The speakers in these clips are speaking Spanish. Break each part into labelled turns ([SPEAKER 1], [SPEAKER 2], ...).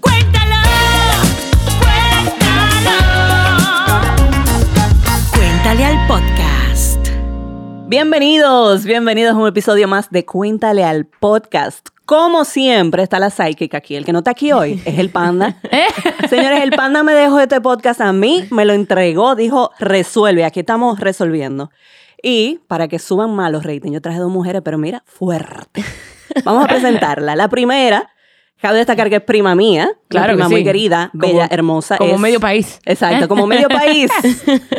[SPEAKER 1] Cuéntalo, cuéntalo. Cuéntale al podcast.
[SPEAKER 2] Bienvenidos, bienvenidos a un episodio más de Cuéntale al podcast. Como siempre está la psíquica aquí. El que no está aquí hoy es el panda.
[SPEAKER 3] Eh.
[SPEAKER 2] Señores, el panda me dejó este podcast a mí, me lo entregó, dijo, resuelve, aquí estamos resolviendo. Y para que suban más los ratings, yo traje dos mujeres, pero mira, fuerte. Vamos a presentarla. La primera, cabe destacar que es prima mía, claro,
[SPEAKER 3] Claro
[SPEAKER 2] prima
[SPEAKER 3] que
[SPEAKER 2] muy
[SPEAKER 3] sí.
[SPEAKER 2] querida,
[SPEAKER 3] Como-
[SPEAKER 2] bella, hermosa.
[SPEAKER 3] como
[SPEAKER 2] es-
[SPEAKER 3] medio país.
[SPEAKER 2] Exacto, como medio país.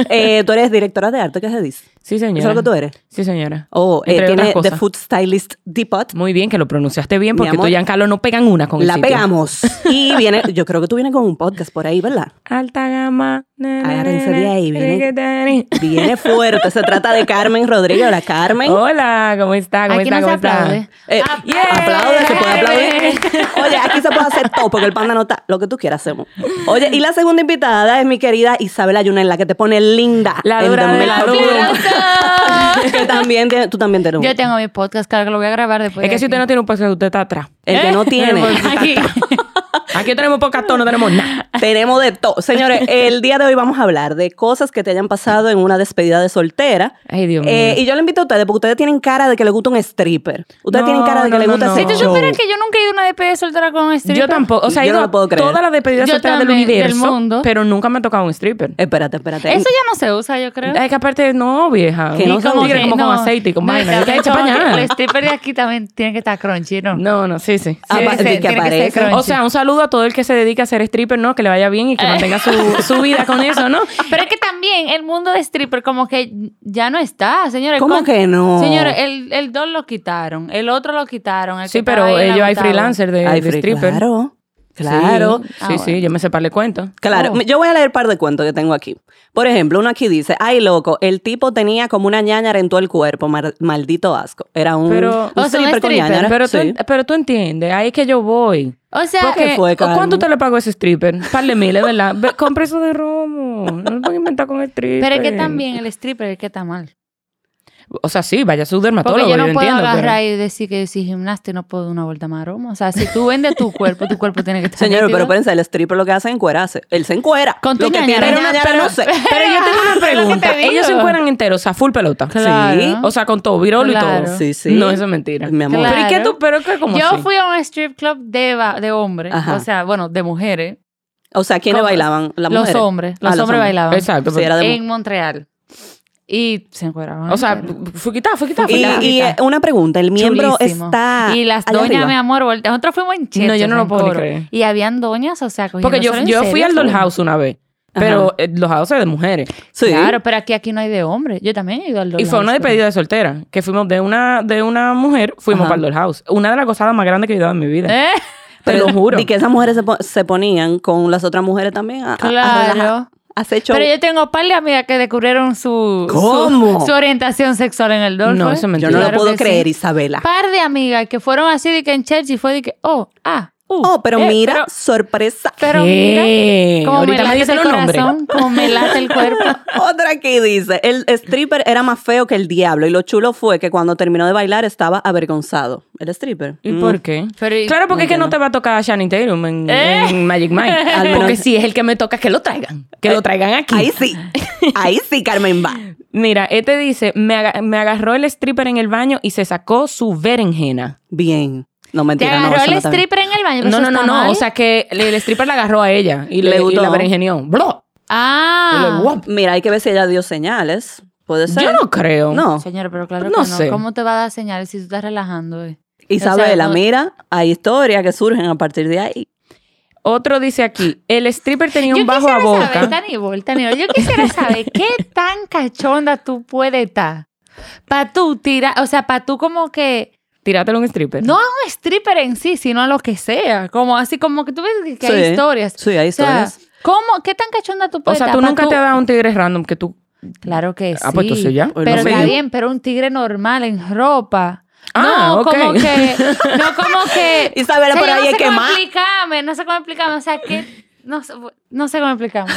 [SPEAKER 2] Eh, tú eres directora de arte, ¿qué se dice?
[SPEAKER 3] Sí, señora.
[SPEAKER 2] ¿Eso es lo que tú eres?
[SPEAKER 3] Sí, señora.
[SPEAKER 2] Oh, eh,
[SPEAKER 3] Entre otras
[SPEAKER 2] tiene The
[SPEAKER 3] cosas.
[SPEAKER 2] Food Stylist Depot.
[SPEAKER 3] Muy bien, que lo pronunciaste bien,
[SPEAKER 2] Mi
[SPEAKER 3] porque
[SPEAKER 2] amor,
[SPEAKER 3] tú y Giancarlo no pegan una con el
[SPEAKER 2] La
[SPEAKER 3] sitio.
[SPEAKER 2] pegamos. Y viene, yo creo que tú vienes con un podcast por ahí, ¿verdad?
[SPEAKER 3] Alta gama. na, na,
[SPEAKER 2] Agárrense
[SPEAKER 3] na,
[SPEAKER 2] de
[SPEAKER 3] na,
[SPEAKER 2] ahí, viene.
[SPEAKER 3] riquetani.
[SPEAKER 2] Viene fuerte. Se trata de Carmen Rodríguez. Hola, Carmen.
[SPEAKER 3] Oh, Hola, ¿cómo está? ¿Cómo
[SPEAKER 4] Aquí
[SPEAKER 3] está?
[SPEAKER 4] no se
[SPEAKER 3] ¿Cómo está? Ah,
[SPEAKER 4] aplaude.
[SPEAKER 2] Eh,
[SPEAKER 3] Yeah.
[SPEAKER 2] Aplaude, se puede aplaudir. Oye, aquí se puede hacer todo porque el panda no está. Lo que tú quieras hacemos. Oye, y la segunda invitada es mi querida Isabel Ayunen, la que te pone linda.
[SPEAKER 3] La
[SPEAKER 2] en
[SPEAKER 3] dura
[SPEAKER 2] The
[SPEAKER 3] de la
[SPEAKER 2] Makeup
[SPEAKER 3] dura.
[SPEAKER 2] Room. que también tiene- tú también tienes un.
[SPEAKER 4] Yo tengo mi podcast, claro que lo voy a grabar después.
[SPEAKER 3] Es que si
[SPEAKER 4] de
[SPEAKER 3] usted
[SPEAKER 4] aquí.
[SPEAKER 3] no tiene un podcast, usted está atrás.
[SPEAKER 2] El que no tiene.
[SPEAKER 3] Aquí, aquí tenemos pocas no tenemos nada.
[SPEAKER 2] Tenemos de todo. Señores, el día de hoy vamos a hablar de cosas que te hayan pasado en una despedida de soltera.
[SPEAKER 3] Ay, Dios
[SPEAKER 2] Eh,
[SPEAKER 3] mío.
[SPEAKER 2] y yo le invito a ustedes, porque ustedes tienen cara de que les gusta un stripper. Ustedes
[SPEAKER 3] No,
[SPEAKER 2] tienen cara de que
[SPEAKER 3] no,
[SPEAKER 2] les
[SPEAKER 3] no,
[SPEAKER 2] gusta
[SPEAKER 3] no.
[SPEAKER 2] ese
[SPEAKER 3] Si tú
[SPEAKER 2] show.
[SPEAKER 4] supieras que yo nunca he ido a una despedida soltera con este un stripper?
[SPEAKER 3] Yo tampoco, o sea, he
[SPEAKER 2] Yo no
[SPEAKER 3] ido
[SPEAKER 2] lo puedo
[SPEAKER 3] a
[SPEAKER 2] creer.
[SPEAKER 3] todas las despedidas
[SPEAKER 4] Yo
[SPEAKER 3] solteras del
[SPEAKER 4] también, del
[SPEAKER 3] universo,
[SPEAKER 4] mundo.
[SPEAKER 3] pero nunca me ha tocado un stripper.
[SPEAKER 2] Espérate, espérate.
[SPEAKER 4] Eso ya no se usa, yo creo. Eh,
[SPEAKER 3] Es que aparte, no, vieja.
[SPEAKER 2] Que no
[SPEAKER 3] Y
[SPEAKER 2] se
[SPEAKER 3] como
[SPEAKER 2] usa.
[SPEAKER 3] tigre, como con aceite y con
[SPEAKER 4] No, y
[SPEAKER 3] vaina. Yo te
[SPEAKER 4] también
[SPEAKER 3] he hecho
[SPEAKER 4] como
[SPEAKER 3] pañada.
[SPEAKER 4] que El stripper de aquí también tiene que estar crunchy, ¿no?
[SPEAKER 3] No, no, sí, sí.
[SPEAKER 2] Ah,
[SPEAKER 4] Sí,
[SPEAKER 2] pa-
[SPEAKER 4] sí,
[SPEAKER 2] de que
[SPEAKER 4] tiene ser
[SPEAKER 2] aparezca.
[SPEAKER 4] crunchy.
[SPEAKER 3] O sea, un saludo a todo el que se dedica a ser stripper, ¿no? Que le vaya bien y que mantenga su, su vida con eso, ¿no?
[SPEAKER 4] Pero es que también el mundo de stripper como que ya no eh, está, señores.
[SPEAKER 2] ¿Cómo
[SPEAKER 4] Con-
[SPEAKER 2] que no?
[SPEAKER 4] Señores, el, el don lo quitaron, el otro lo quitaron. el
[SPEAKER 3] Sí,
[SPEAKER 4] que
[SPEAKER 3] pero
[SPEAKER 4] estaba ahí
[SPEAKER 3] ellos hay
[SPEAKER 4] lamentado.
[SPEAKER 3] freelancer de,
[SPEAKER 2] Ay,
[SPEAKER 3] de
[SPEAKER 2] Fri,
[SPEAKER 3] stripper.
[SPEAKER 2] Claro,
[SPEAKER 3] Sí,
[SPEAKER 2] claro.
[SPEAKER 3] Sí,
[SPEAKER 4] Ah,
[SPEAKER 3] sí,
[SPEAKER 4] bueno.
[SPEAKER 3] yo me separé cuento.
[SPEAKER 2] Claro,
[SPEAKER 4] Oh.
[SPEAKER 2] yo voy a leer un par de cuentos que tengo aquí. Por ejemplo, uno aquí dice, ay loco, el tipo tenía como una ñañara en todo el cuerpo, mar- maldito asco. Era un,
[SPEAKER 3] Pero-
[SPEAKER 2] un
[SPEAKER 4] O sea, un
[SPEAKER 2] stripper con
[SPEAKER 4] stripper,
[SPEAKER 2] ñañara.
[SPEAKER 3] Pero, tú,
[SPEAKER 2] Sí.
[SPEAKER 3] pero tú entiendes, ahí es que yo voy.
[SPEAKER 4] O sea, eh,
[SPEAKER 2] Porque- ¿Qué fue, Carmen?
[SPEAKER 3] ¿Cuánto te le pagó ese stripper? Un par de miles, ¿verdad? Ve, compra eso de romo. No lo puedo inventar con el stripper.
[SPEAKER 4] pero es que también el stripper es el que está mal.
[SPEAKER 3] O sea, sí, vaya a su
[SPEAKER 4] Porque
[SPEAKER 3] dermatólogo,
[SPEAKER 4] yo no
[SPEAKER 3] yo
[SPEAKER 4] puedo
[SPEAKER 3] entiendo. pero-
[SPEAKER 4] agarrar y decir que yo soy gimnasta y no puedo dar una vuelta maroma. O sea, si tú vendes tu cuerpo, tu cuerpo tiene que estar
[SPEAKER 2] Señores,
[SPEAKER 4] nítido.
[SPEAKER 2] pero piensa, el stripper lo que hace es encuerarse. Él se encuera.
[SPEAKER 4] Con tu
[SPEAKER 2] lo que
[SPEAKER 4] ñañara.
[SPEAKER 2] tiene
[SPEAKER 4] Pero
[SPEAKER 2] una
[SPEAKER 4] una-
[SPEAKER 2] ñañara,
[SPEAKER 4] pero-
[SPEAKER 2] no sé.
[SPEAKER 3] Pero
[SPEAKER 4] Es
[SPEAKER 3] yo tengo
[SPEAKER 4] lo
[SPEAKER 3] una
[SPEAKER 4] que te
[SPEAKER 3] pregunta.
[SPEAKER 4] digo.
[SPEAKER 3] Ellos se encuentran enteros, o sea, full pelota.
[SPEAKER 4] Claro.
[SPEAKER 2] Sí.
[SPEAKER 3] O sea, con todo, virolo y
[SPEAKER 4] Claro.
[SPEAKER 3] todo.
[SPEAKER 2] Sí, sí.
[SPEAKER 3] No, eso es mentira.
[SPEAKER 2] Mi amor.
[SPEAKER 3] Pero ¿y qué
[SPEAKER 4] Claro.
[SPEAKER 3] tú? Pero que como
[SPEAKER 4] Yo
[SPEAKER 3] así?
[SPEAKER 4] fui a un strip club de, va- de hombres,
[SPEAKER 2] Ajá.
[SPEAKER 4] o sea, bueno, de mujeres.
[SPEAKER 2] O sea, ¿quiénes
[SPEAKER 4] ¿Cómo?
[SPEAKER 2] bailaban? Las
[SPEAKER 4] los
[SPEAKER 2] mujeres.
[SPEAKER 4] hombres,
[SPEAKER 2] Ah,
[SPEAKER 4] los hombres bailaban.
[SPEAKER 3] Exacto.
[SPEAKER 2] Sí, era de mu-
[SPEAKER 4] En Montreal. Y se encueraban.
[SPEAKER 3] O sea,
[SPEAKER 4] entero.
[SPEAKER 3] fue quitada, fue quitada, fue
[SPEAKER 2] Y,
[SPEAKER 3] quitada.
[SPEAKER 2] y, eh, una pregunta, el miembro
[SPEAKER 4] Chulísimo.
[SPEAKER 2] está
[SPEAKER 4] Y las
[SPEAKER 2] allá
[SPEAKER 4] doñas,
[SPEAKER 2] arriba?
[SPEAKER 4] mi amor, volte- nosotros fuimos en Chetos.
[SPEAKER 3] No, yo no
[SPEAKER 4] en
[SPEAKER 3] lo puedo ni
[SPEAKER 4] coro.
[SPEAKER 3] creer.
[SPEAKER 4] Y habían doñas, o sea,
[SPEAKER 3] Porque yo, yo fui al dollhouse una vez. Pero eh, los house es de mujeres.
[SPEAKER 2] Sí.
[SPEAKER 4] Claro, pero aquí, aquí no hay de hombres. Yo también he ido al dollhouse.
[SPEAKER 3] Y fue una
[SPEAKER 4] pero-
[SPEAKER 3] despedida de soltera. Que fuimos de una, de una mujer, fuimos
[SPEAKER 2] Ajá.
[SPEAKER 3] para el dollhouse. Una de las gozadas más grandes que he dado en mi vida.
[SPEAKER 4] ¿Eh?
[SPEAKER 3] Te lo juro.
[SPEAKER 2] Y que esas mujeres se, po- se ponían con las otras mujeres también. A, a- a
[SPEAKER 4] Claro.
[SPEAKER 2] relajar. Hace show.
[SPEAKER 4] Pero yo tengo par de amigas que descubrieron su,
[SPEAKER 2] ¿Cómo?
[SPEAKER 4] su, su orientación sexual en el dorm.
[SPEAKER 3] No,
[SPEAKER 4] ¿fue?
[SPEAKER 3] eso es
[SPEAKER 2] Yo
[SPEAKER 3] mentira.
[SPEAKER 2] no lo
[SPEAKER 4] Claro
[SPEAKER 2] puedo
[SPEAKER 4] que sí.
[SPEAKER 2] creer, Isabela.
[SPEAKER 4] Par de amigas que fueron así de que en Chelsea fue de que, oh, ah,
[SPEAKER 3] Uh,
[SPEAKER 2] Oh, pero
[SPEAKER 3] eh,
[SPEAKER 2] mira,
[SPEAKER 3] pero-
[SPEAKER 2] sorpresa.
[SPEAKER 4] Pero
[SPEAKER 3] ¿Qué?
[SPEAKER 4] mira, como
[SPEAKER 3] Ahorita me
[SPEAKER 4] me late
[SPEAKER 3] dicen
[SPEAKER 4] el
[SPEAKER 3] los nombres.
[SPEAKER 4] corazón, como me late el cuerpo.
[SPEAKER 2] Otra que dice, el stripper era más feo que el diablo y lo chulo fue que cuando terminó de bailar estaba avergonzado. El stripper.
[SPEAKER 3] ¿Y
[SPEAKER 2] Mm.
[SPEAKER 3] por qué?
[SPEAKER 4] Pero y- Eh.
[SPEAKER 3] claro, porque es que no te va a tocar a Shannon Tatum en, en Magic Mike.
[SPEAKER 2] menos-
[SPEAKER 3] porque si es el que me toca, que lo traigan. Que lo traigan aquí.
[SPEAKER 2] Ahí sí, ahí sí, Carmen va.
[SPEAKER 3] Mira, este dice, me, aga- me agarró el stripper en el baño y se sacó su berenjena.
[SPEAKER 2] Bien. No
[SPEAKER 4] Te
[SPEAKER 2] mentira, no,
[SPEAKER 4] agarró
[SPEAKER 2] eso no
[SPEAKER 4] el
[SPEAKER 2] está bien.
[SPEAKER 4] stripper en el baño. pero
[SPEAKER 3] No,
[SPEAKER 4] eso
[SPEAKER 3] no, no,
[SPEAKER 4] está
[SPEAKER 3] no.
[SPEAKER 4] mal.
[SPEAKER 3] O sea que el stripper la agarró a ella y
[SPEAKER 2] Le
[SPEAKER 3] le, y
[SPEAKER 2] gustó.
[SPEAKER 3] la berenjenió. ¡Blo! Y le-
[SPEAKER 4] Ah,
[SPEAKER 3] ¡guap!
[SPEAKER 2] Mira, hay que ver si ella dio señales. Puede ser.
[SPEAKER 3] Yo no creo.
[SPEAKER 2] No.
[SPEAKER 4] señora, pero claro
[SPEAKER 3] No
[SPEAKER 4] que no.
[SPEAKER 3] sé.
[SPEAKER 4] ¿Cómo te va a dar señales si tú estás relajando? eh?
[SPEAKER 2] Isabela,
[SPEAKER 4] no-
[SPEAKER 2] mira, hay historias que surgen a partir de ahí.
[SPEAKER 3] Otro dice aquí, el stripper tenía
[SPEAKER 4] Yo
[SPEAKER 3] un bajo a
[SPEAKER 4] quisiera
[SPEAKER 3] boca.
[SPEAKER 4] saber, Tanibol, Tanibol, yo quisiera saber qué tan cachonda tú puedes estar. Para tú tirar, o sea, para tú como que,
[SPEAKER 3] Tíratelo un stripper.
[SPEAKER 4] no a un stripper en sí, sino a lo que sea. Como así, como que tú ves que- que
[SPEAKER 2] Sí,
[SPEAKER 4] hay historias.
[SPEAKER 2] sí, hay
[SPEAKER 4] O sea,
[SPEAKER 2] historias.
[SPEAKER 4] ¿cómo, ¿Qué tan cachonda tú
[SPEAKER 3] O
[SPEAKER 4] puedes
[SPEAKER 3] sea,
[SPEAKER 4] estar
[SPEAKER 3] tú
[SPEAKER 4] pa'
[SPEAKER 3] nunca te has dado un tigre random que tú...
[SPEAKER 4] Claro que sí.
[SPEAKER 3] Ah, pues entonces ya.
[SPEAKER 2] Hoy
[SPEAKER 4] Pero
[SPEAKER 2] lo
[SPEAKER 4] está
[SPEAKER 2] sé.
[SPEAKER 4] bien, pero un tigre normal en ropa.
[SPEAKER 3] Ah,
[SPEAKER 4] no,
[SPEAKER 3] ok.
[SPEAKER 4] como que, no como que. o
[SPEAKER 2] Isabela,
[SPEAKER 4] sea,
[SPEAKER 2] por
[SPEAKER 4] yo
[SPEAKER 2] ahí
[SPEAKER 4] no
[SPEAKER 2] es
[SPEAKER 4] sé
[SPEAKER 2] que
[SPEAKER 4] cómo
[SPEAKER 2] más.
[SPEAKER 4] explicarme, no sé cómo explicarme, o sea, que no, sé- no sé cómo explicarme.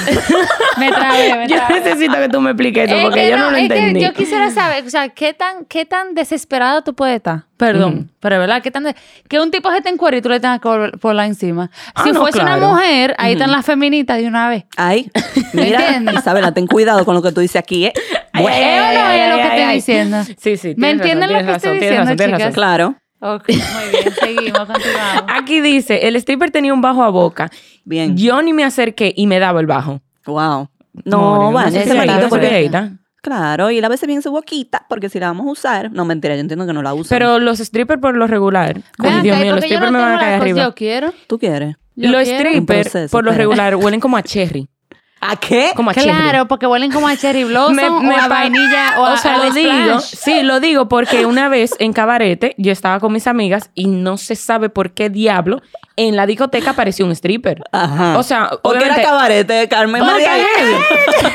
[SPEAKER 4] Me trabé, me
[SPEAKER 3] Yo
[SPEAKER 4] trabé.
[SPEAKER 3] necesito que tú me expliques eso
[SPEAKER 4] Es
[SPEAKER 3] porque
[SPEAKER 4] que
[SPEAKER 3] yo no, lo
[SPEAKER 4] es que
[SPEAKER 3] entendí.
[SPEAKER 4] yo quisiera saber, o sea, qué tan, qué tan desesperado tú puedes estar. Perdón, pero verdad, qué tan de- que un tipo se te encuere y tú le tengas que vol- volar encima.
[SPEAKER 3] Ah,
[SPEAKER 4] Si
[SPEAKER 3] no,
[SPEAKER 4] fuese
[SPEAKER 3] claro.
[SPEAKER 4] una mujer, ahí están las feminitas de una vez.
[SPEAKER 2] Ay,
[SPEAKER 4] ¿Me
[SPEAKER 2] mira,
[SPEAKER 4] entiendes?
[SPEAKER 2] Isabela, ten cuidado con lo que tú dices aquí, ¿eh?
[SPEAKER 3] Ay,
[SPEAKER 4] Bueno,
[SPEAKER 3] ay, ay,
[SPEAKER 4] no
[SPEAKER 3] ay,
[SPEAKER 4] es lo que
[SPEAKER 3] ay,
[SPEAKER 4] estoy
[SPEAKER 3] ay.
[SPEAKER 4] diciendo.
[SPEAKER 3] Sí, sí.
[SPEAKER 4] ¿Me
[SPEAKER 3] tienes
[SPEAKER 4] entienden
[SPEAKER 3] razón,
[SPEAKER 4] lo
[SPEAKER 3] tienes
[SPEAKER 4] que estoy
[SPEAKER 3] razón, tienes
[SPEAKER 4] diciendo,
[SPEAKER 3] razón, tienes
[SPEAKER 4] chicas?
[SPEAKER 3] razón.
[SPEAKER 2] Claro.
[SPEAKER 4] Ok, muy bien, seguimos, continuamos.
[SPEAKER 3] Aquí dice, el stripper tenía un bajo a boca.
[SPEAKER 2] Bien.
[SPEAKER 3] Yo ni me acerqué y me daba el bajo.
[SPEAKER 2] Wow. No,
[SPEAKER 3] Moren,
[SPEAKER 2] bueno,
[SPEAKER 3] sé
[SPEAKER 2] ese
[SPEAKER 3] si
[SPEAKER 4] se
[SPEAKER 3] ahorita,
[SPEAKER 4] la
[SPEAKER 2] pelito
[SPEAKER 3] no sé
[SPEAKER 2] porque-
[SPEAKER 3] si ahorita.
[SPEAKER 2] Claro, y la veces bien su boquita, porque si la vamos a usar. No, mentira, yo entiendo que no la usan.
[SPEAKER 3] Pero los strippers por lo regular.
[SPEAKER 4] Ven
[SPEAKER 3] Ay,
[SPEAKER 4] acá,
[SPEAKER 3] Dios
[SPEAKER 4] ¿y
[SPEAKER 3] mío,
[SPEAKER 4] por
[SPEAKER 3] los
[SPEAKER 4] qué yo
[SPEAKER 3] strippers
[SPEAKER 4] no
[SPEAKER 3] me
[SPEAKER 4] tengo
[SPEAKER 3] van a
[SPEAKER 4] la
[SPEAKER 3] caer
[SPEAKER 4] cosa?
[SPEAKER 3] arriba.
[SPEAKER 4] Yo quiero.
[SPEAKER 2] ¿Tú quieres?
[SPEAKER 4] yo
[SPEAKER 3] Los
[SPEAKER 4] quiero.
[SPEAKER 2] Un
[SPEAKER 3] strippers
[SPEAKER 2] proceso,
[SPEAKER 3] por lo
[SPEAKER 2] espera.
[SPEAKER 3] regular huelen como a cherry.
[SPEAKER 2] ¿A qué?
[SPEAKER 3] Como a cherry.
[SPEAKER 4] Claro, porque huelen como a cherry blossom o a
[SPEAKER 3] pa-
[SPEAKER 4] vainilla o, a,
[SPEAKER 3] o sea,
[SPEAKER 4] al
[SPEAKER 3] lo digo,
[SPEAKER 4] splash.
[SPEAKER 3] sí, lo digo porque una vez en Cabarete yo estaba con mis amigas y no se sabe por qué diablo en la discoteca apareció un stripper.
[SPEAKER 2] Ajá.
[SPEAKER 3] O sea,
[SPEAKER 2] Porque era
[SPEAKER 3] obviamente-
[SPEAKER 2] cabarete, Carmen
[SPEAKER 3] Porque
[SPEAKER 2] María.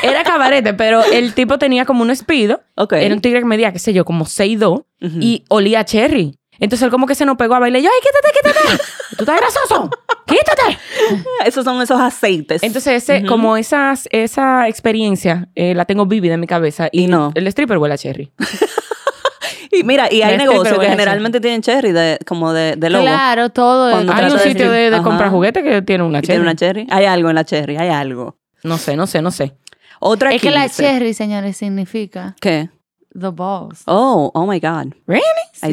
[SPEAKER 3] era- Era cabarete, pero el tipo tenía como un espido.
[SPEAKER 2] Ok.
[SPEAKER 3] Era un tigre que medía, qué sé yo, como 6'2
[SPEAKER 2] Ujú.
[SPEAKER 3] y olía a cherry. Entonces él como que se nos pegó a bailar y yo, ¡ay, quítate, quítate! ¡Tú estás grasoso! ¡Quítate!
[SPEAKER 2] Esos son esos aceites.
[SPEAKER 3] Entonces ese, como esas, esa experiencia eh, la tengo vívida en mi cabeza. Y,
[SPEAKER 2] Y no.
[SPEAKER 3] El stripper huele a cherry.
[SPEAKER 2] y mira, y hay
[SPEAKER 3] Este,
[SPEAKER 2] negocios
[SPEAKER 3] pero
[SPEAKER 2] que
[SPEAKER 3] voy a
[SPEAKER 2] generalmente tienen cherry de, como de, de logo.
[SPEAKER 4] Claro, todo.
[SPEAKER 2] Cuando
[SPEAKER 4] es-
[SPEAKER 2] trata
[SPEAKER 3] Hay un
[SPEAKER 2] de
[SPEAKER 3] sitio de, de
[SPEAKER 2] Ajá.
[SPEAKER 3] comprar juguetes que tiene una
[SPEAKER 2] Y
[SPEAKER 3] cherry.
[SPEAKER 2] tiene una cherry. Hay algo en la cherry, hay algo.
[SPEAKER 3] No sé, no sé, no sé.
[SPEAKER 2] Otra
[SPEAKER 4] es que la
[SPEAKER 2] 15.
[SPEAKER 4] cherry, señores, significa
[SPEAKER 2] ¿Qué?
[SPEAKER 4] the balls.
[SPEAKER 2] Oh, oh my God.
[SPEAKER 3] ¿Really?
[SPEAKER 2] I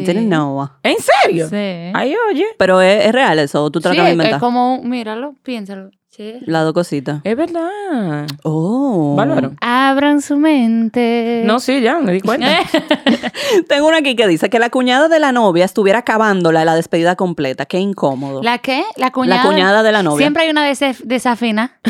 [SPEAKER 4] Sí.
[SPEAKER 2] didn't know.
[SPEAKER 3] ¿En serio?
[SPEAKER 4] Sí.
[SPEAKER 3] Ay, oye.
[SPEAKER 2] Pero es, es real eso, o tú te lo
[SPEAKER 4] Sí,
[SPEAKER 2] acabas de
[SPEAKER 4] es, es
[SPEAKER 2] inventar.
[SPEAKER 4] como, un- míralo, piénsalo. Cherry.
[SPEAKER 2] Las dos cositas.
[SPEAKER 3] Es verdad.
[SPEAKER 2] Oh.
[SPEAKER 3] Valoro.
[SPEAKER 4] Abran su mente.
[SPEAKER 3] No, sí, ya, me di cuenta.
[SPEAKER 2] Tengo una aquí que dice que la cuñada de la novia estuviera acabándola en la despedida completa. Qué incómodo.
[SPEAKER 4] ¿La qué? La cuñada.
[SPEAKER 2] cuñada de la novia.
[SPEAKER 4] Siempre hay una desef- desafina.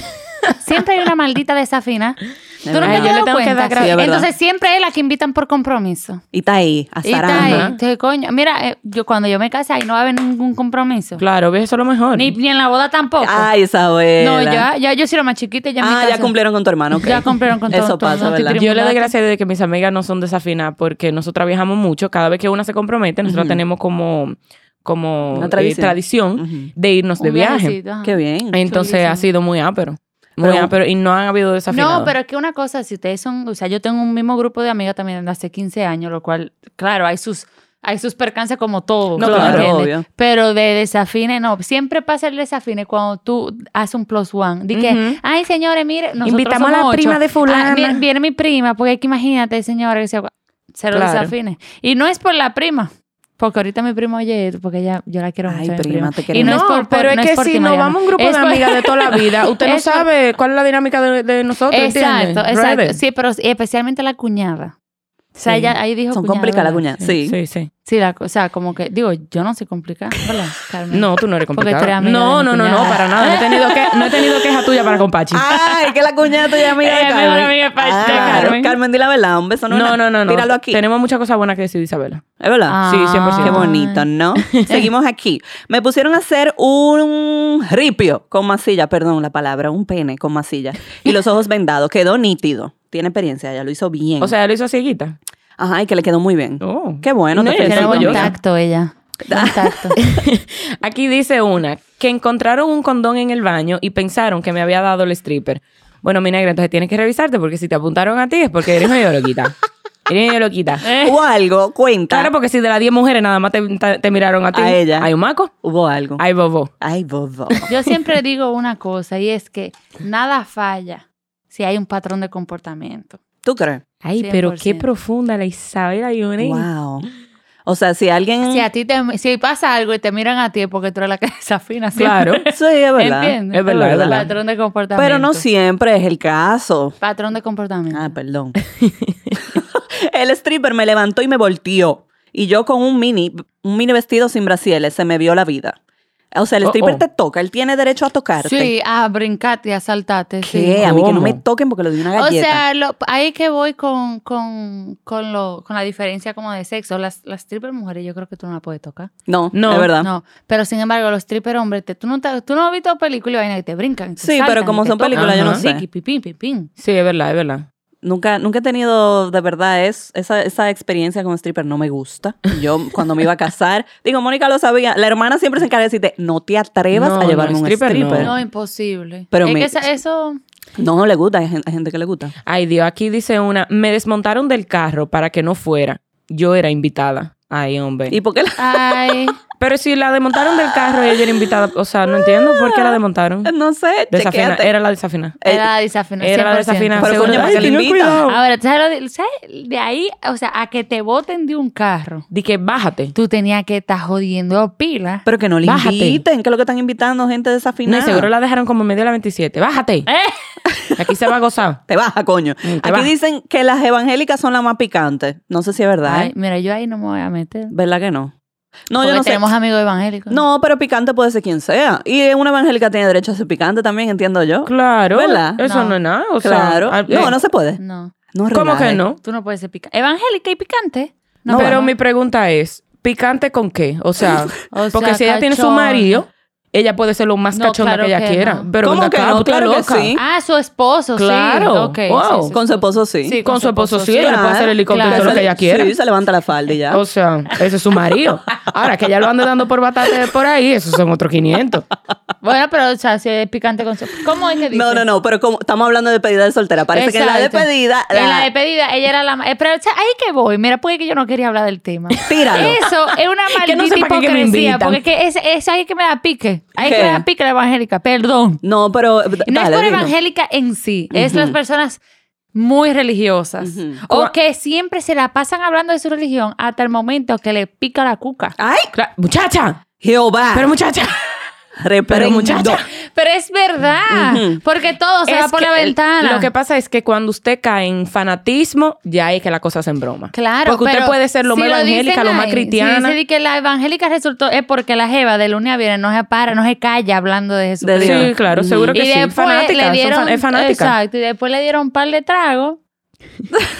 [SPEAKER 4] Siempre hay una maldita desafina. Tú no te
[SPEAKER 2] verdad.
[SPEAKER 4] has
[SPEAKER 2] Yo le
[SPEAKER 4] dado
[SPEAKER 3] tengo que
[SPEAKER 4] cuenta.
[SPEAKER 3] dar gra-
[SPEAKER 2] Sí, es verdad.
[SPEAKER 4] Entonces siempre es la que invitan por compromiso.
[SPEAKER 2] Y está ahí,
[SPEAKER 4] Y está
[SPEAKER 2] azarando.
[SPEAKER 4] ahí. Entonces, coño, mira, eh, yo cuando yo me casé ahí no va a haber ningún compromiso.
[SPEAKER 3] claro, ves, eso es lo mejor.
[SPEAKER 4] Ni, ni en la boda tampoco.
[SPEAKER 2] Ay, Isabela.
[SPEAKER 4] no, ya, ya yo sí era más chiquita y ya en mi
[SPEAKER 2] Ah, ya
[SPEAKER 4] casa-
[SPEAKER 2] cumplieron con tu hermano. ok.
[SPEAKER 4] Ya cumplieron con todo.
[SPEAKER 2] Eso
[SPEAKER 4] todo,
[SPEAKER 2] pasa,
[SPEAKER 4] no te
[SPEAKER 2] ¿verdad?
[SPEAKER 4] quiero-
[SPEAKER 3] Yo le doy
[SPEAKER 4] Mulato.
[SPEAKER 3] gracias de que mis amigas no son desafinadas porque nosotras viajamos mucho. Cada vez que una se compromete, nosotras tenemos como, como
[SPEAKER 2] Una
[SPEAKER 3] eh,
[SPEAKER 2] tradición.
[SPEAKER 3] tradición,
[SPEAKER 2] Ujú.
[SPEAKER 3] de irnos de
[SPEAKER 4] Un
[SPEAKER 3] viaje.
[SPEAKER 4] viajecito, ajá.
[SPEAKER 2] Qué bien.
[SPEAKER 3] Entonces
[SPEAKER 4] Chulísimo.
[SPEAKER 3] ha sido muy ápero. Muy
[SPEAKER 2] Pero-
[SPEAKER 3] ápero y no han habido desafinados.
[SPEAKER 4] No, pero es que una cosa, si ustedes son, o sea, yo tengo un mismo grupo de amigas también de hace 15 años, lo cual, claro, hay sus, hay sus percances como todo.
[SPEAKER 3] No,
[SPEAKER 4] ¿me
[SPEAKER 3] claro,
[SPEAKER 4] entiendes?
[SPEAKER 2] obvio.
[SPEAKER 4] Pero de desafine, no. Siempre pasa el desafine cuando tú haces un plus one. Di que,
[SPEAKER 3] Ujú.
[SPEAKER 4] ay, señores, mire, nosotros
[SPEAKER 3] Invitamos a la
[SPEAKER 4] somos ocho.
[SPEAKER 3] prima de fulana.
[SPEAKER 4] Ah, viene, viene mi prima, porque hay que imagínate, señores, que se, se lo
[SPEAKER 3] Claro.
[SPEAKER 4] desafine. Y no es por la prima. Porque ahorita mi prima oye esto, porque ella, yo la quiero
[SPEAKER 2] Ay,
[SPEAKER 4] mucho. a mi
[SPEAKER 2] prima, te
[SPEAKER 4] Y no,
[SPEAKER 2] queremos.
[SPEAKER 4] es por, por-
[SPEAKER 3] pero es
[SPEAKER 4] no
[SPEAKER 3] que
[SPEAKER 4] por
[SPEAKER 3] si
[SPEAKER 4] ti,
[SPEAKER 3] nos
[SPEAKER 4] Mariana.
[SPEAKER 3] vamos un grupo
[SPEAKER 4] Es
[SPEAKER 3] de
[SPEAKER 4] por-
[SPEAKER 3] amigas de toda la vida, usted no
[SPEAKER 4] Es por-
[SPEAKER 3] sabe cuál es la dinámica de, de nosotros.
[SPEAKER 4] Exacto,
[SPEAKER 3] ¿entiende?
[SPEAKER 4] exacto.
[SPEAKER 3] Brother.
[SPEAKER 4] Sí, pero especialmente la cuñada. O sea,
[SPEAKER 3] Sí.
[SPEAKER 4] ella ahí dijo
[SPEAKER 2] Son
[SPEAKER 4] cuñada,
[SPEAKER 2] complicadas las
[SPEAKER 4] ¿verdad?
[SPEAKER 2] cuñadas. Sí.
[SPEAKER 3] sí, sí.
[SPEAKER 4] Sí, la- o sea, como que, digo, yo no soy complicada, ¿verdad, Carmen?
[SPEAKER 3] No, tú no eres
[SPEAKER 4] Porque tú eres
[SPEAKER 3] complicada.
[SPEAKER 4] amiga
[SPEAKER 3] No,
[SPEAKER 4] de mi
[SPEAKER 3] no, no, no,
[SPEAKER 4] cuñada.
[SPEAKER 3] para nada. No he tenido, que, no he tenido queja tuya para Compachi.
[SPEAKER 2] Ay, que la cuñada tuya es amiga de
[SPEAKER 3] Ella es
[SPEAKER 2] Carmen.
[SPEAKER 3] mejor amiga de pa- de
[SPEAKER 2] Ah,
[SPEAKER 3] Carmen.
[SPEAKER 2] Carmen, di la verdad. Un beso no. es
[SPEAKER 3] No,
[SPEAKER 2] nada.
[SPEAKER 3] no, no, no.
[SPEAKER 2] Tíralo aquí.
[SPEAKER 3] Tenemos muchas cosas buenas que decir, Isabela.
[SPEAKER 2] ¿Es verdad?
[SPEAKER 4] Ah,
[SPEAKER 3] Sí, 100%.
[SPEAKER 2] Qué bonito, ¿no? Seguimos aquí. Me pusieron a hacer un ripio con masilla, perdón la palabra, un pene con masilla. Y los ojos vendados. Quedó nítido. Tiene experiencia, ya lo hizo bien.
[SPEAKER 3] O sea, lo hizo cieguita.
[SPEAKER 2] Ajá, y que le quedó muy bien.
[SPEAKER 3] Oh.
[SPEAKER 2] Qué bueno,
[SPEAKER 3] No,
[SPEAKER 2] te
[SPEAKER 3] ella
[SPEAKER 4] Tiene
[SPEAKER 2] felicito.
[SPEAKER 3] orgullosa.
[SPEAKER 4] buen tacto ella.
[SPEAKER 2] Ah.
[SPEAKER 4] Exacto.
[SPEAKER 3] Aquí dice una, que encontraron un condón en el baño y pensaron que me había dado el stripper. Bueno, mi negra, entonces tienes que revisarte porque si te apuntaron a ti es porque eres medio loquita. Eres medio loquita.
[SPEAKER 2] Hubo algo, cuenta.
[SPEAKER 3] Claro, porque si de las 10 mujeres nada más te, te- te miraron a ti,
[SPEAKER 2] A ella.
[SPEAKER 3] hay un maco,
[SPEAKER 2] Hubo algo.
[SPEAKER 3] hay bobo.
[SPEAKER 2] Ay, bobo.
[SPEAKER 4] Yo siempre digo una cosa y es que nada falla si hay un patrón de comportamiento.
[SPEAKER 2] ¿Tú crees?
[SPEAKER 3] Ay,
[SPEAKER 4] 100%.
[SPEAKER 3] pero qué profunda la Isabel Ayone.
[SPEAKER 2] Wow. O sea, si alguien...
[SPEAKER 4] Si a ti te, si pasa algo y te miran a ti es porque tú eres la que desafina. ¿sí?
[SPEAKER 3] Claro.
[SPEAKER 2] Sí, es verdad.
[SPEAKER 4] ¿Entiendes?
[SPEAKER 3] Es verdad, es verdad.
[SPEAKER 4] Patrón de comportamiento.
[SPEAKER 2] Pero no siempre es el caso.
[SPEAKER 4] Patrón de comportamiento.
[SPEAKER 2] Ah, perdón. el stripper me levantó y me volteó. Y yo con un mini, un mini vestido sin brasieles, se me vio la vida. O sea, el
[SPEAKER 3] Oh,
[SPEAKER 2] stripper
[SPEAKER 3] oh.
[SPEAKER 2] te toca, él tiene derecho a tocarte.
[SPEAKER 4] sí, ah, a brincarte, a saltarte. sí.
[SPEAKER 2] ¿Qué? A mí que no
[SPEAKER 3] ¿Cómo?
[SPEAKER 2] me toquen porque le doy una
[SPEAKER 4] O
[SPEAKER 2] galleta.
[SPEAKER 4] sea, lo- ahí que voy con, con, con, lo, con la diferencia como de sexo. Las, las stripper mujeres yo creo que tú no la puedes tocar.
[SPEAKER 2] no, no,
[SPEAKER 3] no,
[SPEAKER 2] es verdad.
[SPEAKER 4] No, pero sin embargo, los stripper hombres, te- tú, no te- tú no has visto películas y vaina que te brincan. te
[SPEAKER 2] Sí,
[SPEAKER 4] saltan
[SPEAKER 2] pero como
[SPEAKER 4] y te
[SPEAKER 2] son
[SPEAKER 4] tocan.
[SPEAKER 2] películas,
[SPEAKER 3] yo no
[SPEAKER 4] Ajá.
[SPEAKER 2] sé.
[SPEAKER 4] Ricky, pipín, pipín.
[SPEAKER 3] Sí, es verdad, es verdad.
[SPEAKER 2] Nunca, nunca he tenido, de verdad, es, esa, esa experiencia con stripper no me gusta. Yo cuando me iba a casar, digo, Mónica lo sabía, la hermana siempre se encarga de decirte, no te atrevas
[SPEAKER 3] No,
[SPEAKER 2] a
[SPEAKER 3] no,
[SPEAKER 2] llevarme un stripper.
[SPEAKER 3] stripper no.
[SPEAKER 4] No, imposible.
[SPEAKER 2] Pero
[SPEAKER 4] es
[SPEAKER 2] me-
[SPEAKER 4] que esa- eso...
[SPEAKER 2] No, no le gusta, hay gen- hay gente que le gusta.
[SPEAKER 3] Ay, Dios, aquí dice una, me desmontaron del carro para que no fuera. Yo era invitada. Ay, hombre.
[SPEAKER 2] ¿Y por qué la-
[SPEAKER 4] Ay,
[SPEAKER 2] Eh,
[SPEAKER 3] Pero si la desmontaron del carro y ella era invitada, o sea, no entiendo por qué la desmontaron.
[SPEAKER 2] Ah, No sé,
[SPEAKER 3] Desafina,
[SPEAKER 2] chequéate. Eh,
[SPEAKER 3] era la desafina.
[SPEAKER 4] era la desafinación.
[SPEAKER 3] Era la desafina.
[SPEAKER 2] Pero
[SPEAKER 3] seguro.
[SPEAKER 2] coño, ¿para
[SPEAKER 3] Ay,
[SPEAKER 2] qué le
[SPEAKER 3] tengan
[SPEAKER 2] invitan? Ah.
[SPEAKER 3] cuidado.
[SPEAKER 4] Ahora, ¿tú ¿sabes, lo de, sabes? De ahí, o sea, a que te boten de un carro,
[SPEAKER 3] Di que bájate.
[SPEAKER 4] tú tenías que estar jodiendo a pila.
[SPEAKER 2] Pero que no le
[SPEAKER 3] Bájate.
[SPEAKER 2] inviten, que es lo que están invitando gente
[SPEAKER 3] No,
[SPEAKER 2] desafinada.
[SPEAKER 3] y seguro la dejaron como en medio de la 27. Bájate.
[SPEAKER 4] Eh.
[SPEAKER 3] Aquí se va a gozar.
[SPEAKER 2] Te baja, coño.
[SPEAKER 3] Mm, te
[SPEAKER 2] Aquí
[SPEAKER 3] baja.
[SPEAKER 2] dicen que las evangélicas son las más picantes. No sé si es verdad.
[SPEAKER 4] Ay,
[SPEAKER 2] ¿eh?
[SPEAKER 4] mira, yo ahí no me voy a meter.
[SPEAKER 2] ¿Verdad que no? No,
[SPEAKER 4] porque
[SPEAKER 2] yo no sé.
[SPEAKER 4] tenemos amigos evangélicos.
[SPEAKER 2] No, pero picante puede ser quien sea. Y una evangélica tiene derecho a ser picante también, entiendo yo.
[SPEAKER 3] Claro.
[SPEAKER 2] ¿Verdad?
[SPEAKER 3] Eso no,
[SPEAKER 4] No.
[SPEAKER 3] es nada. O sea,
[SPEAKER 2] claro.
[SPEAKER 3] al-
[SPEAKER 2] no,
[SPEAKER 3] eh,
[SPEAKER 2] no se puede.
[SPEAKER 4] No,
[SPEAKER 2] No
[SPEAKER 3] ¿Cómo
[SPEAKER 2] relaje.
[SPEAKER 3] que no?
[SPEAKER 4] tú no puedes ser picante. Evangélica y picante.
[SPEAKER 3] No,
[SPEAKER 4] No,
[SPEAKER 3] pero
[SPEAKER 4] vamos.
[SPEAKER 3] mi pregunta es, ¿picante con qué? O sea,
[SPEAKER 4] O
[SPEAKER 3] porque
[SPEAKER 4] sea,
[SPEAKER 3] si ella tiene su
[SPEAKER 4] cachón.
[SPEAKER 3] marido, ella puede ser lo más
[SPEAKER 4] No,
[SPEAKER 3] cachonda
[SPEAKER 4] claro
[SPEAKER 3] que ella
[SPEAKER 4] que
[SPEAKER 3] quiera.
[SPEAKER 4] no.
[SPEAKER 3] Pero
[SPEAKER 2] ¿Cómo
[SPEAKER 3] ven
[SPEAKER 2] que
[SPEAKER 3] acá,
[SPEAKER 2] no?
[SPEAKER 3] tú estás
[SPEAKER 2] Claro que
[SPEAKER 3] loca.
[SPEAKER 2] sí.
[SPEAKER 4] Ah, su esposo,
[SPEAKER 3] Claro.
[SPEAKER 4] sí. Ok,
[SPEAKER 3] Wow.
[SPEAKER 4] sí,
[SPEAKER 2] Con su esposo sí.
[SPEAKER 4] Sí,
[SPEAKER 3] Con su esposo sí,
[SPEAKER 2] Claro.
[SPEAKER 3] ella le puede hacer el helicóptero
[SPEAKER 4] claro.
[SPEAKER 3] todo lo que ella quiera.
[SPEAKER 2] Sí, se levanta la falda y ya.
[SPEAKER 3] O sea, ese es su marido. Ahora que ella lo anda dando por batata por ahí, esos son otros 500.
[SPEAKER 4] Bueno, pero o sea, si es picante con su... ¿Cómo es que dice?
[SPEAKER 2] no, no, no, pero como estamos hablando de despedida de soltera, parece que en la
[SPEAKER 4] Exacto.
[SPEAKER 2] despedida...
[SPEAKER 4] En la
[SPEAKER 2] la-
[SPEAKER 4] despedida, ella era la. ma- eh, Pero o sea, ahí que voy. Mira, porque que yo no quería hablar del tema.
[SPEAKER 2] Tíralo.
[SPEAKER 4] Eso es una maldita
[SPEAKER 3] Que no sepa que- que
[SPEAKER 4] hipocresía.
[SPEAKER 3] me invitan.
[SPEAKER 4] porque que es, es ahí que me da pique. Ahí
[SPEAKER 2] ¿Qué?
[SPEAKER 4] que me da pique la evangélica. Perdón.
[SPEAKER 2] No, pero...
[SPEAKER 4] No
[SPEAKER 2] dale,
[SPEAKER 4] es por
[SPEAKER 2] dilo.
[SPEAKER 4] evangélica en sí. Es las personas muy religiosas. O que siempre se la pasan hablando de su religión hasta el momento que le pica la
[SPEAKER 3] Ah,
[SPEAKER 4] cuca.
[SPEAKER 2] ¡Ay!
[SPEAKER 3] Cla- muchacha,
[SPEAKER 2] Jehová.
[SPEAKER 3] pero muchacha.
[SPEAKER 2] Reprendo.
[SPEAKER 3] Pero muchacha.
[SPEAKER 4] Pero es verdad. Porque todo se va
[SPEAKER 3] Es
[SPEAKER 4] por la
[SPEAKER 3] que el-
[SPEAKER 4] ventana.
[SPEAKER 3] Lo que pasa es que cuando usted cae en fanatismo, ya es que la cosa se en broma.
[SPEAKER 4] Claro,
[SPEAKER 3] Porque usted
[SPEAKER 4] pero
[SPEAKER 3] puede ser lo
[SPEAKER 4] si
[SPEAKER 3] más evangélica,
[SPEAKER 4] dicen
[SPEAKER 3] lo más
[SPEAKER 4] ahí,
[SPEAKER 3] cristiana.
[SPEAKER 4] Si dice de que la evangélica resultó es porque la jeva de lunes a viernes no se para, no se calla hablando de Jesús.
[SPEAKER 2] De Dios.
[SPEAKER 3] Sí, claro, seguro que
[SPEAKER 4] y
[SPEAKER 3] sí.
[SPEAKER 4] después
[SPEAKER 3] fanática,
[SPEAKER 4] le
[SPEAKER 3] son
[SPEAKER 4] dieron,
[SPEAKER 3] fan- es fanática.
[SPEAKER 4] Exacto, y después le dieron un par de tragos.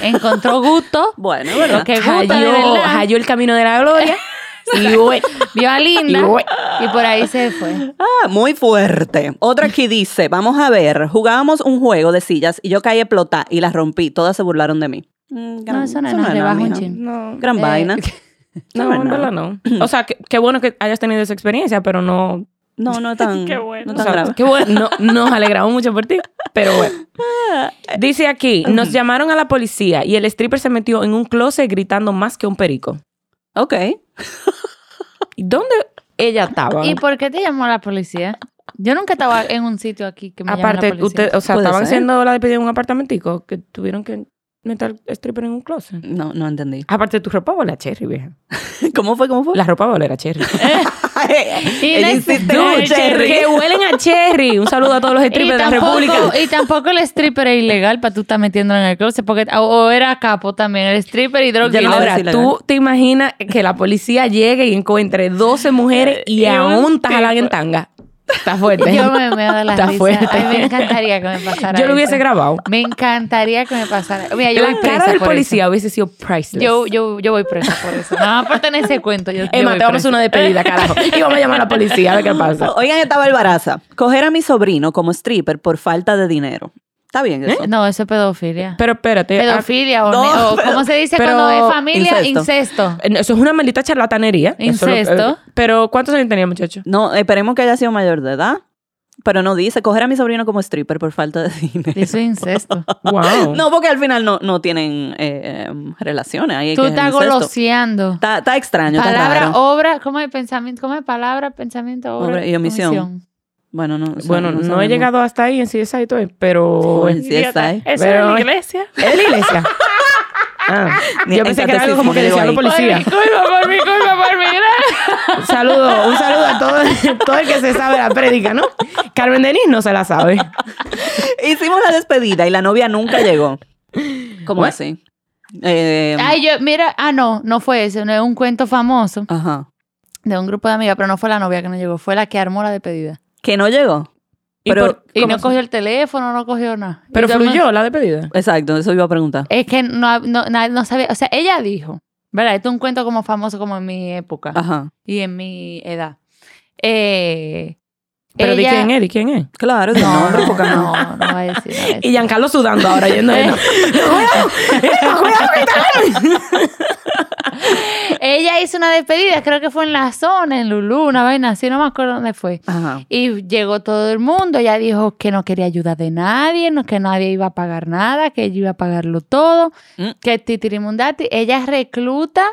[SPEAKER 4] encontró gusto.
[SPEAKER 2] Bueno, es verdad.
[SPEAKER 4] Que gusta, de
[SPEAKER 3] Halló,
[SPEAKER 4] verdad.
[SPEAKER 3] halló el camino de la gloria. y bueno,
[SPEAKER 4] Vio a Linda
[SPEAKER 3] Y bueno.
[SPEAKER 4] y por ahí se fue.
[SPEAKER 2] Ah, muy fuerte. Otra aquí dice, vamos a ver, jugábamos un juego de sillas y yo caí a plotar y las rompí, todas se burlaron de mí. Mm, gran-
[SPEAKER 4] No, eso no,
[SPEAKER 2] eso
[SPEAKER 4] no,
[SPEAKER 2] es
[SPEAKER 4] le
[SPEAKER 2] nada,
[SPEAKER 4] bajo un
[SPEAKER 2] mija.
[SPEAKER 4] chin.
[SPEAKER 3] no,
[SPEAKER 2] Gran
[SPEAKER 4] Eh,
[SPEAKER 2] vaina.
[SPEAKER 3] no, en verdad no. O sea, que- qué bueno que hayas tenido esa experiencia, pero no.
[SPEAKER 2] No, no tan,
[SPEAKER 3] Qué bueno.
[SPEAKER 2] no tan
[SPEAKER 3] O sea,
[SPEAKER 2] grave.
[SPEAKER 3] qué bueno. No, nos alegramos mucho por ti, pero bueno. Dice aquí, nos llamaron a la policía y el stripper se metió en un closet gritando más que un perico.
[SPEAKER 2] Ok.
[SPEAKER 3] ¿Y ¿Dónde ella estaba?
[SPEAKER 4] ¿Y pues, por qué te llamó la policía? Yo nunca estaba en un sitio aquí que me llame la
[SPEAKER 3] Aparte,
[SPEAKER 4] policía.
[SPEAKER 3] usted, o sea,
[SPEAKER 2] Puede
[SPEAKER 3] estaban
[SPEAKER 2] ser.
[SPEAKER 3] haciendo la despedida en un apartamentico que tuvieron que meter stripper en un closet.
[SPEAKER 2] No, no entendí.
[SPEAKER 3] Aparte, tu ropa huele a cherry, vieja.
[SPEAKER 2] ¿Cómo fue? ¿Cómo fue?
[SPEAKER 3] La ropa huele a cherry.
[SPEAKER 4] Y
[SPEAKER 2] Ella
[SPEAKER 4] la-
[SPEAKER 2] insiste,
[SPEAKER 4] Dude,
[SPEAKER 2] "Ay, Cherry".
[SPEAKER 3] Que huelen a cherry. Un saludo a todos los
[SPEAKER 4] Y
[SPEAKER 3] strippers de la
[SPEAKER 4] tampoco-
[SPEAKER 3] República.
[SPEAKER 4] Y tampoco el stripper es ilegal para tú estar metiéndolo en el closet, porque o, o era capo también, el stripper y drug
[SPEAKER 2] Ya
[SPEAKER 4] dealer.
[SPEAKER 2] no
[SPEAKER 3] Ahora,
[SPEAKER 2] Sí, la
[SPEAKER 3] ¿tú
[SPEAKER 2] verdad.
[SPEAKER 3] te imaginas que la policía llegue y encuentre 12 mujeres y,
[SPEAKER 4] Eh, Y
[SPEAKER 3] aún
[SPEAKER 4] un
[SPEAKER 3] estás jalan en tanga? Está fuerte.
[SPEAKER 4] Yo me meo de la
[SPEAKER 3] Está
[SPEAKER 4] risa.
[SPEAKER 3] fuerte.
[SPEAKER 4] Ay, me encantaría que me pasara
[SPEAKER 3] Yo lo hubiese
[SPEAKER 4] eso.
[SPEAKER 3] grabado.
[SPEAKER 4] Me encantaría que me pasara. Mira, yo
[SPEAKER 3] La
[SPEAKER 4] voy
[SPEAKER 3] cara
[SPEAKER 4] presa
[SPEAKER 3] del
[SPEAKER 4] por eso.
[SPEAKER 3] policía hubiese sido priceless.
[SPEAKER 4] Yo, yo, yo voy presa por eso. Nada más por tener ese cuento. Yo, yo
[SPEAKER 3] Emma,
[SPEAKER 4] voy
[SPEAKER 3] te vamos
[SPEAKER 4] presa.
[SPEAKER 3] a hacer una despedida, carajo. Y vamos a llamar a la policía a ver qué pasa.
[SPEAKER 2] Oigan, estaba barbaraza. Coger a mi sobrino como stripper por falta de dinero. Está bien eso.
[SPEAKER 4] No, eso es pedofilia.
[SPEAKER 3] Pero espérate. ah,
[SPEAKER 4] Pedofilia o,
[SPEAKER 2] Eh, No,
[SPEAKER 4] ne- o
[SPEAKER 2] pero-
[SPEAKER 4] ¿cómo se dice
[SPEAKER 3] pero-
[SPEAKER 4] cuando es familia? Incesto.
[SPEAKER 3] eh, no, Eso es una maldita charlatanería. Eso lo-
[SPEAKER 4] Incesto.
[SPEAKER 3] eh, pero ¿cuántos años tenía, muchacho?
[SPEAKER 2] No, esperemos que haya sido mayor de edad. Pero no dice, coger a mi sobrino como stripper por falta de dinero.
[SPEAKER 4] Eso es incesto.
[SPEAKER 3] Wow.
[SPEAKER 2] No, porque al final no, no tienen eh, em, relaciones. Ahí es
[SPEAKER 4] Tú
[SPEAKER 2] que
[SPEAKER 4] estás
[SPEAKER 2] es incesto.
[SPEAKER 4] goloseando.
[SPEAKER 2] Está, está extraño, está
[SPEAKER 4] Palabra,
[SPEAKER 2] raro.
[SPEAKER 4] obra, ¿cómo es pensamiento? ¿Cómo es palabra, pensamiento, obra?
[SPEAKER 2] Obra y omisión. Bueno, no, o sea,
[SPEAKER 3] Bueno, no,
[SPEAKER 2] sabemos.
[SPEAKER 3] he llegado hasta ahí en CSI todo, pero...
[SPEAKER 2] O en CSI.
[SPEAKER 3] Eso era la iglesia. Es la iglesia. Ah,
[SPEAKER 2] Ni-
[SPEAKER 3] yo pensé
[SPEAKER 2] en
[SPEAKER 3] que era algo como que
[SPEAKER 2] catecismo llegó
[SPEAKER 3] decía la policía.
[SPEAKER 4] Por mi culpa, por mi culpa, por mi
[SPEAKER 3] Un saludo, un saludo a todo, todo el que se sabe la prédica, ¿no? Carmen Denis no se la sabe.
[SPEAKER 2] Hicimos la despedida y la novia nunca llegó. ¿Cómo
[SPEAKER 3] What?
[SPEAKER 2] así? Eh,
[SPEAKER 4] Ay, yo, mira, ah, no, no fue ese, no es un cuento famoso
[SPEAKER 2] Ajá.
[SPEAKER 4] de un grupo de amigas, pero no fue la novia que no llegó, fue la que armó la despedida.
[SPEAKER 2] Que no llegó.
[SPEAKER 3] ¿Y
[SPEAKER 2] Pero,
[SPEAKER 3] por-
[SPEAKER 4] Y
[SPEAKER 3] cómo
[SPEAKER 4] no
[SPEAKER 3] se-
[SPEAKER 4] cogió el teléfono, no cogió nada.
[SPEAKER 3] Pero
[SPEAKER 4] Y yo me-
[SPEAKER 3] fluyó la despedida.
[SPEAKER 2] exacto, eso iba a preguntar.
[SPEAKER 4] Es que no, no, na- no sabía, o sea, ella dijo, ¿verdad? Esto es un cuento como famoso como en mi época
[SPEAKER 2] Ajá.
[SPEAKER 4] y en mi edad. Eh,
[SPEAKER 3] Pero di
[SPEAKER 4] ella-
[SPEAKER 3] quién es, di quién es.
[SPEAKER 2] Claro, de
[SPEAKER 4] No,
[SPEAKER 2] nombre,
[SPEAKER 4] no,
[SPEAKER 2] porque no. Eh,
[SPEAKER 4] no, no va a decir. no va a decir.
[SPEAKER 3] Y Giancarlo sudando ahora yendo de no.
[SPEAKER 4] Ella hizo una despedida, creo que fue en la zona, en Lulú, una vaina así, no me acuerdo dónde fue.
[SPEAKER 2] Ajá.
[SPEAKER 4] Y llegó todo el mundo, ella dijo que no quería ayuda de nadie, no, que nadie iba a pagar nada, que ella iba a pagarlo todo,
[SPEAKER 2] Mm.
[SPEAKER 4] que titirimundati. Ella recluta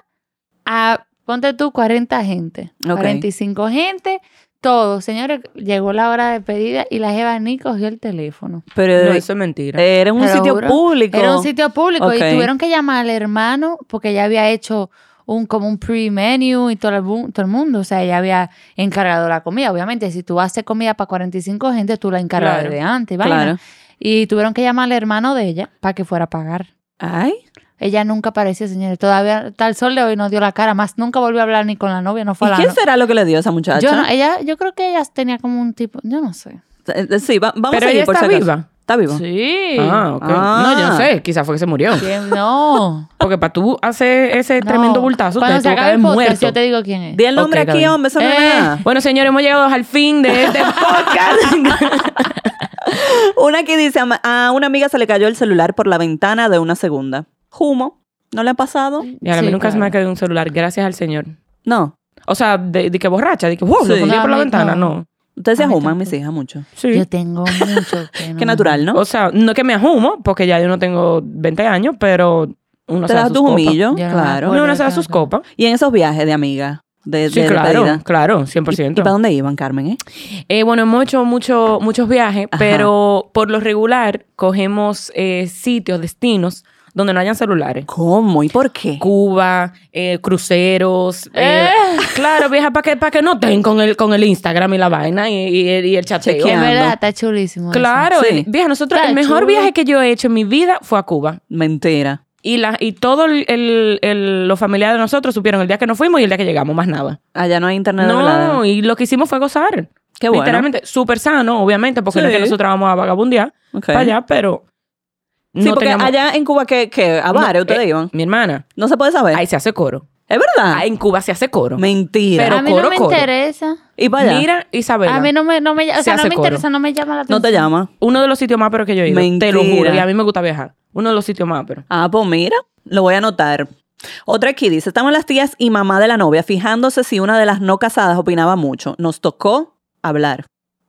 [SPEAKER 4] a, ponte tú, 40 gente,
[SPEAKER 2] Ok.
[SPEAKER 4] 45 gente, todo. Señores, llegó la hora de pedida y la jeva ni cogió el teléfono.
[SPEAKER 2] Pero eh,
[SPEAKER 3] No, eso es mentira.
[SPEAKER 2] era en un
[SPEAKER 4] Te lo
[SPEAKER 2] sitio
[SPEAKER 4] juro.
[SPEAKER 2] público.
[SPEAKER 4] Era un sitio público
[SPEAKER 2] Ok.
[SPEAKER 4] y tuvieron que llamar al hermano porque ya había hecho un como un pre-menu y todo el, bu- todo el mundo. O sea, ella había encargado la comida. Obviamente, si tú haces comida para 45 gente, tú la encargas
[SPEAKER 3] Claro.
[SPEAKER 4] de antes, vaina.
[SPEAKER 2] Claro.
[SPEAKER 4] Y tuvieron que llamar al hermano de ella para que fuera a pagar.
[SPEAKER 2] Ay.
[SPEAKER 4] Ella nunca apareció, señores. Todavía tal sol de hoy no dio la cara. Más nunca volvió a hablar ni con la novia, no
[SPEAKER 2] ¿Y
[SPEAKER 4] fue a la
[SPEAKER 2] quién
[SPEAKER 4] no-
[SPEAKER 2] será lo que le dio a esa muchacha?
[SPEAKER 4] Yo no, eh. ella, yo creo que ella tenía como un tipo, yo no sé.
[SPEAKER 2] Eh, Sí, va- vamos
[SPEAKER 3] Pero
[SPEAKER 2] a seguir
[SPEAKER 3] ella
[SPEAKER 2] por
[SPEAKER 3] está
[SPEAKER 2] si acaso.
[SPEAKER 3] viva.
[SPEAKER 2] Está viva.
[SPEAKER 4] Sí.
[SPEAKER 3] Ah, ok.
[SPEAKER 2] Ah.
[SPEAKER 3] No, yo no sé. Quizás fue que se murió.
[SPEAKER 4] ¿Quién? No.
[SPEAKER 3] Porque para tú hacer ese tremendo
[SPEAKER 4] No.
[SPEAKER 3] bultazo,
[SPEAKER 4] Cuando
[SPEAKER 3] te
[SPEAKER 4] se
[SPEAKER 3] tuvo que
[SPEAKER 4] acabe
[SPEAKER 3] haber
[SPEAKER 4] el podcast,
[SPEAKER 3] muerto.
[SPEAKER 4] yo te digo quién es.
[SPEAKER 2] Di el nombre
[SPEAKER 3] Ok,
[SPEAKER 2] aquí,
[SPEAKER 3] Gaby.
[SPEAKER 2] hombre, eso no es
[SPEAKER 4] Eh.
[SPEAKER 2] nada.
[SPEAKER 3] Bueno, señores, hemos llegado al fin de este podcast.
[SPEAKER 2] Una que dice, "Ama- a una amiga se le cayó el celular por la ventana de una segunda. Humo. ¿No le ha pasado?
[SPEAKER 3] y a mí
[SPEAKER 4] Sí,
[SPEAKER 3] nunca se me ha
[SPEAKER 4] claro.
[SPEAKER 3] caído un celular, gracias al Señor.
[SPEAKER 2] No.
[SPEAKER 3] O sea, de, de que borracha, de que, wow, lo
[SPEAKER 2] Sí.
[SPEAKER 3] escondí
[SPEAKER 4] No,
[SPEAKER 3] por
[SPEAKER 4] a
[SPEAKER 3] la
[SPEAKER 4] mí
[SPEAKER 3] ventana.
[SPEAKER 4] no.
[SPEAKER 3] No.
[SPEAKER 2] Ustedes se
[SPEAKER 4] A mí
[SPEAKER 2] ajuman, mis
[SPEAKER 4] tampoco.
[SPEAKER 2] hijas, mucho.
[SPEAKER 3] Sí.
[SPEAKER 4] Yo tengo mucho que no
[SPEAKER 2] Qué
[SPEAKER 4] me-
[SPEAKER 2] natural, ¿no?
[SPEAKER 3] O sea, no que me ajumo, porque ya yo no tengo 20 años, pero uno
[SPEAKER 2] Te
[SPEAKER 3] se da
[SPEAKER 2] das
[SPEAKER 3] sus
[SPEAKER 2] tu
[SPEAKER 3] copas.
[SPEAKER 2] humillo,
[SPEAKER 4] Yo no me
[SPEAKER 2] claro.
[SPEAKER 4] acuerdo.
[SPEAKER 3] No, uno se da
[SPEAKER 4] Bueno,
[SPEAKER 3] sus
[SPEAKER 4] claro.
[SPEAKER 3] copas.
[SPEAKER 2] Y en esos viajes de amiga, de,
[SPEAKER 3] Sí,
[SPEAKER 2] de
[SPEAKER 3] claro,
[SPEAKER 2] despedida.
[SPEAKER 3] claro,
[SPEAKER 2] ¿Y, y para
[SPEAKER 3] 100%.
[SPEAKER 2] dónde iban, Carmen, eh?
[SPEAKER 3] Eh, bueno, hemos hecho mucho- muchos viajes,
[SPEAKER 2] Ajá.
[SPEAKER 3] pero por lo regular cogemos eh, sitios, destinos, donde no hayan celulares.
[SPEAKER 2] ¿Cómo y por qué?
[SPEAKER 3] Cuba, eh, cruceros. eh, Claro, vieja, para que, pa' que no estén con el, con el Instagram y la vaina y, y el, y el chateo.
[SPEAKER 4] Que es
[SPEAKER 2] Chequeando.
[SPEAKER 4] verdad, está chulísimo. eso.
[SPEAKER 3] Claro,
[SPEAKER 2] Sí.
[SPEAKER 3] eh, vieja, nosotros,
[SPEAKER 4] Está
[SPEAKER 3] el mejor
[SPEAKER 4] chulo.
[SPEAKER 3] viaje que yo he hecho en mi vida fue a Cuba.
[SPEAKER 2] Mentira.
[SPEAKER 3] Y, la, y todos los familiares de nosotros supieron el día que nos fuimos y el día que llegamos, más nada.
[SPEAKER 2] Allá no hay internet de verdad.
[SPEAKER 3] No, y lo que hicimos fue gozar.
[SPEAKER 2] Qué bueno.
[SPEAKER 3] Literalmente, súper sano, obviamente, porque no es que
[SPEAKER 2] Sí.
[SPEAKER 3] nosotros vamos a vagabundear
[SPEAKER 2] Ok.
[SPEAKER 3] para allá, pero
[SPEAKER 2] Sí, porque
[SPEAKER 3] teníamos-
[SPEAKER 2] allá en Cuba, ¿qué? qué? ¿A bares
[SPEAKER 3] No,
[SPEAKER 2] ustedes
[SPEAKER 3] eh,
[SPEAKER 2] iban?
[SPEAKER 3] Mi hermana,
[SPEAKER 2] No se puede saber.
[SPEAKER 3] ahí se hace coro.
[SPEAKER 2] ¿Es verdad?
[SPEAKER 3] Ah, en Cuba se hace coro.
[SPEAKER 2] Mentira.
[SPEAKER 3] Pero
[SPEAKER 4] a mí
[SPEAKER 3] coro,
[SPEAKER 4] no me
[SPEAKER 3] coro.
[SPEAKER 4] interesa.
[SPEAKER 2] ¿Y para allá?
[SPEAKER 3] Mira, Isabel.
[SPEAKER 4] A mí no me, no me, o
[SPEAKER 3] Se
[SPEAKER 4] sea, no
[SPEAKER 3] hace
[SPEAKER 4] me
[SPEAKER 3] coro.
[SPEAKER 4] interesa, no me llama la atención.
[SPEAKER 2] no te llama.
[SPEAKER 3] Uno de los sitios más pero que yo he ido. Te lo
[SPEAKER 2] Mentira.
[SPEAKER 3] juro. Y a mí me gusta viajar. Uno de los sitios más pero.
[SPEAKER 2] Ah, pues mira, lo voy a anotar. Otra aquí dice, estaban las tías y mamá de la novia fijándose si una de las no casadas opinaba mucho. Nos tocó hablar,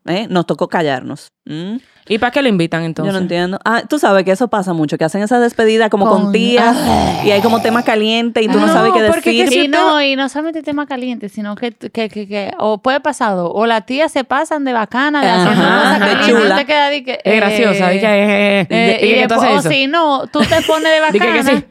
[SPEAKER 2] ¿eh? Nos tocó callarnos. ¿Mm?
[SPEAKER 3] ¿Y para qué lo invitan entonces?
[SPEAKER 2] Yo no entiendo. Ah, tú sabes que eso pasa mucho, que hacen esa despedida como con,
[SPEAKER 4] Con-
[SPEAKER 2] tías y hay como tema caliente y tú no,
[SPEAKER 4] No,
[SPEAKER 2] sabes qué
[SPEAKER 3] Ah, porque
[SPEAKER 2] decir.
[SPEAKER 3] que si
[SPEAKER 4] Y
[SPEAKER 3] usted-
[SPEAKER 4] no, y no solamente tema caliente, sino que, que, que, que- o puede pasado, o las tías se pasan de bacana, de hacer
[SPEAKER 2] Ajá,
[SPEAKER 4] cosas
[SPEAKER 2] de
[SPEAKER 4] calientes,
[SPEAKER 2] chula.
[SPEAKER 4] no te queda de que,
[SPEAKER 3] Es
[SPEAKER 4] eh,
[SPEAKER 3] graciosa. y que, eh, eh,
[SPEAKER 4] eh,
[SPEAKER 3] de- y
[SPEAKER 4] y
[SPEAKER 3] que tú
[SPEAKER 4] después,
[SPEAKER 3] haces
[SPEAKER 4] o
[SPEAKER 3] eso.
[SPEAKER 4] si no, tú te pones de
[SPEAKER 3] Dije
[SPEAKER 4] bacana.
[SPEAKER 3] que sí.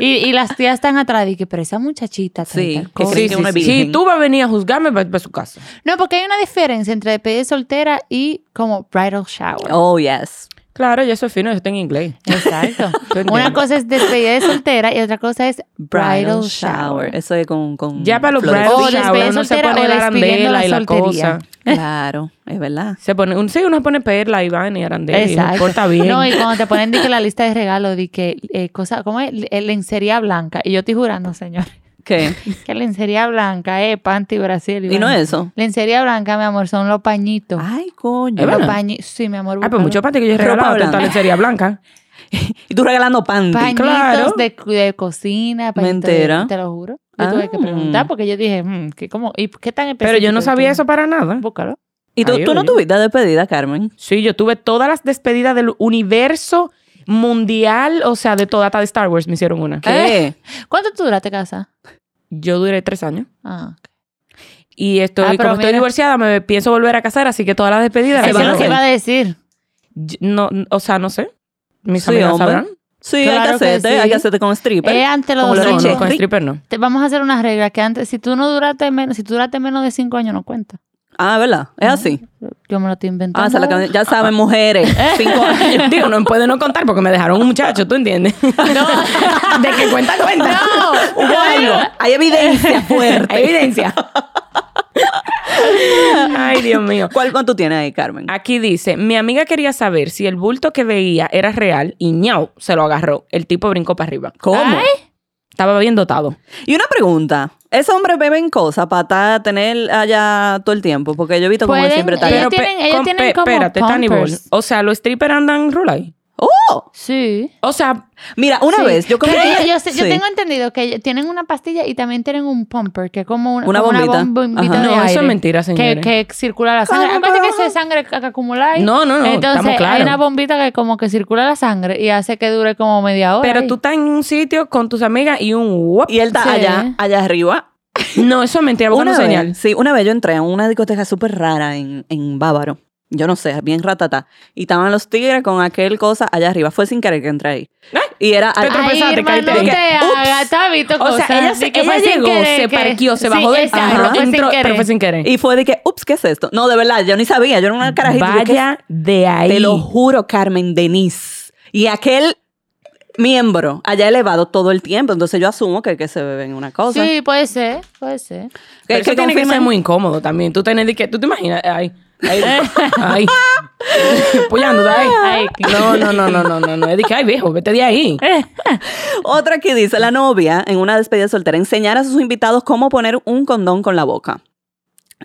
[SPEAKER 4] y, y las tías están atrás de que, pero esa muchachita. tal,
[SPEAKER 2] Sí,
[SPEAKER 4] tal
[SPEAKER 2] que
[SPEAKER 3] Que
[SPEAKER 4] cosa".
[SPEAKER 2] creen que
[SPEAKER 3] sí, sí,
[SPEAKER 2] uno es
[SPEAKER 3] sí.
[SPEAKER 2] virgen.
[SPEAKER 3] Si tú vas a venir a juzgarme, va a su casa.
[SPEAKER 4] No, porque hay una diferencia entre despedida soltera y como bridal shower.
[SPEAKER 2] Oh, yes.
[SPEAKER 3] Claro, y eso es fino, eso está en inglés.
[SPEAKER 4] Exacto.
[SPEAKER 3] entiendo.
[SPEAKER 4] una cosa es despedida de soltera y otra cosa es bridal shower.
[SPEAKER 2] Eso es con... con
[SPEAKER 3] Ya para los
[SPEAKER 2] flores.
[SPEAKER 3] bridal
[SPEAKER 4] O
[SPEAKER 3] shower,
[SPEAKER 4] despedida
[SPEAKER 3] uno se
[SPEAKER 4] soltera
[SPEAKER 3] pone
[SPEAKER 4] o
[SPEAKER 3] la
[SPEAKER 4] despidiendo
[SPEAKER 3] arandela
[SPEAKER 4] la
[SPEAKER 3] y la
[SPEAKER 4] soltería.
[SPEAKER 3] cosa.
[SPEAKER 2] Claro, es verdad.
[SPEAKER 3] Se pone, un, sí, uno pone perla y vaina y arandela. y
[SPEAKER 4] Exacto.
[SPEAKER 3] se porta bien.
[SPEAKER 4] No, y cuando te ponen de que la lista de regalo, de que eh, cosa, ¿cómo es? Eh, lencería blanca. Y yo estoy jurando, señor.
[SPEAKER 2] ¿Qué?
[SPEAKER 4] Que lencería blanca, eh, panty Brasil.
[SPEAKER 2] ¿Y no
[SPEAKER 4] vaina.
[SPEAKER 2] eso?
[SPEAKER 4] Lencería blanca, mi amor, son los pañitos.
[SPEAKER 2] Ay, coño.
[SPEAKER 3] Ah, Es
[SPEAKER 4] los
[SPEAKER 3] verdad.
[SPEAKER 4] pañitos. Sí, mi amor.
[SPEAKER 3] Ah, pues
[SPEAKER 4] búscalo.
[SPEAKER 3] mucho parte que yo he
[SPEAKER 2] Ropa
[SPEAKER 3] regalado
[SPEAKER 2] blanca.
[SPEAKER 3] tanta lencería blanca.
[SPEAKER 2] Y tú regalando pan.
[SPEAKER 4] Pañitos
[SPEAKER 3] claro.
[SPEAKER 4] de, de cocina,
[SPEAKER 2] Me
[SPEAKER 4] pañitos de-
[SPEAKER 2] entera.
[SPEAKER 4] te lo juro. Yo tuve que
[SPEAKER 2] Ah.
[SPEAKER 4] preguntar porque yo dije, mm, ¿qué, cómo, ¿y qué tan específico?
[SPEAKER 3] Pero yo no
[SPEAKER 4] es
[SPEAKER 3] sabía
[SPEAKER 4] tu-
[SPEAKER 3] eso para nada.
[SPEAKER 4] Búscalo.
[SPEAKER 2] Y tú,
[SPEAKER 3] Ay,
[SPEAKER 2] tú no
[SPEAKER 3] oye.
[SPEAKER 2] tuviste despedida, Carmen.
[SPEAKER 3] Sí, yo tuve todas las despedidas del universo mundial, o sea, de toda hasta de Star Wars me hicieron una.
[SPEAKER 4] Eh,
[SPEAKER 2] ¿Qué?
[SPEAKER 4] ¿Cuánto tú duraste casa?
[SPEAKER 3] Yo duré tres años.
[SPEAKER 4] Ah, ok.
[SPEAKER 3] Y estoy,
[SPEAKER 4] Ah, pero
[SPEAKER 3] como estoy
[SPEAKER 4] mira.
[SPEAKER 3] divorciada, me pienso volver a casar, así que todas las despedidas
[SPEAKER 2] Se
[SPEAKER 4] Eso
[SPEAKER 3] las
[SPEAKER 4] es
[SPEAKER 2] van a
[SPEAKER 3] van
[SPEAKER 4] lo que
[SPEAKER 2] ver.
[SPEAKER 4] iba a decir.
[SPEAKER 3] No, o sea, no sé. Mis
[SPEAKER 2] Sí,
[SPEAKER 3] amigas
[SPEAKER 2] hombre.
[SPEAKER 3] sabrán.
[SPEAKER 2] Sí, hay que
[SPEAKER 4] Claro que
[SPEAKER 2] hacerte,
[SPEAKER 4] sí.
[SPEAKER 2] hay que hacerte con stripper.
[SPEAKER 4] Eh, antes lo
[SPEAKER 2] como
[SPEAKER 4] de
[SPEAKER 2] lo
[SPEAKER 3] No,
[SPEAKER 4] los
[SPEAKER 2] Leche.
[SPEAKER 3] no,
[SPEAKER 4] novios.
[SPEAKER 3] con stripper no.
[SPEAKER 4] Te- Vamos a hacer unas reglas que antes, si tú no duraste menos, si tú duraste menos de cinco años, no cuenta.
[SPEAKER 2] Ah, ¿verdad? Es así.
[SPEAKER 4] Yo me lo estoy inventando.
[SPEAKER 2] Ah, se la
[SPEAKER 4] ahora.
[SPEAKER 2] acaban- ya saben, mujeres. Cinco años.
[SPEAKER 3] Digo, no puede no contar porque me dejaron un muchacho, ¿tú entiendes? De que cuenta, cuenta.
[SPEAKER 2] Hubo algo. Hay evidencia fuerte.
[SPEAKER 3] Hay evidencia. Ay, Dios mío.
[SPEAKER 2] ¿Cuál cuánto tienes ahí, Carmen?
[SPEAKER 3] Aquí dice, mi amiga quería saber si el bulto que veía era real y ñau, se lo agarró. El tipo brincó para arriba.
[SPEAKER 2] ¿Cómo?
[SPEAKER 3] Estaba bien dotado.
[SPEAKER 2] Y una pregunta. ¿Esos hombres beben cosas para tener allá todo el tiempo? Porque yo he visto como
[SPEAKER 4] Pueden, eh,
[SPEAKER 2] siempre está
[SPEAKER 4] Ellos
[SPEAKER 2] allá.
[SPEAKER 3] pe-
[SPEAKER 4] tienen- ellos
[SPEAKER 3] con-
[SPEAKER 4] tienen
[SPEAKER 3] pe-
[SPEAKER 4] como
[SPEAKER 3] Espérate, Tani Ball.
[SPEAKER 4] pumpers.
[SPEAKER 3] O sea, los strippers andan rulay.
[SPEAKER 2] ¡Oh!
[SPEAKER 4] Sí.
[SPEAKER 3] O sea,
[SPEAKER 2] Mira, una
[SPEAKER 4] Sí.
[SPEAKER 2] vez yo
[SPEAKER 4] Que
[SPEAKER 2] comí...
[SPEAKER 4] yo, yo sé- yo
[SPEAKER 2] Sí.
[SPEAKER 4] tengo entendido que tienen una pastilla y también tienen un pumper, que es como una,
[SPEAKER 2] Una
[SPEAKER 4] como
[SPEAKER 2] bombita.
[SPEAKER 4] bombita
[SPEAKER 2] Ajá.
[SPEAKER 4] de
[SPEAKER 3] No, eso es
[SPEAKER 4] aire
[SPEAKER 3] mentira,
[SPEAKER 4] que,
[SPEAKER 3] señores.
[SPEAKER 4] que circula la sangre.
[SPEAKER 2] Claro,
[SPEAKER 4] Aparte que
[SPEAKER 2] claro.
[SPEAKER 4] eso es sangre que que acumuláis.
[SPEAKER 3] No, no, no,
[SPEAKER 4] Entonces
[SPEAKER 3] estamos claros.
[SPEAKER 4] hay una bombita que como que circula la sangre y hace que dure como media hora.
[SPEAKER 3] pero
[SPEAKER 4] ahí.
[SPEAKER 3] tú estás en un sitio con tus amigas y un guap.
[SPEAKER 2] Y él está
[SPEAKER 4] Sí.
[SPEAKER 2] allá, allá arriba.
[SPEAKER 3] No, eso es mentira, porque no
[SPEAKER 2] Una
[SPEAKER 3] es
[SPEAKER 2] vez,
[SPEAKER 3] señal.
[SPEAKER 2] Sí, una vez yo entré a una discoteca súper rara en, en Bávaro. Yo no sé, bien ratata. Y estaban los tigres con aquel cosa allá arriba. Fue sin querer que entré ahí. Y era...
[SPEAKER 3] ¿Eh? Te
[SPEAKER 2] allá-
[SPEAKER 4] Ay,
[SPEAKER 3] tropezaste,
[SPEAKER 4] hermano,
[SPEAKER 3] caíste
[SPEAKER 4] no
[SPEAKER 3] ahí.
[SPEAKER 4] te
[SPEAKER 2] Que, ups.
[SPEAKER 4] hagas, tú has visto
[SPEAKER 3] O sea,
[SPEAKER 4] cosas
[SPEAKER 3] ella,
[SPEAKER 4] de
[SPEAKER 3] se,
[SPEAKER 4] que
[SPEAKER 3] ella
[SPEAKER 4] fue sin
[SPEAKER 3] llegó,
[SPEAKER 4] querer,
[SPEAKER 3] se
[SPEAKER 4] que-
[SPEAKER 3] parqueó, se
[SPEAKER 4] Sí,
[SPEAKER 3] bajó del
[SPEAKER 4] exacto,
[SPEAKER 3] carro,
[SPEAKER 4] fue sin
[SPEAKER 3] entró, pero
[SPEAKER 4] querer.
[SPEAKER 3] fue sin querer.
[SPEAKER 2] Y fue de que, ups, ¿qué es esto? No, de verdad, yo ni sabía. Yo era una carajita. yo, ¿qué
[SPEAKER 3] Vaya de ahí.
[SPEAKER 2] Te lo juro, Carmen Denise. Y aquel miembro allá elevado todo el tiempo. Entonces yo asumo que, que se beben una cosa.
[SPEAKER 4] Sí, puede ser, puede ser.
[SPEAKER 2] Que-
[SPEAKER 3] Pero eso
[SPEAKER 2] que
[SPEAKER 3] tiene que
[SPEAKER 2] confirmen.
[SPEAKER 3] ser muy incómodo también. Tú tenés de que, tú te imaginas, ay, ay, ay, puyándote ahí.
[SPEAKER 4] Ay,
[SPEAKER 3] No, no, no, no, no, no, no. Es de que, ay, viejo, vete de ahí.
[SPEAKER 2] Otra que dice la novia en una despedida soltera, enseñar a sus invitados cómo poner un condón con la boca.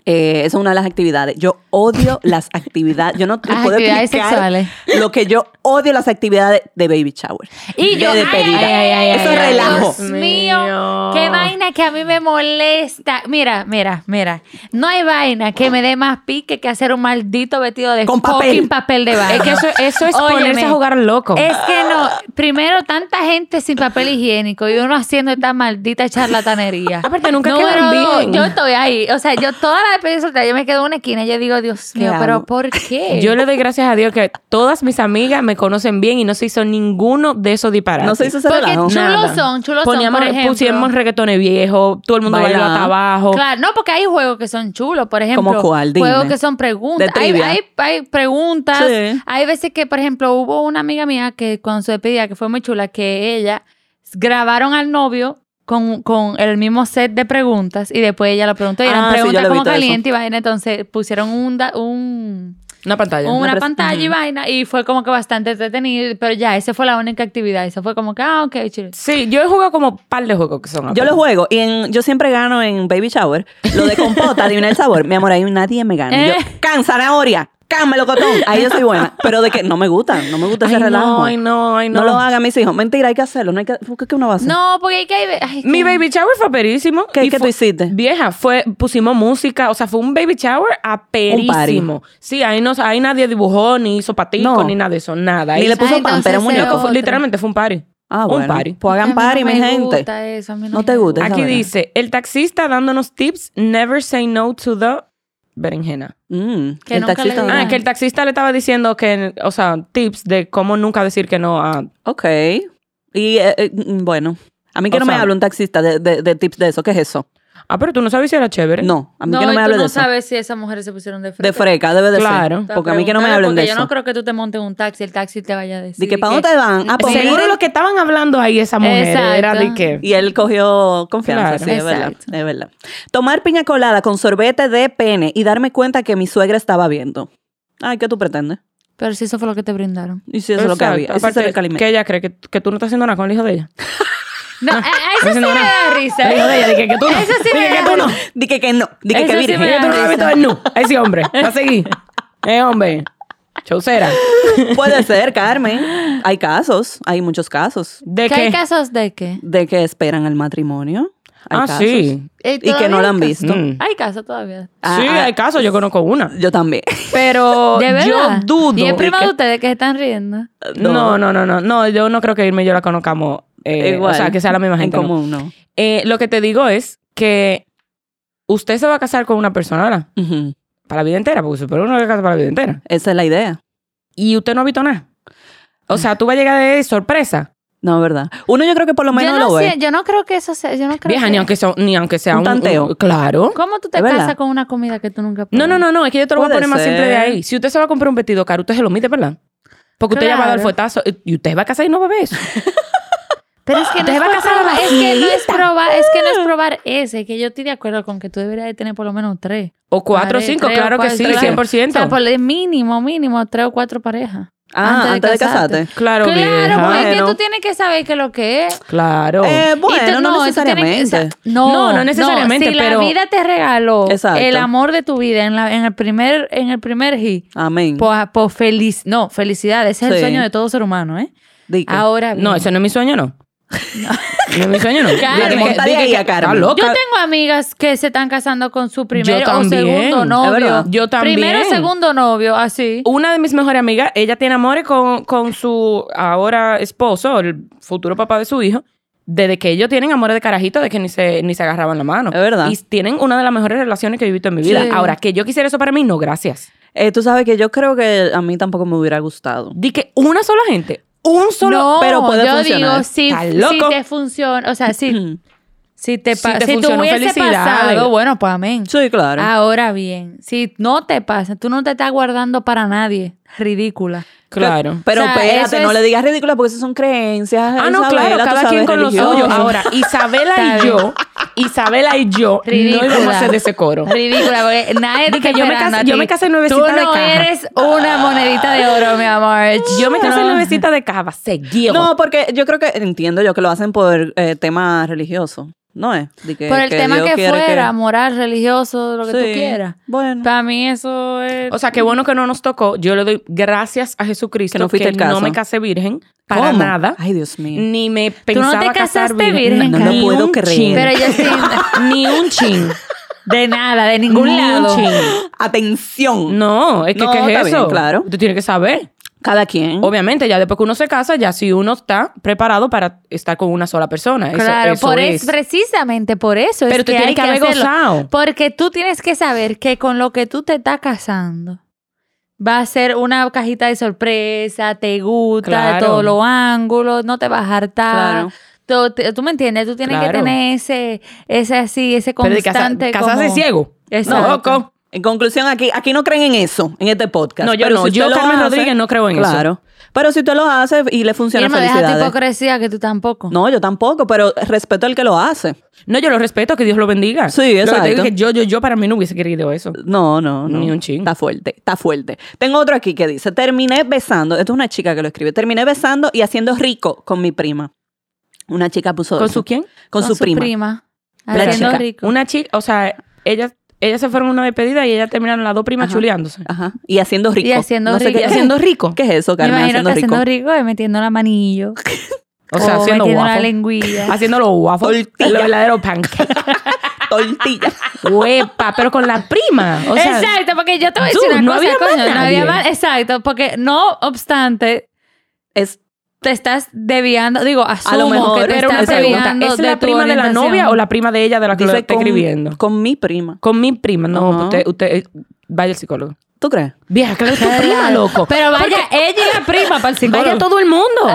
[SPEAKER 2] Eh, esa es una de las actividades. Yo odio las actividades. Yo no te
[SPEAKER 4] Las
[SPEAKER 2] puedo
[SPEAKER 4] actividades
[SPEAKER 2] explicar
[SPEAKER 4] sexuales.
[SPEAKER 2] lo que yo odio las actividades de baby shower.
[SPEAKER 4] Y
[SPEAKER 2] de
[SPEAKER 4] yo, ay,
[SPEAKER 2] despedida.
[SPEAKER 4] ay, ay, ay,
[SPEAKER 2] Eso es
[SPEAKER 4] ay,
[SPEAKER 2] relajo.
[SPEAKER 4] Dios mío,
[SPEAKER 3] mío.
[SPEAKER 4] qué vaina que a mí me molesta. Mira, mira, mira. No hay vaina que me dé más pique que hacer un maldito vestido de
[SPEAKER 2] Con papel.
[SPEAKER 4] fucking papel de baño.
[SPEAKER 3] Es que eso, eso es
[SPEAKER 4] Óyeme,
[SPEAKER 3] ponerse a jugar loco.
[SPEAKER 4] Es que no, primero tanta gente sin papel higiénico y uno haciendo esta maldita charlatanería.
[SPEAKER 3] Aparte, nunca
[SPEAKER 4] Número
[SPEAKER 3] quedan
[SPEAKER 4] dos,
[SPEAKER 3] bien.
[SPEAKER 4] Yo estoy ahí, o sea, yo toda la despedida soltera, yo me quedo en una esquina y yo digo, Dios mío,
[SPEAKER 2] amo.
[SPEAKER 4] pero ¿por qué?
[SPEAKER 3] Yo le doy gracias a Dios que todas mis amigas me conocen bien y no se hizo ninguno de esos disparates.
[SPEAKER 2] No se hizo ese
[SPEAKER 4] Porque
[SPEAKER 2] relajo.
[SPEAKER 4] chulos
[SPEAKER 3] Nada.
[SPEAKER 4] son, chulos
[SPEAKER 3] Poníamos-
[SPEAKER 4] son, por ejemplo.
[SPEAKER 3] Pusimos reggaetones viejos, todo el mundo
[SPEAKER 2] Bailaba.
[SPEAKER 3] bailaba hasta abajo.
[SPEAKER 4] Claro, no, porque hay juegos que son chulos, por ejemplo.
[SPEAKER 2] ¿Cómo cuál? Dime.
[SPEAKER 4] Juegos que son preguntas.
[SPEAKER 2] De
[SPEAKER 4] Hay,
[SPEAKER 2] trivia.
[SPEAKER 4] hay, hay preguntas.
[SPEAKER 2] Sí.
[SPEAKER 4] Hay veces que, por ejemplo, hubo una amiga mía que cuando se despedía, que fue muy chula, que ella grabaron al novio con, con el mismo set de preguntas y después ella lo preguntó y eran
[SPEAKER 2] Ah, sí, yo
[SPEAKER 4] preguntas
[SPEAKER 2] lo he
[SPEAKER 4] como
[SPEAKER 2] visto eso.
[SPEAKER 4] caliente y vaina. Entonces pusieron un, da- un
[SPEAKER 3] Una pantalla.
[SPEAKER 4] una,
[SPEAKER 2] pres-
[SPEAKER 4] pantalla y vaina y fue como que bastante entretenido, pero ya, esa fue la única actividad. Esa fue como que, ah, ok, chulo.
[SPEAKER 3] Sí, yo he jugado como un par de juegos que son.
[SPEAKER 2] Yo
[SPEAKER 3] aparte.
[SPEAKER 2] lo juego y en- yo siempre gano en baby shower. Lo de compota, adivina el sabor. Mi amor, ahí nadie me gana. Yo,
[SPEAKER 4] Eh.
[SPEAKER 2] can, zanahoria, can, melocotón. Ahí yo soy buena. Pero de que no me gusta, no me gusta ese
[SPEAKER 3] Ay, no,
[SPEAKER 2] relajo.
[SPEAKER 3] ay, no, ay,
[SPEAKER 2] No
[SPEAKER 3] no.
[SPEAKER 2] lo hagan mis hijos. Mentira, hay que hacerlo. No hay que, ¿Por ¿Qué que uno va a hacer?
[SPEAKER 4] No, porque hay que... hay- ay,
[SPEAKER 3] Mi
[SPEAKER 4] que-
[SPEAKER 3] baby shower fue perísimo.
[SPEAKER 2] ¿Qué-
[SPEAKER 3] Y
[SPEAKER 2] qué
[SPEAKER 3] fue-
[SPEAKER 2] tú hiciste?
[SPEAKER 3] Vieja, fue, pusimos música, o sea, fue un baby shower aperísimo. Sí, ahí, no, ahí nadie dibujó, ni hizo patico,
[SPEAKER 2] No.
[SPEAKER 3] ni nada de eso, nada.
[SPEAKER 2] Ni
[SPEAKER 3] Ahí
[SPEAKER 2] le puso
[SPEAKER 4] Ay,
[SPEAKER 2] pan,
[SPEAKER 4] entonces
[SPEAKER 2] pero muy
[SPEAKER 4] ese
[SPEAKER 2] loco.
[SPEAKER 3] loco, fue-
[SPEAKER 4] otro.
[SPEAKER 3] literalmente fue un party.
[SPEAKER 2] Ah,
[SPEAKER 3] un
[SPEAKER 2] bueno.
[SPEAKER 3] party.
[SPEAKER 2] Pues hagan
[SPEAKER 4] A mí
[SPEAKER 2] party,
[SPEAKER 4] no
[SPEAKER 2] mi
[SPEAKER 4] me
[SPEAKER 2] gente.
[SPEAKER 4] gusta eso, a mí no
[SPEAKER 2] No
[SPEAKER 4] me
[SPEAKER 2] te gusta.
[SPEAKER 3] Aquí
[SPEAKER 2] vaina.
[SPEAKER 3] dice, el taxista dándonos tips, never say no to the berenjena.
[SPEAKER 2] Mm,
[SPEAKER 4] Que
[SPEAKER 2] el
[SPEAKER 4] nunca
[SPEAKER 2] taxista.
[SPEAKER 4] le
[SPEAKER 2] no.
[SPEAKER 4] digan.
[SPEAKER 3] Ah, que el taxista le estaba diciendo que, o sea, tips de cómo nunca decir que no a...
[SPEAKER 2] Ok. Y eh, eh, mm, bueno, a mí que
[SPEAKER 3] O
[SPEAKER 2] no me
[SPEAKER 3] sea-
[SPEAKER 2] hable un taxista de, de- de tips de eso. ¿Qué es eso?
[SPEAKER 3] Ah, pero tú no sabes si era chévere.
[SPEAKER 2] No, a mí
[SPEAKER 4] no,
[SPEAKER 2] que no
[SPEAKER 4] y
[SPEAKER 2] me
[SPEAKER 4] tú
[SPEAKER 2] hable
[SPEAKER 4] no
[SPEAKER 2] de eso.
[SPEAKER 4] sabes si esas mujeres se pusieron de frente.
[SPEAKER 2] De freca, debe de
[SPEAKER 3] Claro.
[SPEAKER 2] ser. Porque a mí que no me hablen de eso.
[SPEAKER 4] Yo no creo que tú te montes en un taxi, el taxi te vaya a decir.
[SPEAKER 2] Di que, ¿pa' dónde te van? Ah, pues
[SPEAKER 3] Seguro
[SPEAKER 2] miren.
[SPEAKER 3] lo que estaban hablando ahí esa mujer era de
[SPEAKER 4] Exacto.
[SPEAKER 3] que...
[SPEAKER 2] Y él cogió confianza,
[SPEAKER 3] Claro.
[SPEAKER 2] sí, es verdad,
[SPEAKER 4] Exacto.
[SPEAKER 2] es verdad. Tomar piña colada con sorbete de pene y darme cuenta que mi suegra estaba viendo. Ay, ¿qué tú pretendes?
[SPEAKER 4] Pero si eso fue lo que te brindaron.
[SPEAKER 2] Y si eso es lo que
[SPEAKER 3] Exacto.
[SPEAKER 2] había. Ese es
[SPEAKER 3] Aparte,
[SPEAKER 2] el que alimento.
[SPEAKER 3] que ella cree que, que tú no estás haciendo nada con el hijo de ella.
[SPEAKER 4] No, a, a eso
[SPEAKER 3] Eso
[SPEAKER 4] sí
[SPEAKER 3] no
[SPEAKER 4] me
[SPEAKER 3] era.
[SPEAKER 4] da risa.
[SPEAKER 3] Dijo de ella, dije que tú no.
[SPEAKER 4] Eso sí
[SPEAKER 3] Dije
[SPEAKER 4] me
[SPEAKER 3] que
[SPEAKER 4] da
[SPEAKER 3] tú no.
[SPEAKER 4] risa.
[SPEAKER 2] Dije que no. Dije
[SPEAKER 4] Eso
[SPEAKER 2] que
[SPEAKER 4] sí
[SPEAKER 2] virgen.
[SPEAKER 4] me
[SPEAKER 3] Yo tú no lo he visto
[SPEAKER 4] risa.
[SPEAKER 3] en nu. a Ese hombre. Va a seguir. Eh, hombre. Chaucera.
[SPEAKER 2] Puede ser, Carmen. Hay casos, hay muchos casos
[SPEAKER 3] ¿De
[SPEAKER 4] ¿Que
[SPEAKER 3] qué?
[SPEAKER 4] hay casos de qué?
[SPEAKER 2] de que esperan al matrimonio. Hay
[SPEAKER 3] Ah,
[SPEAKER 2] casos.
[SPEAKER 3] sí.
[SPEAKER 4] Eh,
[SPEAKER 2] Y que
[SPEAKER 4] todavía
[SPEAKER 2] no lo
[SPEAKER 4] hay
[SPEAKER 2] han
[SPEAKER 4] casos.
[SPEAKER 2] visto.
[SPEAKER 3] Mm.
[SPEAKER 4] Hay casos todavía.
[SPEAKER 2] Ah,
[SPEAKER 3] sí,
[SPEAKER 2] ah,
[SPEAKER 3] hay casos. Yo conozco una.
[SPEAKER 2] Yo también. Oh,
[SPEAKER 3] Pero
[SPEAKER 4] ¿De verdad?
[SPEAKER 3] yo dudo.
[SPEAKER 4] Y es prima
[SPEAKER 3] que-
[SPEAKER 4] de ustedes que se están riendo.
[SPEAKER 3] No, no, no, no. No, yo no creo que Irma y yo la conozcamos. eh,
[SPEAKER 2] Igual.
[SPEAKER 3] O sea, que sea la misma gente.
[SPEAKER 2] En
[SPEAKER 3] ¿no?
[SPEAKER 2] común, no.
[SPEAKER 3] Eh, lo que te digo es que usted se va a casar con una persona ¿verdad?
[SPEAKER 2] Ujú.
[SPEAKER 3] para la vida entera, porque supone uno que se casa para la vida entera.
[SPEAKER 2] Esa es la idea.
[SPEAKER 3] Y usted no ha visto nada. O sea, tú vas a llegar de sorpresa.
[SPEAKER 2] No, ¿verdad? Uno yo creo que por lo menos
[SPEAKER 4] yo, no
[SPEAKER 2] lo ve.
[SPEAKER 4] sé- yo no creo que eso sea. Yo no creo
[SPEAKER 3] Vieja,
[SPEAKER 4] que-
[SPEAKER 3] ni aunque, sea, ni aunque sea
[SPEAKER 2] Un
[SPEAKER 3] un,
[SPEAKER 2] tanteo.
[SPEAKER 3] un- claro.
[SPEAKER 4] ¿Cómo tú te
[SPEAKER 2] ¿Es verdad?
[SPEAKER 4] casas con una comida que tú nunca
[SPEAKER 3] No, no, no, no. Es que yo te lo voy a
[SPEAKER 2] Puede
[SPEAKER 3] poner más simple de
[SPEAKER 2] ser.
[SPEAKER 3] ahí. Si usted se va a comprar un vestido caro, usted se lo mide, ¿verdad? Porque usted ya va a dar
[SPEAKER 4] Claro.
[SPEAKER 3] fuetazo eh, y usted va a casar y no va a ver eso.
[SPEAKER 4] Pero es que no,
[SPEAKER 3] Te
[SPEAKER 4] es,
[SPEAKER 3] va a casar
[SPEAKER 4] probar,
[SPEAKER 3] a la
[SPEAKER 4] es que no es probar, es que no es probar ese, que yo estoy de acuerdo con que tú deberías de tener por lo menos tres.
[SPEAKER 3] O cuatro o
[SPEAKER 4] Pare-
[SPEAKER 3] cinco,
[SPEAKER 4] tres o
[SPEAKER 3] claro que
[SPEAKER 4] cuatro,
[SPEAKER 3] sí,
[SPEAKER 4] claro.
[SPEAKER 3] 100%.
[SPEAKER 4] O sea, por el mínimo, mínimo, tres o cuatro parejas.
[SPEAKER 2] Ah, antes de casarte.
[SPEAKER 4] Claro,
[SPEAKER 3] Claro,
[SPEAKER 4] pues.
[SPEAKER 3] vieja.
[SPEAKER 4] porque es que
[SPEAKER 2] Bueno.
[SPEAKER 4] tú tienes que saber que lo que es.
[SPEAKER 3] Claro.
[SPEAKER 2] Eh,
[SPEAKER 4] Y tú-
[SPEAKER 2] bueno, no,
[SPEAKER 4] tú tienes que-
[SPEAKER 2] necesariamente.
[SPEAKER 4] o sea, no,
[SPEAKER 3] No, no necesariamente,
[SPEAKER 4] si
[SPEAKER 3] pero-
[SPEAKER 4] la vida te regaló
[SPEAKER 2] Exacto.
[SPEAKER 4] el amor de tu vida en, la, en el primer en el primer hit,
[SPEAKER 2] Amén.
[SPEAKER 4] pues, pues feliz, no, felicidad, ese es
[SPEAKER 2] Sí.
[SPEAKER 4] el sueño de todo ser humano, ¿eh?
[SPEAKER 2] Di que-
[SPEAKER 4] Ahora bien.
[SPEAKER 3] No, eso no es mi sueño, no. No es mi sueño, no.
[SPEAKER 4] Carmen.
[SPEAKER 3] Dije que-
[SPEAKER 2] Monta de
[SPEAKER 3] dije
[SPEAKER 2] ahí
[SPEAKER 3] que-
[SPEAKER 2] a Carmen.
[SPEAKER 3] está
[SPEAKER 4] Yo
[SPEAKER 3] loca.
[SPEAKER 4] tengo amigas que se están casando con su primero o
[SPEAKER 3] también,
[SPEAKER 4] segundo
[SPEAKER 3] es
[SPEAKER 4] novio.
[SPEAKER 2] verdad.
[SPEAKER 3] Yo también.
[SPEAKER 4] Primero segundo novio, así.
[SPEAKER 3] Una de mis mejores amigas, ella tiene amores con, con su ahora esposo, el futuro papá de su hijo, desde que ellos tienen amores de carajito, de que ni se, ni se agarraban la mano.
[SPEAKER 2] Es verdad.
[SPEAKER 3] Y tienen una de las mejores relaciones que he visto en mi vida.
[SPEAKER 4] Sí.
[SPEAKER 3] Ahora, que yo quisiera eso para mí, no, gracias.
[SPEAKER 2] Eh, tú sabes que yo creo que a mí tampoco me hubiera gustado.
[SPEAKER 3] Di que una sola gente, un solo...
[SPEAKER 4] no,
[SPEAKER 2] pero puede
[SPEAKER 4] yo
[SPEAKER 2] funcionar.
[SPEAKER 4] digo, si,
[SPEAKER 3] Está
[SPEAKER 4] si
[SPEAKER 3] loco.
[SPEAKER 4] te funciona, o sea, si, si te,
[SPEAKER 3] Si
[SPEAKER 4] pa- si,
[SPEAKER 3] te
[SPEAKER 4] te
[SPEAKER 3] funcionó,
[SPEAKER 4] hubiese
[SPEAKER 3] felicidades.
[SPEAKER 4] pasado, bueno, pues amén.
[SPEAKER 2] Sí, claro.
[SPEAKER 4] Ahora bien, si no te pasa, tú no te estás guardando para nadie. Ridícula.
[SPEAKER 3] Claro.
[SPEAKER 2] Pero
[SPEAKER 4] O sea,
[SPEAKER 2] espérate,
[SPEAKER 4] eso
[SPEAKER 2] no
[SPEAKER 4] es-
[SPEAKER 2] le digas ridícula porque esas son creencias.
[SPEAKER 3] Ah, no,
[SPEAKER 2] Isabela,
[SPEAKER 3] claro,
[SPEAKER 2] tú
[SPEAKER 3] cada
[SPEAKER 2] sabes,
[SPEAKER 3] quien con los
[SPEAKER 2] religión.
[SPEAKER 3] suyos. Ahora, Isabela
[SPEAKER 4] Está
[SPEAKER 3] y yo, Isabela y yo
[SPEAKER 4] Ridícula.
[SPEAKER 3] no íbamos a hacer de ese coro.
[SPEAKER 4] Ridícula, porque nadie te
[SPEAKER 3] Dije,
[SPEAKER 4] está
[SPEAKER 3] yo me
[SPEAKER 4] esperando
[SPEAKER 3] casé-
[SPEAKER 4] a
[SPEAKER 3] yo
[SPEAKER 4] ti.
[SPEAKER 3] me casé nuevecita
[SPEAKER 4] Tú
[SPEAKER 3] de
[SPEAKER 4] no
[SPEAKER 3] caja.
[SPEAKER 4] eres una monedita de oro, mi amor.
[SPEAKER 3] Yo me casé
[SPEAKER 4] No.
[SPEAKER 3] en besita de cava, seguido.
[SPEAKER 2] No, porque yo creo que entiendo yo que lo hacen por eh, tema religioso. No es. Di
[SPEAKER 4] Por el tema
[SPEAKER 2] Dios
[SPEAKER 4] que
[SPEAKER 2] quiere
[SPEAKER 4] fuera, moral, religioso, lo que tú
[SPEAKER 2] Sí,
[SPEAKER 4] quieras.
[SPEAKER 2] Bueno.
[SPEAKER 4] Para mí eso es...
[SPEAKER 3] O sea, qué bueno que no nos tocó. Yo le doy gracias a Jesucristo
[SPEAKER 2] Que no fuiste el caso.
[SPEAKER 3] me casé virgen para
[SPEAKER 2] ¿Cómo?
[SPEAKER 3] nada.
[SPEAKER 2] Ay, Dios mío.
[SPEAKER 3] Ni me
[SPEAKER 4] no
[SPEAKER 3] pensaba
[SPEAKER 4] te
[SPEAKER 3] casar
[SPEAKER 4] casaste virgen,
[SPEAKER 2] No lo
[SPEAKER 3] Ni
[SPEAKER 2] puedo
[SPEAKER 3] un
[SPEAKER 2] creer.
[SPEAKER 3] chin.
[SPEAKER 4] pero yo sí...
[SPEAKER 3] Ni un chin.
[SPEAKER 4] De nada, de ningún
[SPEAKER 3] Ni un
[SPEAKER 4] lado.
[SPEAKER 3] chin.
[SPEAKER 2] Atención.
[SPEAKER 3] No, es que
[SPEAKER 2] No,
[SPEAKER 3] ¿qué
[SPEAKER 2] está
[SPEAKER 3] es
[SPEAKER 2] bien,
[SPEAKER 3] eso?
[SPEAKER 2] claro.
[SPEAKER 3] Tú tienes que saber.
[SPEAKER 2] Cada quien.
[SPEAKER 3] Obviamente, ya después que uno se casa, ya si uno está preparado para estar con una sola persona. Eso-
[SPEAKER 4] Claro,
[SPEAKER 3] eso
[SPEAKER 4] por
[SPEAKER 3] es.
[SPEAKER 4] es. precisamente por eso
[SPEAKER 3] Pero
[SPEAKER 4] es
[SPEAKER 3] tú
[SPEAKER 4] que
[SPEAKER 3] tienes
[SPEAKER 4] hay
[SPEAKER 3] que
[SPEAKER 4] que,
[SPEAKER 3] haber
[SPEAKER 4] hacerlo.
[SPEAKER 3] gozado.
[SPEAKER 4] Porque tú tienes que saber que con lo que tú te estás casando va a ser una cajita de sorpresa, te gusta,
[SPEAKER 3] Claro.
[SPEAKER 4] todos los ángulos, no te vas a hartar.
[SPEAKER 2] Claro.
[SPEAKER 4] Tú, te- tú me entiendes, tú tienes
[SPEAKER 3] Claro.
[SPEAKER 4] que tener ese, ese así, ese
[SPEAKER 3] Pero de casa,
[SPEAKER 4] constante.
[SPEAKER 3] casarse
[SPEAKER 4] como-
[SPEAKER 3] ciego.
[SPEAKER 4] Exacto.
[SPEAKER 3] No, loco.
[SPEAKER 2] En conclusión, aquí, aquí no creen en eso, en este podcast.
[SPEAKER 3] No, yo
[SPEAKER 2] Pero
[SPEAKER 3] no.
[SPEAKER 2] si usted
[SPEAKER 3] Yo,
[SPEAKER 2] lo
[SPEAKER 3] Carmen
[SPEAKER 2] hace-
[SPEAKER 3] Rodríguez, no creo en eso.
[SPEAKER 2] Claro. Pero si usted lo hace y le funciona,
[SPEAKER 4] Irma, deja tu
[SPEAKER 3] ¿eh?
[SPEAKER 2] felicidades.
[SPEAKER 4] hipocresía que tú tampoco.
[SPEAKER 2] No, yo tampoco, pero respeto al que lo hace.
[SPEAKER 3] No, yo lo respeto, que Dios lo bendiga.
[SPEAKER 2] Sí,
[SPEAKER 3] Lo que te digo
[SPEAKER 2] exacto.
[SPEAKER 3] es que yo, yo, yo para mí no hubiese querido eso.
[SPEAKER 2] No, no, no.
[SPEAKER 3] Ni un chin.
[SPEAKER 2] Está fuerte, está fuerte. Tengo otro aquí que dice, terminé besando, esto es una chica que lo escribe, terminé besando y haciendo rico con mi prima. Una chica puso...
[SPEAKER 3] ¿Con
[SPEAKER 2] eso.
[SPEAKER 3] su quién?
[SPEAKER 2] Con, su, prima. La
[SPEAKER 4] haciendo
[SPEAKER 2] chica.
[SPEAKER 4] rico.
[SPEAKER 3] Una chica, o sea, ellas ellas se fueron a una despedida y ellas terminaron las dos primas
[SPEAKER 2] Ajá. Ah.
[SPEAKER 3] chuleándose.
[SPEAKER 2] Ajá. Y haciendo rico.
[SPEAKER 4] Y haciendo
[SPEAKER 2] No sé
[SPEAKER 4] rico.
[SPEAKER 2] qué-
[SPEAKER 4] Y
[SPEAKER 3] haciendo rico.
[SPEAKER 2] ¿Qué es eso,
[SPEAKER 4] Me
[SPEAKER 2] Carmen?
[SPEAKER 4] imagino
[SPEAKER 2] Haciendo
[SPEAKER 4] que
[SPEAKER 2] rico.
[SPEAKER 4] haciendo rico es metiendo la manillo.
[SPEAKER 3] O
[SPEAKER 2] oh,
[SPEAKER 3] sea, haciendo
[SPEAKER 4] metiendo la
[SPEAKER 3] waffle.
[SPEAKER 4] lengüilla.
[SPEAKER 3] Haciendo los waffles.
[SPEAKER 2] Tortilla.
[SPEAKER 3] Los verdaderos pancakes.
[SPEAKER 2] Tortilla.
[SPEAKER 3] Huepa, pero con la prima. O sea,
[SPEAKER 4] exacto, porque yo te voy a decir
[SPEAKER 3] dude,
[SPEAKER 4] una
[SPEAKER 3] no
[SPEAKER 4] cosa,
[SPEAKER 3] había más
[SPEAKER 4] coño, no había
[SPEAKER 3] nadie.
[SPEAKER 4] más, exacto, porque no obstante,
[SPEAKER 2] Es,
[SPEAKER 4] te estás deviando, digo, asumo
[SPEAKER 2] lo mejor,
[SPEAKER 4] que te
[SPEAKER 3] pero una
[SPEAKER 4] estás
[SPEAKER 3] pregunta.
[SPEAKER 4] deviando
[SPEAKER 3] ¿Es la
[SPEAKER 4] de tu
[SPEAKER 3] prima de la
[SPEAKER 4] orientación.
[SPEAKER 3] novia o la prima de ella de la que lo
[SPEAKER 2] dice,
[SPEAKER 3] está
[SPEAKER 2] con-
[SPEAKER 3] escribiendo?
[SPEAKER 2] Con mi prima.
[SPEAKER 3] Con mi prima. No,
[SPEAKER 2] Ajá.
[SPEAKER 3] usted, usted eh, vaya al psicólogo.
[SPEAKER 2] ¿Tú crees?
[SPEAKER 3] Vieja, claro, es tu prima, loco.
[SPEAKER 4] Pero vaya, ella y la prima para el psicólogo. Ah.
[SPEAKER 3] Vaya todo el mundo.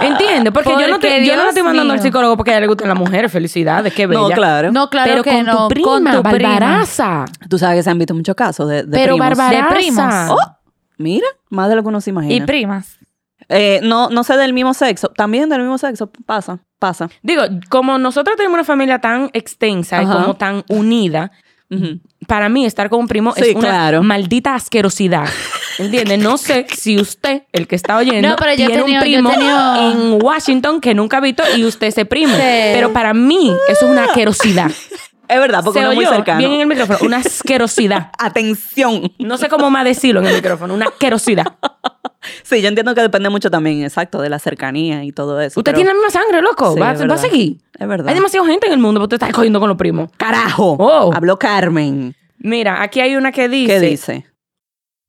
[SPEAKER 3] ¿Entiendes? Porque, yo no, te,
[SPEAKER 4] Porque
[SPEAKER 3] yo no la
[SPEAKER 4] Dios
[SPEAKER 3] estoy mandando al
[SPEAKER 4] mío.
[SPEAKER 3] psicólogo porque a ella le gustan las mujeres. Felicidades, qué bella.
[SPEAKER 2] No, claro.
[SPEAKER 4] No, claro
[SPEAKER 3] pero
[SPEAKER 4] que
[SPEAKER 3] con
[SPEAKER 4] no,
[SPEAKER 3] tu prima,
[SPEAKER 4] con tu prima.
[SPEAKER 3] Barbaraza.
[SPEAKER 2] Tú sabes que se han visto muchos casos de, de
[SPEAKER 3] Pero
[SPEAKER 2] primos.
[SPEAKER 3] Barbaraza.
[SPEAKER 4] De primos.
[SPEAKER 2] Oh, mira, más de lo que uno se imagina.
[SPEAKER 4] Y primas.
[SPEAKER 2] Eh, no, no sé del mismo sexo. También del mismo sexo. Pasa, pasa.
[SPEAKER 3] Digo, como nosotros tenemos una familia tan extensa y
[SPEAKER 2] Ajá.
[SPEAKER 3] como tan unida,
[SPEAKER 2] Ujú.
[SPEAKER 3] para mí estar con un primo
[SPEAKER 2] Sí,
[SPEAKER 3] es una
[SPEAKER 2] claro.
[SPEAKER 3] maldita asquerosidad. ¿Entiendes? No sé si usted, el que está oyendo,
[SPEAKER 4] No, pero yo he
[SPEAKER 3] tiene
[SPEAKER 4] tenido-
[SPEAKER 3] un
[SPEAKER 4] yo he
[SPEAKER 3] primo
[SPEAKER 4] tenido-
[SPEAKER 3] en Washington que nunca ha visto y usted se primo.
[SPEAKER 4] Sí.
[SPEAKER 3] Pero para mí, eso es una asquerosidad.
[SPEAKER 2] Es verdad, porque
[SPEAKER 3] se
[SPEAKER 2] uno es muy
[SPEAKER 3] oyó
[SPEAKER 2] cercano.
[SPEAKER 3] bien en el micrófono, una asquerosidad.
[SPEAKER 2] Atención.
[SPEAKER 3] No sé cómo más decirlo en el micrófono, una asquerosidad.
[SPEAKER 2] Sí, yo entiendo que depende mucho también, exacto, de la cercanía y todo eso.
[SPEAKER 3] Usted
[SPEAKER 2] pero-
[SPEAKER 3] tiene la misma sangre, loco.
[SPEAKER 2] Sí,
[SPEAKER 3] va,
[SPEAKER 2] es
[SPEAKER 3] va a
[SPEAKER 2] verdad.
[SPEAKER 3] seguir.
[SPEAKER 2] Es verdad.
[SPEAKER 3] Hay demasiada gente en el mundo, pero usted está cogiendo con los primos.
[SPEAKER 2] ¡Carajo!
[SPEAKER 3] Oh.
[SPEAKER 2] Habló Carmen.
[SPEAKER 3] Mira, aquí hay una que dice.
[SPEAKER 2] ¿Qué dice?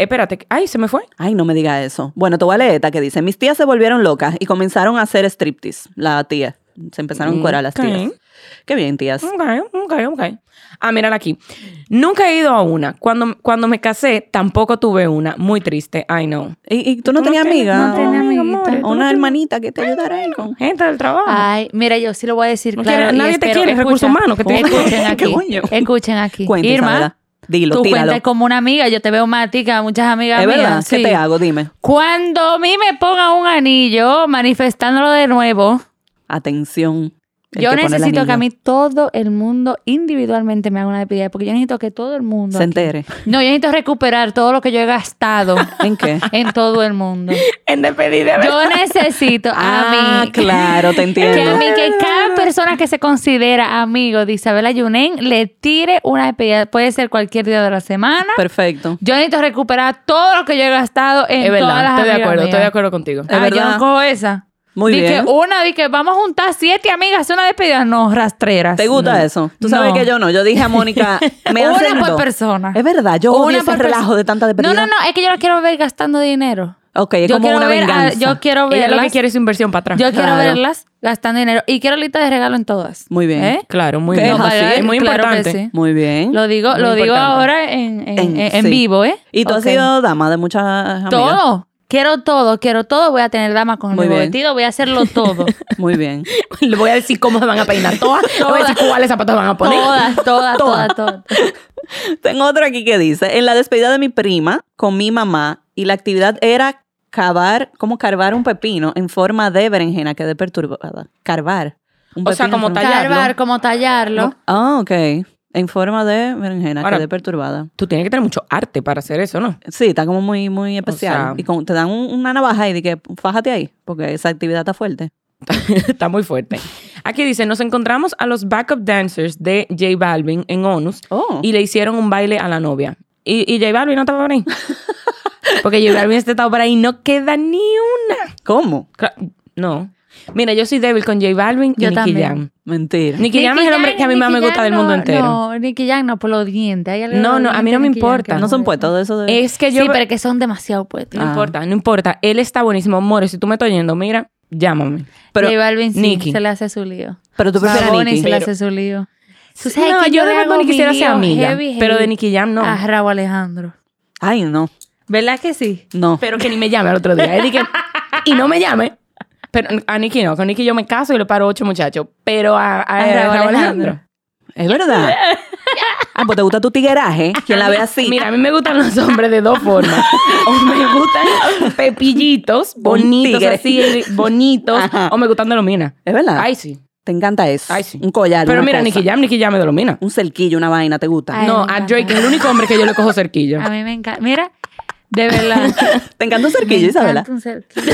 [SPEAKER 3] Espérate. Ay, se me fue.
[SPEAKER 2] Ay, no me diga eso. Bueno, te voy a leer esta que dice, mis tías se volvieron locas y comenzaron a hacer striptease, la tía. Se empezaron a encuerar las
[SPEAKER 3] Ok.
[SPEAKER 2] tías. Qué bien, tías.
[SPEAKER 3] Ok, ok, ok. Ah, mírala aquí. Nunca he ido a una. Cuando, cuando me casé, tampoco tuve una. Muy triste. I know.
[SPEAKER 2] ¿Y, y tú no tenías
[SPEAKER 3] tienes-
[SPEAKER 2] amiga?
[SPEAKER 3] no tienes amiga, amor.
[SPEAKER 2] O una hermanita que te ayudara ahí con...
[SPEAKER 3] Gente del trabajo.
[SPEAKER 2] Ah.
[SPEAKER 4] Ay, mira, yo sí lo voy a decir
[SPEAKER 3] No
[SPEAKER 4] claro.
[SPEAKER 3] quiere-
[SPEAKER 4] y
[SPEAKER 3] nadie te
[SPEAKER 4] espero-
[SPEAKER 3] quiere, recursos
[SPEAKER 4] escucha,
[SPEAKER 3] humanos, que te-
[SPEAKER 4] Escuchen
[SPEAKER 2] ¿Qué
[SPEAKER 4] aquí.
[SPEAKER 2] coño?
[SPEAKER 4] Escuchen aquí.
[SPEAKER 2] Cuenta,
[SPEAKER 4] Irma,
[SPEAKER 2] Isabela. Dilo,
[SPEAKER 4] tú
[SPEAKER 2] tíralo.
[SPEAKER 4] cuentas como una amiga. Yo te veo más a ti que a muchas amigas
[SPEAKER 2] Es
[SPEAKER 4] mías.
[SPEAKER 2] verdad. ¿Qué
[SPEAKER 4] sí.
[SPEAKER 2] te hago? Dime.
[SPEAKER 4] Cuando a mí me ponga un anillo, manifestándolo de nuevo,
[SPEAKER 2] Atención. El
[SPEAKER 4] yo
[SPEAKER 2] que pone el
[SPEAKER 4] necesito que a
[SPEAKER 2] anillo.
[SPEAKER 4] mí todo el mundo individualmente me haga una despedida. Porque yo necesito que todo el mundo...
[SPEAKER 2] Se
[SPEAKER 4] aquí-
[SPEAKER 2] entere.
[SPEAKER 4] No, yo necesito recuperar todo lo que yo he gastado
[SPEAKER 2] ¿En qué?
[SPEAKER 4] en todo el mundo.
[SPEAKER 3] En despedida. ¿verdad?
[SPEAKER 4] Yo necesito a
[SPEAKER 2] Ah,
[SPEAKER 4] mí.
[SPEAKER 2] claro, te entiendo.
[SPEAKER 4] Que a mí, que cada persona que se considera amigo de Isabela Yunen le tire una despedida. Puede ser cualquier día de la semana.
[SPEAKER 2] Perfecto.
[SPEAKER 4] yo necesito recuperar todo lo que yo he gastado en
[SPEAKER 3] Es
[SPEAKER 4] todas
[SPEAKER 3] verdad.
[SPEAKER 4] las
[SPEAKER 3] Estoy de
[SPEAKER 4] amigas
[SPEAKER 3] acuerdo.
[SPEAKER 4] mías.
[SPEAKER 3] Estoy de acuerdo contigo.
[SPEAKER 2] Es
[SPEAKER 4] Ah,
[SPEAKER 2] verdad.
[SPEAKER 4] yo no cojo esa.
[SPEAKER 2] Muy
[SPEAKER 4] Di
[SPEAKER 2] bien.
[SPEAKER 4] que una, di que vamos a juntar siete amigas, una despedida, no, rastreras.
[SPEAKER 2] ¿Te gusta
[SPEAKER 4] No.
[SPEAKER 2] eso? Tú sabes
[SPEAKER 4] No.
[SPEAKER 2] que yo no. Yo dije a Mónica, me
[SPEAKER 4] Una
[SPEAKER 2] hacen
[SPEAKER 4] por
[SPEAKER 2] dos.
[SPEAKER 4] persona.
[SPEAKER 2] Es verdad, yo odio ese
[SPEAKER 4] por
[SPEAKER 2] relajo
[SPEAKER 4] perso-
[SPEAKER 2] de tanta despedida.
[SPEAKER 4] No, no, no, es que yo no quiero ver gastando dinero.
[SPEAKER 2] Ok, es
[SPEAKER 4] yo
[SPEAKER 2] como
[SPEAKER 4] quiero
[SPEAKER 2] una
[SPEAKER 4] ver a-
[SPEAKER 2] venganza.
[SPEAKER 4] yo quiero
[SPEAKER 3] Ella lo que
[SPEAKER 4] verlas.
[SPEAKER 3] quiere es su inversión para atrás.
[SPEAKER 4] Yo quiero
[SPEAKER 2] Claro.
[SPEAKER 4] verlas gastando dinero. Y quiero lista de regalo en todas.
[SPEAKER 2] Muy bien.
[SPEAKER 4] ¿Eh?
[SPEAKER 3] Claro, muy
[SPEAKER 2] ¿Qué?
[SPEAKER 3] bien.
[SPEAKER 2] Es así,
[SPEAKER 3] Es muy
[SPEAKER 4] claro que
[SPEAKER 3] importante.
[SPEAKER 4] sí.
[SPEAKER 2] Muy bien.
[SPEAKER 4] Lo digo,
[SPEAKER 3] Muy
[SPEAKER 4] lo digo
[SPEAKER 3] importante.
[SPEAKER 4] ahora en, en, en, en
[SPEAKER 2] sí.
[SPEAKER 4] vivo, ¿eh?
[SPEAKER 2] Y tú has
[SPEAKER 4] Ok.
[SPEAKER 2] sido dama de muchas amigas.
[SPEAKER 4] Todo. Quiero todo, quiero todo. Voy a tener dama con el
[SPEAKER 2] Muy
[SPEAKER 4] nuevo
[SPEAKER 2] bien.
[SPEAKER 4] vestido, voy a hacerlo todo.
[SPEAKER 2] Muy bien.
[SPEAKER 3] Le voy a decir cómo se van a peinar todas. Le voy a decir cuáles zapatos van a poner.
[SPEAKER 4] todas, todas, todas, todas.
[SPEAKER 2] Tengo otra aquí que dice, en la despedida de mi prima con mi mamá y la actividad era cavar, como carvar un pepino en forma de berenjena, quedé perturbada. Carvar. Un
[SPEAKER 3] O sea,
[SPEAKER 2] pepino
[SPEAKER 3] como
[SPEAKER 2] en forma-
[SPEAKER 3] Tallarlo.
[SPEAKER 4] Carvar, como tallarlo.
[SPEAKER 2] Ah, ok. En forma de berenjena,
[SPEAKER 3] Ahora-
[SPEAKER 2] quedé perturbada.
[SPEAKER 3] Tú tienes que tener mucho arte para hacer eso, ¿no?
[SPEAKER 2] Sí, está como muy, muy especial.
[SPEAKER 3] sea-
[SPEAKER 2] y con- te dan un- una navaja y di que fájate ahí, porque esa actividad está fuerte.
[SPEAKER 3] Está muy fuerte. Aquí dice, nos encontramos a los backup dancers de J Balvin en ONUS
[SPEAKER 2] Oh.
[SPEAKER 3] y le hicieron un baile a la novia. Y, y J Balvin no estaba por ahí. Porque J Balvin este estaba por ahí y no queda ni una.
[SPEAKER 2] ¿Cómo?
[SPEAKER 3] Cla- No. Mira, yo soy débil con J Balvin y
[SPEAKER 4] Yo
[SPEAKER 3] Nicky
[SPEAKER 4] también.
[SPEAKER 3] Jam.
[SPEAKER 2] Mentira.
[SPEAKER 3] Nicky Jam es el hombre que a mí más me gusta del mundo entero.
[SPEAKER 4] No, Nicky Jam no, por los dientes. Hay algo
[SPEAKER 3] No,
[SPEAKER 4] de los
[SPEAKER 3] no, a mí no
[SPEAKER 4] dientes
[SPEAKER 3] me
[SPEAKER 4] de Nicky Jam
[SPEAKER 3] importa.
[SPEAKER 4] que
[SPEAKER 2] No son
[SPEAKER 4] me-
[SPEAKER 2] puestos Ah, de eso de...
[SPEAKER 3] Es que yo...
[SPEAKER 4] Sí, pero que son demasiado puestos.
[SPEAKER 3] No importa, no importa. Él está buenísimo. Amores, si tú me estás oyendo, mira, llámame.
[SPEAKER 2] Pero-
[SPEAKER 4] J Balvin sí,
[SPEAKER 3] Nicki.
[SPEAKER 4] se le hace su lío.
[SPEAKER 2] Pero tú prefieres a
[SPEAKER 4] Baboni
[SPEAKER 2] Nicki.
[SPEAKER 4] se le
[SPEAKER 2] Pero-
[SPEAKER 4] hace su lío. ¿Tú sabes
[SPEAKER 3] No,
[SPEAKER 4] quién
[SPEAKER 3] yo de
[SPEAKER 4] le
[SPEAKER 3] Bad
[SPEAKER 4] hago
[SPEAKER 3] Bunny
[SPEAKER 4] mi
[SPEAKER 3] quisiera ser
[SPEAKER 4] lío
[SPEAKER 3] amiga,
[SPEAKER 4] heavy,
[SPEAKER 3] pero de
[SPEAKER 4] heavy?
[SPEAKER 3] Nicky Jam no.
[SPEAKER 4] A Raúl Alejandro.
[SPEAKER 2] Ay, no.
[SPEAKER 4] ¿Verdad que sí?
[SPEAKER 2] No.
[SPEAKER 3] Pero que ni me llame al otro día. Es de que- y no me llame. Pero a Nicky no. Con Nicky yo me caso y le paro ocho muchachos. Pero a, a,
[SPEAKER 4] A Raúl
[SPEAKER 3] Raúl
[SPEAKER 4] Alejandro.
[SPEAKER 3] Alejandro.
[SPEAKER 2] Es verdad. Ah, pues te gusta tu tigueraje. Quien la ve así.
[SPEAKER 3] Mira, a mí me gustan los hombres de dos formas. O me gustan los pepillitos, bonitos,
[SPEAKER 2] tigre.
[SPEAKER 3] así, bonitos.
[SPEAKER 2] Ajá.
[SPEAKER 3] O me gustan de los minas.
[SPEAKER 2] Es verdad.
[SPEAKER 3] Ay, sí.
[SPEAKER 2] Te encanta eso.
[SPEAKER 3] Ay, sí.
[SPEAKER 2] Un collar.
[SPEAKER 3] Pero
[SPEAKER 2] una
[SPEAKER 3] mira,
[SPEAKER 2] cosa.
[SPEAKER 3] Nicky Jam, Nicky Jam es de los minas.
[SPEAKER 2] Un cerquillo, una vaina, ¿te gusta?
[SPEAKER 4] Ay,
[SPEAKER 3] no,
[SPEAKER 4] me
[SPEAKER 3] a
[SPEAKER 4] encanta.
[SPEAKER 3] Drake es el único hombre que yo le cojo cerquillo.
[SPEAKER 4] A mí me encanta. Mira, de verdad.
[SPEAKER 2] ¿Te encanta un
[SPEAKER 4] me
[SPEAKER 2] cerquillo, Isabela?
[SPEAKER 4] encanta un cerquillo.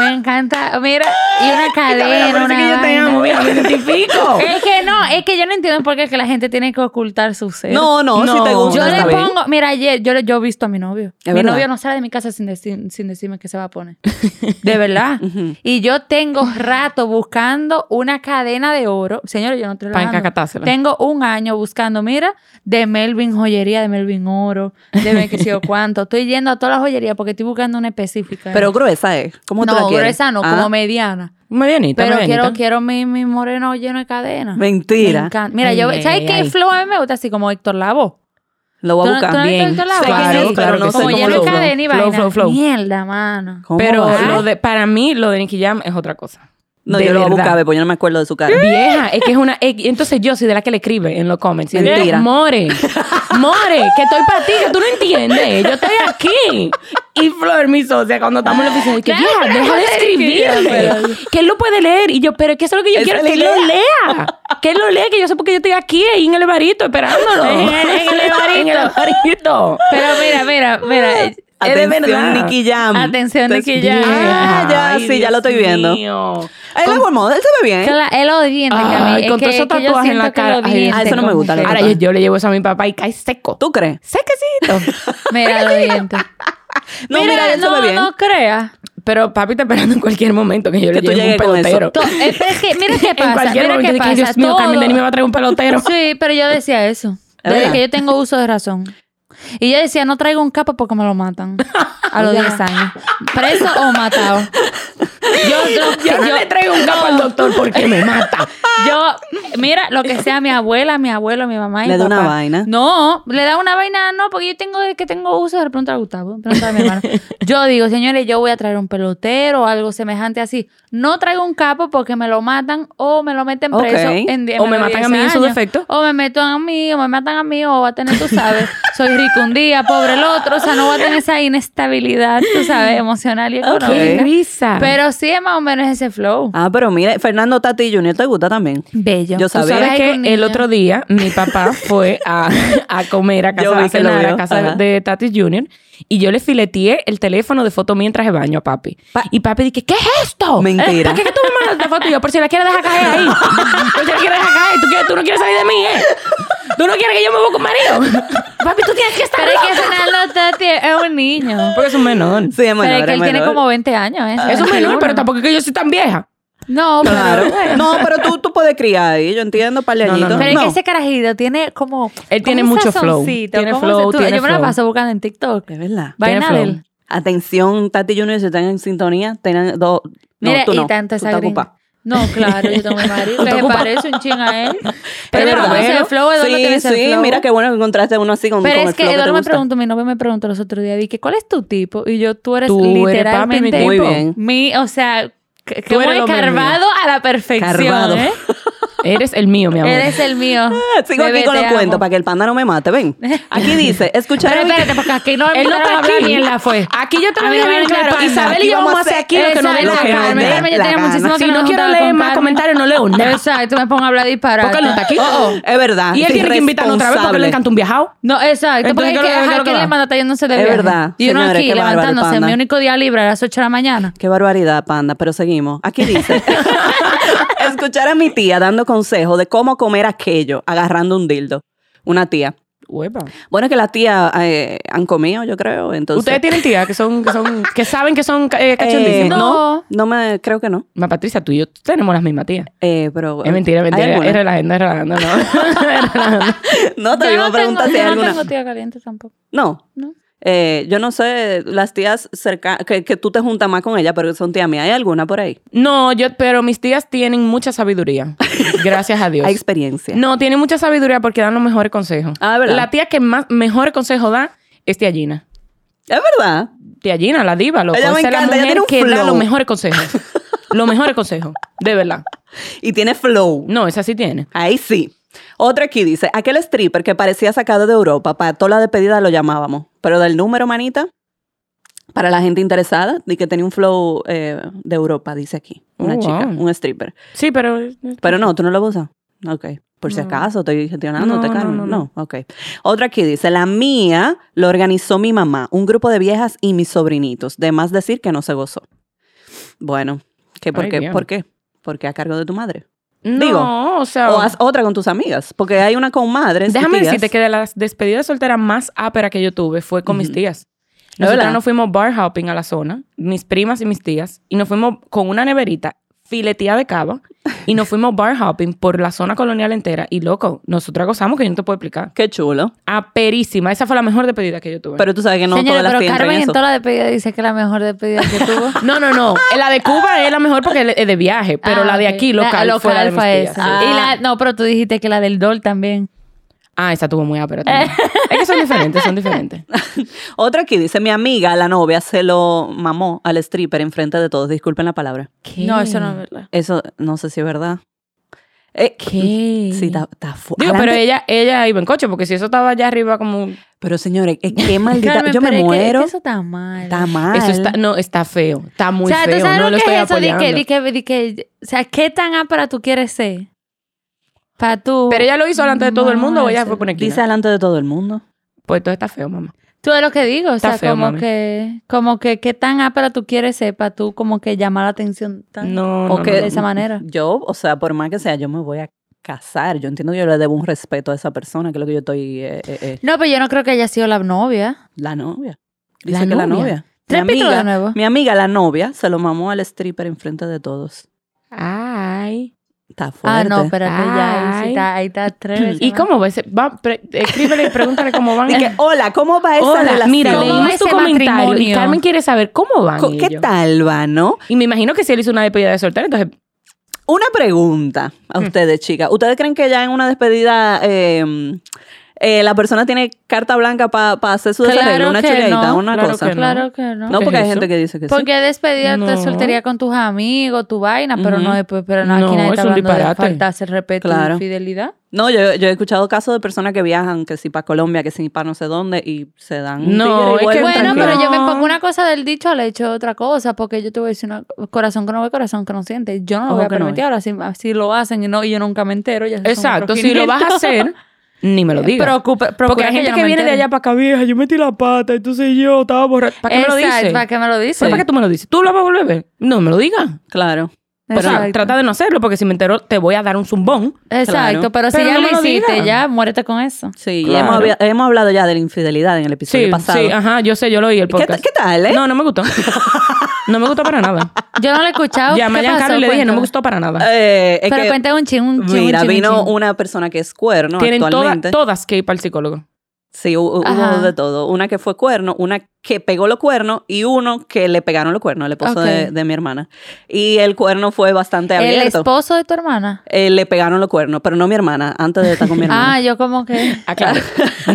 [SPEAKER 4] me encanta. Mira, y una cadena,
[SPEAKER 3] Parece
[SPEAKER 4] una
[SPEAKER 3] que yo te
[SPEAKER 4] vaina.
[SPEAKER 3] amo, mira, me identifico.
[SPEAKER 4] Es que no, es que yo no entiendo por qué es que la gente tiene que ocultar su ser.
[SPEAKER 2] No, no,
[SPEAKER 3] No,
[SPEAKER 2] si te gusta.
[SPEAKER 4] Yo le
[SPEAKER 2] está bien.
[SPEAKER 4] pongo, mira, ayer yo, le- yo he visto a mi novio.
[SPEAKER 2] Es
[SPEAKER 4] mi
[SPEAKER 2] verdad.
[SPEAKER 4] novio no sale de mi casa sin, decir- sin decirme que se va a poner. De verdad. Y yo tengo rato buscando una cadena de oro. Señores, yo no te lo
[SPEAKER 3] Pa' encacatársela.
[SPEAKER 4] Tengo un año buscando, mira, de Melvin Joyería, de Melvin Oro, de me que sé yo cuánto. Estoy yendo a todas las joyerías porque estoy buscando una específica.
[SPEAKER 2] Pero gruesa es. ¿Cómo tú la
[SPEAKER 4] no,
[SPEAKER 2] quieres?
[SPEAKER 4] gruesa no,
[SPEAKER 2] Ah,
[SPEAKER 4] como mediana.
[SPEAKER 3] Medianita,
[SPEAKER 4] Pero
[SPEAKER 3] medianita.
[SPEAKER 4] quiero, quiero mi, mi moreno lleno de cadena.
[SPEAKER 2] Mentira.
[SPEAKER 4] Me encanta. Mira,
[SPEAKER 3] Ay,
[SPEAKER 4] yo,
[SPEAKER 3] ay,
[SPEAKER 4] ¿sabes
[SPEAKER 3] ay,
[SPEAKER 4] qué
[SPEAKER 3] ay.
[SPEAKER 4] flow a mí me gusta? Así como Héctor Lavoe.
[SPEAKER 2] Lo voy a
[SPEAKER 4] ¿Tú no-
[SPEAKER 2] buscar.
[SPEAKER 4] tú no has
[SPEAKER 2] bien.
[SPEAKER 4] visto la
[SPEAKER 2] Sé
[SPEAKER 4] vaina?
[SPEAKER 2] que
[SPEAKER 3] Claro,
[SPEAKER 2] sí,
[SPEAKER 3] claro
[SPEAKER 2] pero no
[SPEAKER 3] que
[SPEAKER 2] sé
[SPEAKER 3] sí.
[SPEAKER 4] como
[SPEAKER 2] cómo
[SPEAKER 4] lleno
[SPEAKER 2] lo
[SPEAKER 4] de
[SPEAKER 3] flow,
[SPEAKER 2] uso.
[SPEAKER 4] cadena y
[SPEAKER 3] flow,
[SPEAKER 4] vaina.
[SPEAKER 3] flow, flow.
[SPEAKER 4] Mierda, mano.
[SPEAKER 2] ¿Cómo va?
[SPEAKER 3] Pero
[SPEAKER 2] Ah.
[SPEAKER 3] lo de, para mí, lo de Nicky Jam es otra cosa.
[SPEAKER 2] No,
[SPEAKER 3] De
[SPEAKER 2] yo lo voy a
[SPEAKER 3] verdad.
[SPEAKER 2] buscar, ve, porque yo no me acuerdo de su cara.
[SPEAKER 3] Vieja, es que es una. es- entonces yo soy de la que le escribe en los comments. Y digo,
[SPEAKER 2] Mentira.
[SPEAKER 3] More, more, que estoy para ti, que tú no entiendes. Yo estoy aquí. Y Flor, mi socia, cuando estamos en la oficina, dice, vieja, deja de escribirme. Que él lo puede leer. Y yo, pero es que eso es lo que yo
[SPEAKER 2] Esa
[SPEAKER 3] quiero,
[SPEAKER 2] es la
[SPEAKER 3] que él lo
[SPEAKER 2] idea.
[SPEAKER 3] lea. Que él lo lea, que yo sé por qué yo estoy aquí, ahí en el barito, esperándolo. en el barito.
[SPEAKER 4] Pero mira, mira, mira. eh,
[SPEAKER 3] Es de
[SPEAKER 2] Atención,
[SPEAKER 3] verdad.
[SPEAKER 2] Nicky Jam.
[SPEAKER 4] Atención,
[SPEAKER 2] Estás
[SPEAKER 4] Nicky Jam.
[SPEAKER 2] bien. Ah, ya, sí, ya lo estoy viendo. Él es buen modelo, él se ve bien.
[SPEAKER 4] cla- Él odiante que a mí.
[SPEAKER 3] Ay,
[SPEAKER 4] Es
[SPEAKER 3] con
[SPEAKER 4] que,
[SPEAKER 3] todos esos
[SPEAKER 4] es que yo
[SPEAKER 3] tatuajes en
[SPEAKER 4] siento
[SPEAKER 3] la
[SPEAKER 4] que
[SPEAKER 3] cara.
[SPEAKER 4] lo
[SPEAKER 3] Ay,
[SPEAKER 4] odiante
[SPEAKER 2] ah, eso no me
[SPEAKER 4] como
[SPEAKER 2] gusta,
[SPEAKER 4] que-
[SPEAKER 2] la
[SPEAKER 3] Ahora yo, yo le llevo eso a mi papá y cae seco.
[SPEAKER 2] ¿Tú crees?
[SPEAKER 3] Sequecito.
[SPEAKER 4] Mira, lo odiante.
[SPEAKER 2] No, mira, él se ve
[SPEAKER 4] no,
[SPEAKER 2] bien.
[SPEAKER 4] no creas.
[SPEAKER 3] Pero papi está esperando en cualquier momento que yo
[SPEAKER 2] Que
[SPEAKER 3] le
[SPEAKER 2] tú
[SPEAKER 3] lleve un
[SPEAKER 2] llegues con eso.
[SPEAKER 3] pelotero.
[SPEAKER 4] To- eh, pero es que, mira qué
[SPEAKER 3] en
[SPEAKER 4] pasa.
[SPEAKER 3] cualquier
[SPEAKER 4] Mira
[SPEAKER 3] momento.
[SPEAKER 4] qué
[SPEAKER 3] Yo dije,
[SPEAKER 4] pasa.
[SPEAKER 3] Dios mío, Carmen
[SPEAKER 4] Todo-
[SPEAKER 3] Denis me va a traer un pelotero.
[SPEAKER 4] Sí, pero yo decía eso.
[SPEAKER 2] Es
[SPEAKER 4] Desde
[SPEAKER 2] verdad.
[SPEAKER 4] que yo tengo uso de razón. Y yo decía, no traigo un capa porque me lo matan. A los 10 años. Preso o matado. Yo, yo,
[SPEAKER 3] Yo no
[SPEAKER 4] yo-
[SPEAKER 3] le traigo un capo al doctor porque me mata.
[SPEAKER 4] yo, mira, lo que sea mi abuela, mi abuelo, mi mamá y
[SPEAKER 2] Le
[SPEAKER 4] mi
[SPEAKER 2] da una
[SPEAKER 4] papá.
[SPEAKER 2] vaina.
[SPEAKER 4] No, le da una vaina, no, porque yo tengo que tengo uso de preguntar a Gustavo, preguntar a mi hermano. Yo digo, señores, yo voy a traer un pelotero o algo semejante así. No traigo un capo porque me lo matan o me lo meten
[SPEAKER 2] Ok.
[SPEAKER 4] preso. en die-
[SPEAKER 3] O me
[SPEAKER 4] los
[SPEAKER 3] matan a
[SPEAKER 4] 10
[SPEAKER 3] mí en su
[SPEAKER 4] años.
[SPEAKER 3] defecto.
[SPEAKER 4] O me meto a mí, o me matan a mí, o va a tener, tú sabes, soy rico un día, pobre el otro. O sea, no voy a tener esa inestabilidad, tú sabes, emocional y económica.
[SPEAKER 3] risa.
[SPEAKER 4] Pero sí es más o menos ese flow.
[SPEAKER 2] Ah, pero mira, Fernando Tati Jr. te gusta también.
[SPEAKER 4] Bello.
[SPEAKER 2] Yo
[SPEAKER 4] Tú
[SPEAKER 2] sabía
[SPEAKER 3] ¿Sabes
[SPEAKER 4] Ay,
[SPEAKER 3] que
[SPEAKER 4] con
[SPEAKER 3] El
[SPEAKER 4] niña.
[SPEAKER 3] otro día mi papá fue a, a comer a
[SPEAKER 2] Yo
[SPEAKER 3] casa,
[SPEAKER 2] vi
[SPEAKER 3] a
[SPEAKER 2] que lo
[SPEAKER 3] cenar,
[SPEAKER 2] vio.
[SPEAKER 3] a casa
[SPEAKER 2] Ajá.
[SPEAKER 3] de Tati Junior y yo le fileteé el teléfono de foto mientras de baño a papi.
[SPEAKER 2] Pa-
[SPEAKER 3] y papi dije, ¿qué es esto? Eh,
[SPEAKER 2] Mentira.
[SPEAKER 3] ¿Para qué es que tú me mandas la foto? Y yo, por si la quieres dejar caer ahí. Por si la quieres dejar caer. ¿Tú, quieres- tú no quieres salir de mí, ¿eh? Tú no quieres que yo me busque un marido. papi, tú tienes que estar
[SPEAKER 4] Pero es que
[SPEAKER 3] loca.
[SPEAKER 4] Fernando Tati es un niño.
[SPEAKER 3] Porque es un menor.
[SPEAKER 2] Sí, es
[SPEAKER 4] pero es que
[SPEAKER 2] menor,
[SPEAKER 4] él
[SPEAKER 2] es
[SPEAKER 4] tiene
[SPEAKER 2] menor.
[SPEAKER 4] como 20 años. ¿eh?
[SPEAKER 3] Es un
[SPEAKER 4] 21.
[SPEAKER 3] menor, pero tampoco es que yo soy tan vieja.
[SPEAKER 4] No, pero...
[SPEAKER 2] Claro. No, pero tú, tú puedes criar ahí, yo entiendo, par de
[SPEAKER 3] No, no,
[SPEAKER 2] añitos.
[SPEAKER 3] no.
[SPEAKER 4] Pero es
[SPEAKER 2] No.
[SPEAKER 4] que ese carajito tiene como...
[SPEAKER 3] Él
[SPEAKER 4] como
[SPEAKER 3] tiene
[SPEAKER 4] un
[SPEAKER 3] mucho flow.
[SPEAKER 4] sazoncito,
[SPEAKER 3] Tiene
[SPEAKER 4] como
[SPEAKER 3] flow,
[SPEAKER 4] tú-
[SPEAKER 3] tiene
[SPEAKER 4] Yo me la
[SPEAKER 3] flow.
[SPEAKER 4] paso buscando en TikTok.
[SPEAKER 2] Es verdad.
[SPEAKER 4] Vaina
[SPEAKER 3] flow.
[SPEAKER 4] de él.
[SPEAKER 2] Atención, Tati Junior, si están en sintonía, tengan dos. No,
[SPEAKER 4] Mira,
[SPEAKER 2] tú no.
[SPEAKER 4] y tanto
[SPEAKER 2] tú
[SPEAKER 4] esa
[SPEAKER 2] estás
[SPEAKER 4] gringa.
[SPEAKER 2] ocupada.
[SPEAKER 4] No, claro, yo tengo mi marido. que se
[SPEAKER 3] ocupa.
[SPEAKER 4] parece un ching a él.
[SPEAKER 2] Es
[SPEAKER 4] Pero
[SPEAKER 2] verdad.
[SPEAKER 4] no ese flow, Eduardo
[SPEAKER 2] sí,
[SPEAKER 4] tiene ese
[SPEAKER 2] sí,
[SPEAKER 4] flow.
[SPEAKER 2] mira qué bueno que encontraste uno así con,
[SPEAKER 4] Pero
[SPEAKER 2] con
[SPEAKER 4] es
[SPEAKER 2] el flow
[SPEAKER 4] que
[SPEAKER 2] que te
[SPEAKER 4] Eduardo me
[SPEAKER 2] gusta.
[SPEAKER 4] preguntó, mi novio me preguntó los otros días, dije, ¿cuál es tu tipo? Y yo, tú eres
[SPEAKER 3] Tú eres
[SPEAKER 4] Pues, literalmente
[SPEAKER 3] papi, mi
[SPEAKER 2] tipo. Muy bien.
[SPEAKER 4] mi, o sea, que,
[SPEAKER 3] Tú eres
[SPEAKER 4] como
[SPEAKER 3] lo mío,
[SPEAKER 4] carvado a la perfección,
[SPEAKER 2] Carvado.
[SPEAKER 4] ¿eh?
[SPEAKER 3] Eres el mío, mi amor.
[SPEAKER 4] Eres el mío.
[SPEAKER 2] Ah, Sigo
[SPEAKER 4] Bebé,
[SPEAKER 2] aquí con
[SPEAKER 4] te
[SPEAKER 2] los
[SPEAKER 4] amo.
[SPEAKER 2] cuentos para que el panda no me mate. Ven. Aquí dice, escuchar
[SPEAKER 4] Pero
[SPEAKER 2] el-
[SPEAKER 4] espérate, porque aquí no
[SPEAKER 3] Él no está
[SPEAKER 4] hablar
[SPEAKER 3] aquí.
[SPEAKER 4] ni en la fue.
[SPEAKER 3] Aquí yo te lo
[SPEAKER 4] A mí no
[SPEAKER 3] dije
[SPEAKER 4] me hablen
[SPEAKER 3] bien
[SPEAKER 4] del
[SPEAKER 3] claro.
[SPEAKER 4] panda.
[SPEAKER 3] Isabel y
[SPEAKER 2] Aquí
[SPEAKER 3] yo vamos a
[SPEAKER 2] vamos a
[SPEAKER 3] hacer aquí lo que
[SPEAKER 4] Exacto,
[SPEAKER 3] nos dé la
[SPEAKER 2] lo que nos
[SPEAKER 3] gana.
[SPEAKER 2] dé la
[SPEAKER 4] Carmen, yo tenía
[SPEAKER 2] gana.
[SPEAKER 4] muchísimo
[SPEAKER 3] Si
[SPEAKER 4] que
[SPEAKER 3] no
[SPEAKER 4] nos
[SPEAKER 3] quiero
[SPEAKER 4] juntaba
[SPEAKER 3] leer
[SPEAKER 4] con
[SPEAKER 3] más
[SPEAKER 4] Carmen.
[SPEAKER 3] comentarios, no leo nada.
[SPEAKER 4] Exacto, me pongo a hablar disparate.
[SPEAKER 3] Porque él no está aquí.
[SPEAKER 2] Oh, Es verdad.
[SPEAKER 3] Y él tiene que invitarnos otra vez porque
[SPEAKER 2] irresponsable.
[SPEAKER 3] le encanta un viajado.
[SPEAKER 4] No, exacto.
[SPEAKER 3] Entonces,
[SPEAKER 4] porque
[SPEAKER 3] ¿qué
[SPEAKER 4] es que,
[SPEAKER 3] es lo que- qué es
[SPEAKER 4] ajá,
[SPEAKER 3] lo que
[SPEAKER 4] ¿quién
[SPEAKER 3] va?
[SPEAKER 4] le manda yéndose de
[SPEAKER 2] Es
[SPEAKER 4] viaje?
[SPEAKER 2] verdad.
[SPEAKER 4] Y uno
[SPEAKER 2] Señores,
[SPEAKER 4] aquí
[SPEAKER 2] qué bárbaro,
[SPEAKER 4] levantándose.
[SPEAKER 2] panda.
[SPEAKER 4] Mi único día libre a las 8 de la mañana.
[SPEAKER 2] Qué barbaridad, panda, pero seguimos. Aquí dice, escuchar a mi tía dando consejos de cómo comer aquello, agarrando un dildo. Una tía.
[SPEAKER 3] Uepa.
[SPEAKER 2] Bueno, es que las tías eh, han comido, yo creo, entonces...
[SPEAKER 3] Ustedes tienen tías que son, que son, que saben que son eh,
[SPEAKER 2] eh,
[SPEAKER 3] cachondísimas.
[SPEAKER 2] no, no me, creo que no.
[SPEAKER 3] Ma Patricia, tú y yo tenemos las mismas tías.
[SPEAKER 2] Eh, pero,
[SPEAKER 3] Es mentira, es
[SPEAKER 2] ¿hay
[SPEAKER 3] mentira.
[SPEAKER 2] alguna?
[SPEAKER 3] Es relajando, es relajando, no. Es relajando.
[SPEAKER 2] No, te
[SPEAKER 4] Yo
[SPEAKER 2] iba a
[SPEAKER 4] no tengo-
[SPEAKER 2] preguntar si hay
[SPEAKER 4] yo no
[SPEAKER 2] alguna.
[SPEAKER 4] tengo tía caliente tampoco.
[SPEAKER 2] No.
[SPEAKER 4] No.
[SPEAKER 2] Eh, yo no sé, las tías cercanas, que, que tú te juntas más con ellas, pero son tías mías. ¿Hay alguna por ahí?
[SPEAKER 3] No, yo, pero mis tías tienen mucha sabiduría. Gracias a Dios.
[SPEAKER 2] Hay experiencia.
[SPEAKER 3] No, tienen mucha sabiduría porque dan los mejores consejos.
[SPEAKER 2] Ah, ¿verdad?
[SPEAKER 3] La tía que más mejor consejo da es tía Gina.
[SPEAKER 2] Es verdad.
[SPEAKER 3] Tía Gina, la diva, loco.
[SPEAKER 2] Ella me
[SPEAKER 3] Esa es la
[SPEAKER 2] encanta, ella
[SPEAKER 3] mujer
[SPEAKER 2] tiene un
[SPEAKER 3] que da
[SPEAKER 2] flow.
[SPEAKER 3] los mejores consejos. los mejores consejos, de verdad.
[SPEAKER 2] Y tiene flow.
[SPEAKER 3] No, esa sí tiene.
[SPEAKER 2] Ahí sí. Otra aquí dice, aquel stripper que parecía sacado de Europa, para toda la despedida lo llamábamos, pero del número, manita, para la gente interesada, y que tenía un flow eh, de Europa, dice aquí, una
[SPEAKER 3] Oh,
[SPEAKER 2] chica,
[SPEAKER 3] wow.
[SPEAKER 2] un stripper.
[SPEAKER 3] Sí, pero.
[SPEAKER 2] Pero no, tú no lo usas. Ok. Por si acaso, estoy gestionando,
[SPEAKER 3] No,
[SPEAKER 2] te
[SPEAKER 3] no,
[SPEAKER 2] Carmen.
[SPEAKER 3] no,
[SPEAKER 2] No,
[SPEAKER 3] no.
[SPEAKER 2] ok. Otra aquí dice, la mía lo organizó mi mamá, un grupo de viejas y mis sobrinitos. De más decir que no se gozó. Bueno, ¿qué, por,
[SPEAKER 3] Ay,
[SPEAKER 2] qué,
[SPEAKER 3] bien.
[SPEAKER 2] ¿por qué? ¿Por qué a cargo de tu madre?
[SPEAKER 3] No,
[SPEAKER 2] Digo,
[SPEAKER 3] o sea.
[SPEAKER 2] O haz otra con tus amigas, porque hay una con madres. y
[SPEAKER 3] Déjame
[SPEAKER 2] tías.
[SPEAKER 3] decirte que de las despedidas solteras más ápera que yo tuve fue con mis tías.
[SPEAKER 2] ¿Es
[SPEAKER 3] Nosotras
[SPEAKER 2] verdad?
[SPEAKER 3] nos fuimos bar hopping a la zona, mis primas y mis tías, y nos fuimos con una neverita filetía de cava y nos fuimos bar hopping por la zona colonial entera. Y loco, nosotras gozamos que yo no te puedo explicar.
[SPEAKER 2] Qué chulo.
[SPEAKER 3] Aperísima. Esa fue la mejor despedida que yo tuve.
[SPEAKER 2] Pero tú sabes que no
[SPEAKER 4] Señores,
[SPEAKER 2] todas las
[SPEAKER 4] pero
[SPEAKER 2] tienen
[SPEAKER 4] Carmen en
[SPEAKER 2] eso.
[SPEAKER 4] toda la despedida dice que la mejor despedida que tuvo.
[SPEAKER 3] no, no, no. La de Cuba es la mejor porque es de viaje, pero
[SPEAKER 4] Ah,
[SPEAKER 3] la de
[SPEAKER 4] ok.
[SPEAKER 3] aquí
[SPEAKER 4] La-
[SPEAKER 3] local, fue la de mis tías.
[SPEAKER 4] esa. Y la, no, pero tú dijiste que la del Dol también.
[SPEAKER 3] Ah, esa tuvo muy ápera también. es que son diferentes, son diferentes.
[SPEAKER 2] Otra aquí dice, mi amiga, la novia, se lo mamó al stripper enfrente de todos. Disculpen la palabra.
[SPEAKER 4] No, eso no es verdad.
[SPEAKER 2] Eso no sé si es verdad. Eh,
[SPEAKER 3] ¿Qué?
[SPEAKER 2] Sí, está, está fu-
[SPEAKER 3] Digo, pero
[SPEAKER 2] adelante.
[SPEAKER 3] ella, ella iba en coche, porque si eso estaba allá arriba como...
[SPEAKER 2] Pero señores, eh, qué maldita.
[SPEAKER 4] Carmen,
[SPEAKER 2] yo me
[SPEAKER 4] pero es que- es que
[SPEAKER 2] muero.
[SPEAKER 4] eso está mal.
[SPEAKER 2] está mal.
[SPEAKER 3] Eso está, no, está feo. Está muy
[SPEAKER 4] Ah, o sea,
[SPEAKER 3] feo.
[SPEAKER 4] ¿tú sabes
[SPEAKER 3] no
[SPEAKER 4] lo
[SPEAKER 3] lo
[SPEAKER 4] que
[SPEAKER 3] estoy
[SPEAKER 4] es eso? Di
[SPEAKER 3] apoyando.
[SPEAKER 4] que, di que, di que- o sea, ¿qué tan ápera tú quieres ser? Para tú...
[SPEAKER 3] Pero ella lo hizo delante de todo el mundo o ella fue por aquí.
[SPEAKER 2] Dice delante de todo el mundo.
[SPEAKER 3] Pues todo está feo, mamá.
[SPEAKER 4] Tú es lo que digo, o
[SPEAKER 3] Está
[SPEAKER 4] sea,
[SPEAKER 3] feo,
[SPEAKER 4] como
[SPEAKER 3] mami.
[SPEAKER 4] que... Como que qué tan ápera tú quieres ser para tú como que llamar la atención tan...
[SPEAKER 3] No, no,
[SPEAKER 2] Porque-
[SPEAKER 4] De esa manera.
[SPEAKER 2] Yo, o sea, por más que sea, yo me voy a casar. Yo entiendo que yo le debo un respeto a esa persona, que es lo que yo estoy. eh, eh, eh,
[SPEAKER 4] No, pero yo no creo que haya sido la novia.
[SPEAKER 2] la novia. Dice
[SPEAKER 4] ¿La
[SPEAKER 2] que la
[SPEAKER 4] novia?
[SPEAKER 2] novia.
[SPEAKER 4] Tres
[SPEAKER 2] mi
[SPEAKER 4] pitos
[SPEAKER 2] amiga,
[SPEAKER 4] de nuevo.
[SPEAKER 2] mi amiga, la novia, se lo mamó al stripper enfrente de todos.
[SPEAKER 3] Ay.
[SPEAKER 2] Está fuerte.
[SPEAKER 4] Ah, no, espérate, ya. Ahí sí
[SPEAKER 3] Ay.
[SPEAKER 4] está, ahí está tres veces
[SPEAKER 3] ¿Y
[SPEAKER 4] más.
[SPEAKER 3] cómo va ese? Va, pre- escríbele y pregúntale cómo van.
[SPEAKER 2] Y que, hola, ¿cómo va esa
[SPEAKER 3] Hola,
[SPEAKER 2] relación?
[SPEAKER 3] mira,
[SPEAKER 4] ¿Cómo va
[SPEAKER 3] leímos
[SPEAKER 4] ese
[SPEAKER 3] tu comentario y
[SPEAKER 4] matrimonio?
[SPEAKER 3] Carmen quiere saber cómo van
[SPEAKER 2] Co- ¿Qué
[SPEAKER 3] ellos.
[SPEAKER 2] tal, Vano?
[SPEAKER 3] Y me imagino que si él hizo una despedida de soltero, entonces...
[SPEAKER 2] Una pregunta a
[SPEAKER 4] Mm.
[SPEAKER 2] ustedes, chicas. ¿Ustedes creen que ya en una despedida eh, eh, la persona tiene carta blanca para hacer su
[SPEAKER 4] Claro
[SPEAKER 2] desarreglo? Una
[SPEAKER 4] que
[SPEAKER 2] chuleadita,
[SPEAKER 4] no,
[SPEAKER 2] una
[SPEAKER 3] claro
[SPEAKER 2] cosa.
[SPEAKER 3] que
[SPEAKER 4] Claro que no.
[SPEAKER 2] No,
[SPEAKER 3] ¿Qué
[SPEAKER 2] porque
[SPEAKER 3] es
[SPEAKER 2] hay
[SPEAKER 3] eso?
[SPEAKER 2] gente que dice que sí.
[SPEAKER 4] Porque despedida
[SPEAKER 3] No.
[SPEAKER 4] te soltería con tus amigos, tu vaina, pero no después, pero no,
[SPEAKER 3] No,
[SPEAKER 4] aquí nadie
[SPEAKER 3] es
[SPEAKER 4] está
[SPEAKER 3] un
[SPEAKER 4] hablando de
[SPEAKER 3] disparate.
[SPEAKER 4] faltarse el respeto
[SPEAKER 2] Claro.
[SPEAKER 4] y fidelidad.
[SPEAKER 2] No, yo, yo he escuchado casos de personas que viajan, que sí para Colombia, que sí para no sé dónde, y se dan un
[SPEAKER 3] No,
[SPEAKER 2] tigre
[SPEAKER 3] es que
[SPEAKER 2] y vuelven.
[SPEAKER 4] Bueno,
[SPEAKER 3] tranquilo.
[SPEAKER 4] pero yo me
[SPEAKER 3] No.
[SPEAKER 4] pongo una cosa del dicho al hecho de otra cosa, porque yo te voy a decir una corazón que no ve, corazón que no siente. Yo no lo
[SPEAKER 2] Ojo
[SPEAKER 4] voy a
[SPEAKER 2] que no
[SPEAKER 4] permitir
[SPEAKER 2] ve.
[SPEAKER 4] ahora si, si lo hacen y no, y yo nunca me entero. Ya esos son
[SPEAKER 3] Exacto,
[SPEAKER 4] otros
[SPEAKER 3] si lo vas a
[SPEAKER 4] 500.
[SPEAKER 3] hacer, ni me lo digas.
[SPEAKER 4] Preocupa-
[SPEAKER 3] Porque
[SPEAKER 4] procura
[SPEAKER 3] hay gente
[SPEAKER 4] yo no
[SPEAKER 3] que
[SPEAKER 4] me
[SPEAKER 3] viene de
[SPEAKER 4] entere.
[SPEAKER 3] allá para acá, vieja, yo metí la pata, entonces yo estaba borracha. ¿Para qué me lo
[SPEAKER 4] Exacto,
[SPEAKER 3] dices?
[SPEAKER 4] ¿Para qué me lo dices?
[SPEAKER 3] ¿Pero ¿Para qué tú me lo dices? ¿Tú lo vas a volver a ver? No me lo digas.
[SPEAKER 2] Claro.
[SPEAKER 3] O sea,
[SPEAKER 4] Exacto.
[SPEAKER 3] trata de no hacerlo, porque si me entero, te voy a dar un zumbón.
[SPEAKER 4] Exacto,
[SPEAKER 2] Claro.
[SPEAKER 4] pero si
[SPEAKER 3] Pero
[SPEAKER 4] ya
[SPEAKER 3] no me
[SPEAKER 4] lo
[SPEAKER 3] lo
[SPEAKER 4] hiciste,
[SPEAKER 3] digas.
[SPEAKER 4] ya muérete con eso.
[SPEAKER 2] Sí,
[SPEAKER 3] Claro.
[SPEAKER 2] hemos, habia- hemos hablado ya de la infidelidad en el episodio
[SPEAKER 3] Sí, ah.
[SPEAKER 2] pasado.
[SPEAKER 3] sí, ajá, yo sé, yo lo oí el
[SPEAKER 2] ¿Qué,
[SPEAKER 3] podcast.
[SPEAKER 2] ta- qué tal, eh?
[SPEAKER 3] No, no me gustó. No me gustó para nada.
[SPEAKER 4] Yo no lo he escuchado.
[SPEAKER 3] Llamé a
[SPEAKER 4] ¿qué pasó?
[SPEAKER 3] Giancarlo y le dije, no me
[SPEAKER 4] Cuéntame.
[SPEAKER 3] gustó para nada.
[SPEAKER 2] Eh, es
[SPEAKER 4] Pero
[SPEAKER 2] que-
[SPEAKER 4] cuenta un ching, un ching,
[SPEAKER 2] Mira,
[SPEAKER 4] un chin, un
[SPEAKER 2] vino
[SPEAKER 4] chin.
[SPEAKER 2] una persona que es cuerno
[SPEAKER 3] Tienen todas,
[SPEAKER 2] actualmente.
[SPEAKER 3] todas que ir para el psicólogo.
[SPEAKER 2] Sí, hu- hu-
[SPEAKER 4] Ajá.
[SPEAKER 2] hubo de todo. Una que fue cuerno, una que pegó los cuernos y uno que le pegaron los cuernos, el esposo
[SPEAKER 4] Ok.
[SPEAKER 2] de, de mi hermana. Y el cuerno fue bastante
[SPEAKER 4] El
[SPEAKER 2] abierto.
[SPEAKER 4] esposo de tu hermana.
[SPEAKER 2] Eh, le pegaron los cuernos, pero no mi hermana, antes de estar con mi hermana.
[SPEAKER 4] Ah, yo como que.
[SPEAKER 3] Aclaro.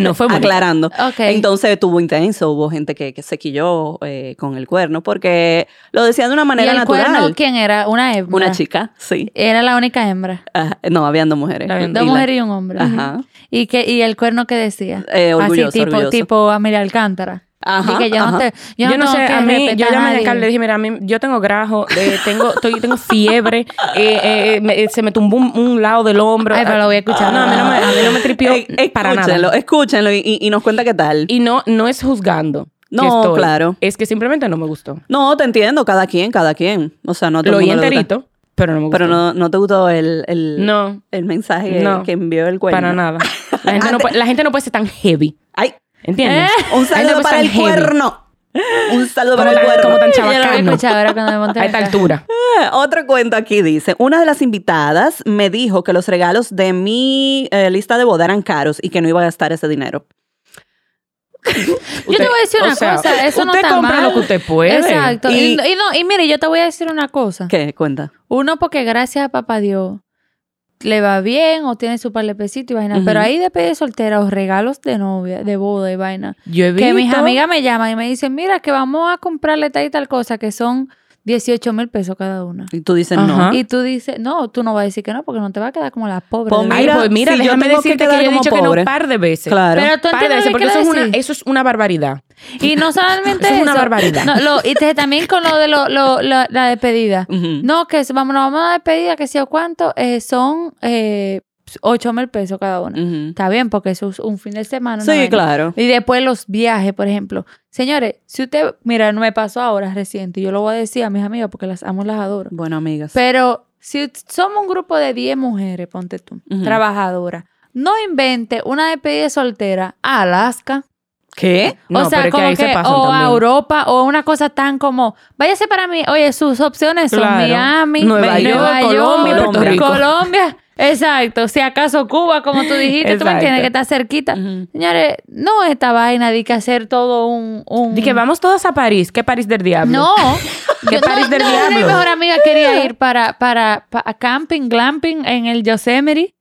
[SPEAKER 3] No fue bonito.
[SPEAKER 2] aclarando.
[SPEAKER 4] Ok.
[SPEAKER 2] Entonces estuvo intenso, hubo gente que, que se quilló eh, con el cuerno porque lo decía de una
[SPEAKER 4] ¿Y
[SPEAKER 2] manera
[SPEAKER 4] el
[SPEAKER 2] natural.
[SPEAKER 4] cuerno quién era? Una hembra.
[SPEAKER 2] Una chica, sí.
[SPEAKER 4] Era la única hembra.
[SPEAKER 2] Ajá. Ah, no, habían dos mujeres.
[SPEAKER 3] Habían
[SPEAKER 4] Dos
[SPEAKER 2] Eh, la-
[SPEAKER 4] mujeres y un hombre.
[SPEAKER 2] Ajá.
[SPEAKER 4] ¿Y, que, ¿Y el cuerno qué decía?
[SPEAKER 2] Eh, orgulloso,
[SPEAKER 4] Así, tipo,
[SPEAKER 2] orgulloso.
[SPEAKER 4] tipo Amelia Alcántara.
[SPEAKER 2] Ajá,
[SPEAKER 4] Así que yo no,
[SPEAKER 2] ajá.
[SPEAKER 4] te, yo no, tengo que
[SPEAKER 3] a mí, yo
[SPEAKER 4] respetar
[SPEAKER 3] llamé a
[SPEAKER 4] nadie.
[SPEAKER 3] Giancarlo y le dije, mira, a mí, yo tengo grajo, eh, tengo, estoy, tengo fiebre, eh, eh, eh, me- eh, se me tumbó un, un lado del hombro.
[SPEAKER 4] Ay, pero lo voy a escuchar.
[SPEAKER 3] No, a mí no me, a mí no me tripió
[SPEAKER 2] Eh,
[SPEAKER 3] para
[SPEAKER 2] escúchenlo,
[SPEAKER 3] nada.
[SPEAKER 2] escúchenlo y, y- y nos cuenta qué tal.
[SPEAKER 3] Y no, no es juzgando. que
[SPEAKER 2] No,
[SPEAKER 3] estoy.
[SPEAKER 2] claro.
[SPEAKER 3] Es que simplemente no me gustó.
[SPEAKER 2] No, te entiendo, cada quien, cada quien. O sea, no a todo
[SPEAKER 3] Lo
[SPEAKER 2] el
[SPEAKER 3] oí
[SPEAKER 2] mundo le gusta.
[SPEAKER 3] enterito, pero no me gustó.
[SPEAKER 2] Pero no, no te gustó el, el,
[SPEAKER 3] No.
[SPEAKER 2] el mensaje
[SPEAKER 3] No.
[SPEAKER 2] que envió el cuerno.
[SPEAKER 3] para nada. La gente, no, puede- la gente no puede ser tan heavy.
[SPEAKER 2] Ay,
[SPEAKER 3] ¿Entiendes?
[SPEAKER 4] Eh.
[SPEAKER 2] un
[SPEAKER 3] La gente
[SPEAKER 2] saludo
[SPEAKER 3] no puede
[SPEAKER 2] para
[SPEAKER 3] ser
[SPEAKER 2] el
[SPEAKER 3] tan heavy.
[SPEAKER 2] cuerno. Un saludo
[SPEAKER 3] Como
[SPEAKER 2] para el
[SPEAKER 3] tan,
[SPEAKER 2] cuerno.
[SPEAKER 3] como tan
[SPEAKER 4] Yo lo voy a
[SPEAKER 3] chabacano.
[SPEAKER 4] escuchar ahora cuando me monte en
[SPEAKER 3] A
[SPEAKER 4] el
[SPEAKER 3] esta
[SPEAKER 4] carro.
[SPEAKER 3] altura.
[SPEAKER 2] Eh, Otro cuento aquí dice, una de las invitadas me dijo que los regalos de mi eh, lista de boda eran caros y que no iba a gastar ese dinero.
[SPEAKER 4] Yo te voy a decir
[SPEAKER 3] o
[SPEAKER 4] una
[SPEAKER 3] sea,
[SPEAKER 4] cosa, eso no
[SPEAKER 3] usted
[SPEAKER 4] está
[SPEAKER 3] compra
[SPEAKER 4] mal.
[SPEAKER 3] lo que usted puede.
[SPEAKER 4] Exacto.
[SPEAKER 2] Y-
[SPEAKER 4] Y, y no, y mire, yo te voy a decir una cosa.
[SPEAKER 2] ¿Qué cuenta?
[SPEAKER 4] Uno, porque gracias a papá Dios le va bien o tiene su par de pesitos y vaina.
[SPEAKER 2] Ujú.
[SPEAKER 4] Pero ahí de pedir soltera o regalos de novia, de boda y vaina.
[SPEAKER 3] Yo he
[SPEAKER 4] Que mis
[SPEAKER 3] visto-
[SPEAKER 4] amigas me llaman y me dicen, mira, que vamos a comprarle tal y tal cosa que son 18 mil pesos cada una.
[SPEAKER 2] Y tú dices
[SPEAKER 3] Ajá.
[SPEAKER 2] no.
[SPEAKER 4] Y tú dices, no, tú no vas a decir que no, porque no te va a quedar como la pobre.
[SPEAKER 2] Pues
[SPEAKER 4] de la-
[SPEAKER 2] mira,
[SPEAKER 3] Ay, pues mira,
[SPEAKER 2] si yo
[SPEAKER 3] déjame
[SPEAKER 2] tengo que
[SPEAKER 3] decirte que,
[SPEAKER 2] quedar
[SPEAKER 3] yo he
[SPEAKER 2] como
[SPEAKER 3] dicho que no
[SPEAKER 2] pobre.
[SPEAKER 3] un par de veces.
[SPEAKER 2] Claro.
[SPEAKER 4] Pero tú
[SPEAKER 3] Un par de
[SPEAKER 4] entiendes
[SPEAKER 3] veces,
[SPEAKER 4] lo que
[SPEAKER 3] porque eso es,
[SPEAKER 4] quiero
[SPEAKER 3] una,
[SPEAKER 4] decir.
[SPEAKER 3] eso es una barbaridad.
[SPEAKER 4] Y no solamente
[SPEAKER 3] Eso
[SPEAKER 4] eso.
[SPEAKER 3] es una barbaridad.
[SPEAKER 4] No, lo- y te- también con lo de lo, lo- la, la despedida.
[SPEAKER 2] Ujú.
[SPEAKER 4] No, que es- vamos, nos vamos a la despedida, que sé yo cuánto, eh, son eh, 8 mil pesos cada una.
[SPEAKER 2] Ujú.
[SPEAKER 4] Está bien, porque eso es un fin de semana. una
[SPEAKER 2] Sí,
[SPEAKER 4] vaina.
[SPEAKER 2] claro.
[SPEAKER 4] Y después los viajes, por ejemplo. Señores, si usted, mira, no me pasó ahora reciente, yo lo voy a decir a mis amigas porque las amo, y las adoro.
[SPEAKER 2] Bueno, amigas.
[SPEAKER 4] Pero si somos un grupo de 10 mujeres, ponte tú,
[SPEAKER 2] Ujú.
[SPEAKER 4] trabajadoras, no invente una despedida de soltera a Alaska.
[SPEAKER 2] ¿Qué?
[SPEAKER 3] No,
[SPEAKER 4] o sea,
[SPEAKER 3] pero es que
[SPEAKER 4] como
[SPEAKER 3] ahí
[SPEAKER 4] que, oh,
[SPEAKER 3] se pasan
[SPEAKER 4] o a
[SPEAKER 3] también.
[SPEAKER 4] Europa, o una cosa tan como, váyase para mí, oye, sus opciones son
[SPEAKER 3] Claro.
[SPEAKER 4] Miami,
[SPEAKER 3] Nueva York, Colombia,
[SPEAKER 2] Puerto
[SPEAKER 4] Colombia.
[SPEAKER 2] Rico.
[SPEAKER 4] Colombia. Exacto, si acaso Cuba, como tú dijiste, tú me entiendes,
[SPEAKER 3] Exacto.
[SPEAKER 4] que está cerquita.
[SPEAKER 2] Ujú.
[SPEAKER 4] Señores, no esta vaina de que hacer todo un... un...
[SPEAKER 3] Di que vamos todos a París. ¿Qué París del diablo?
[SPEAKER 4] No,
[SPEAKER 3] ¿Qué
[SPEAKER 4] yo, no,
[SPEAKER 3] París del
[SPEAKER 4] no, una de
[SPEAKER 3] diablo?
[SPEAKER 4] mi mejor amiga quería ir para, para, pa- a camping, glamping en el Yosemite,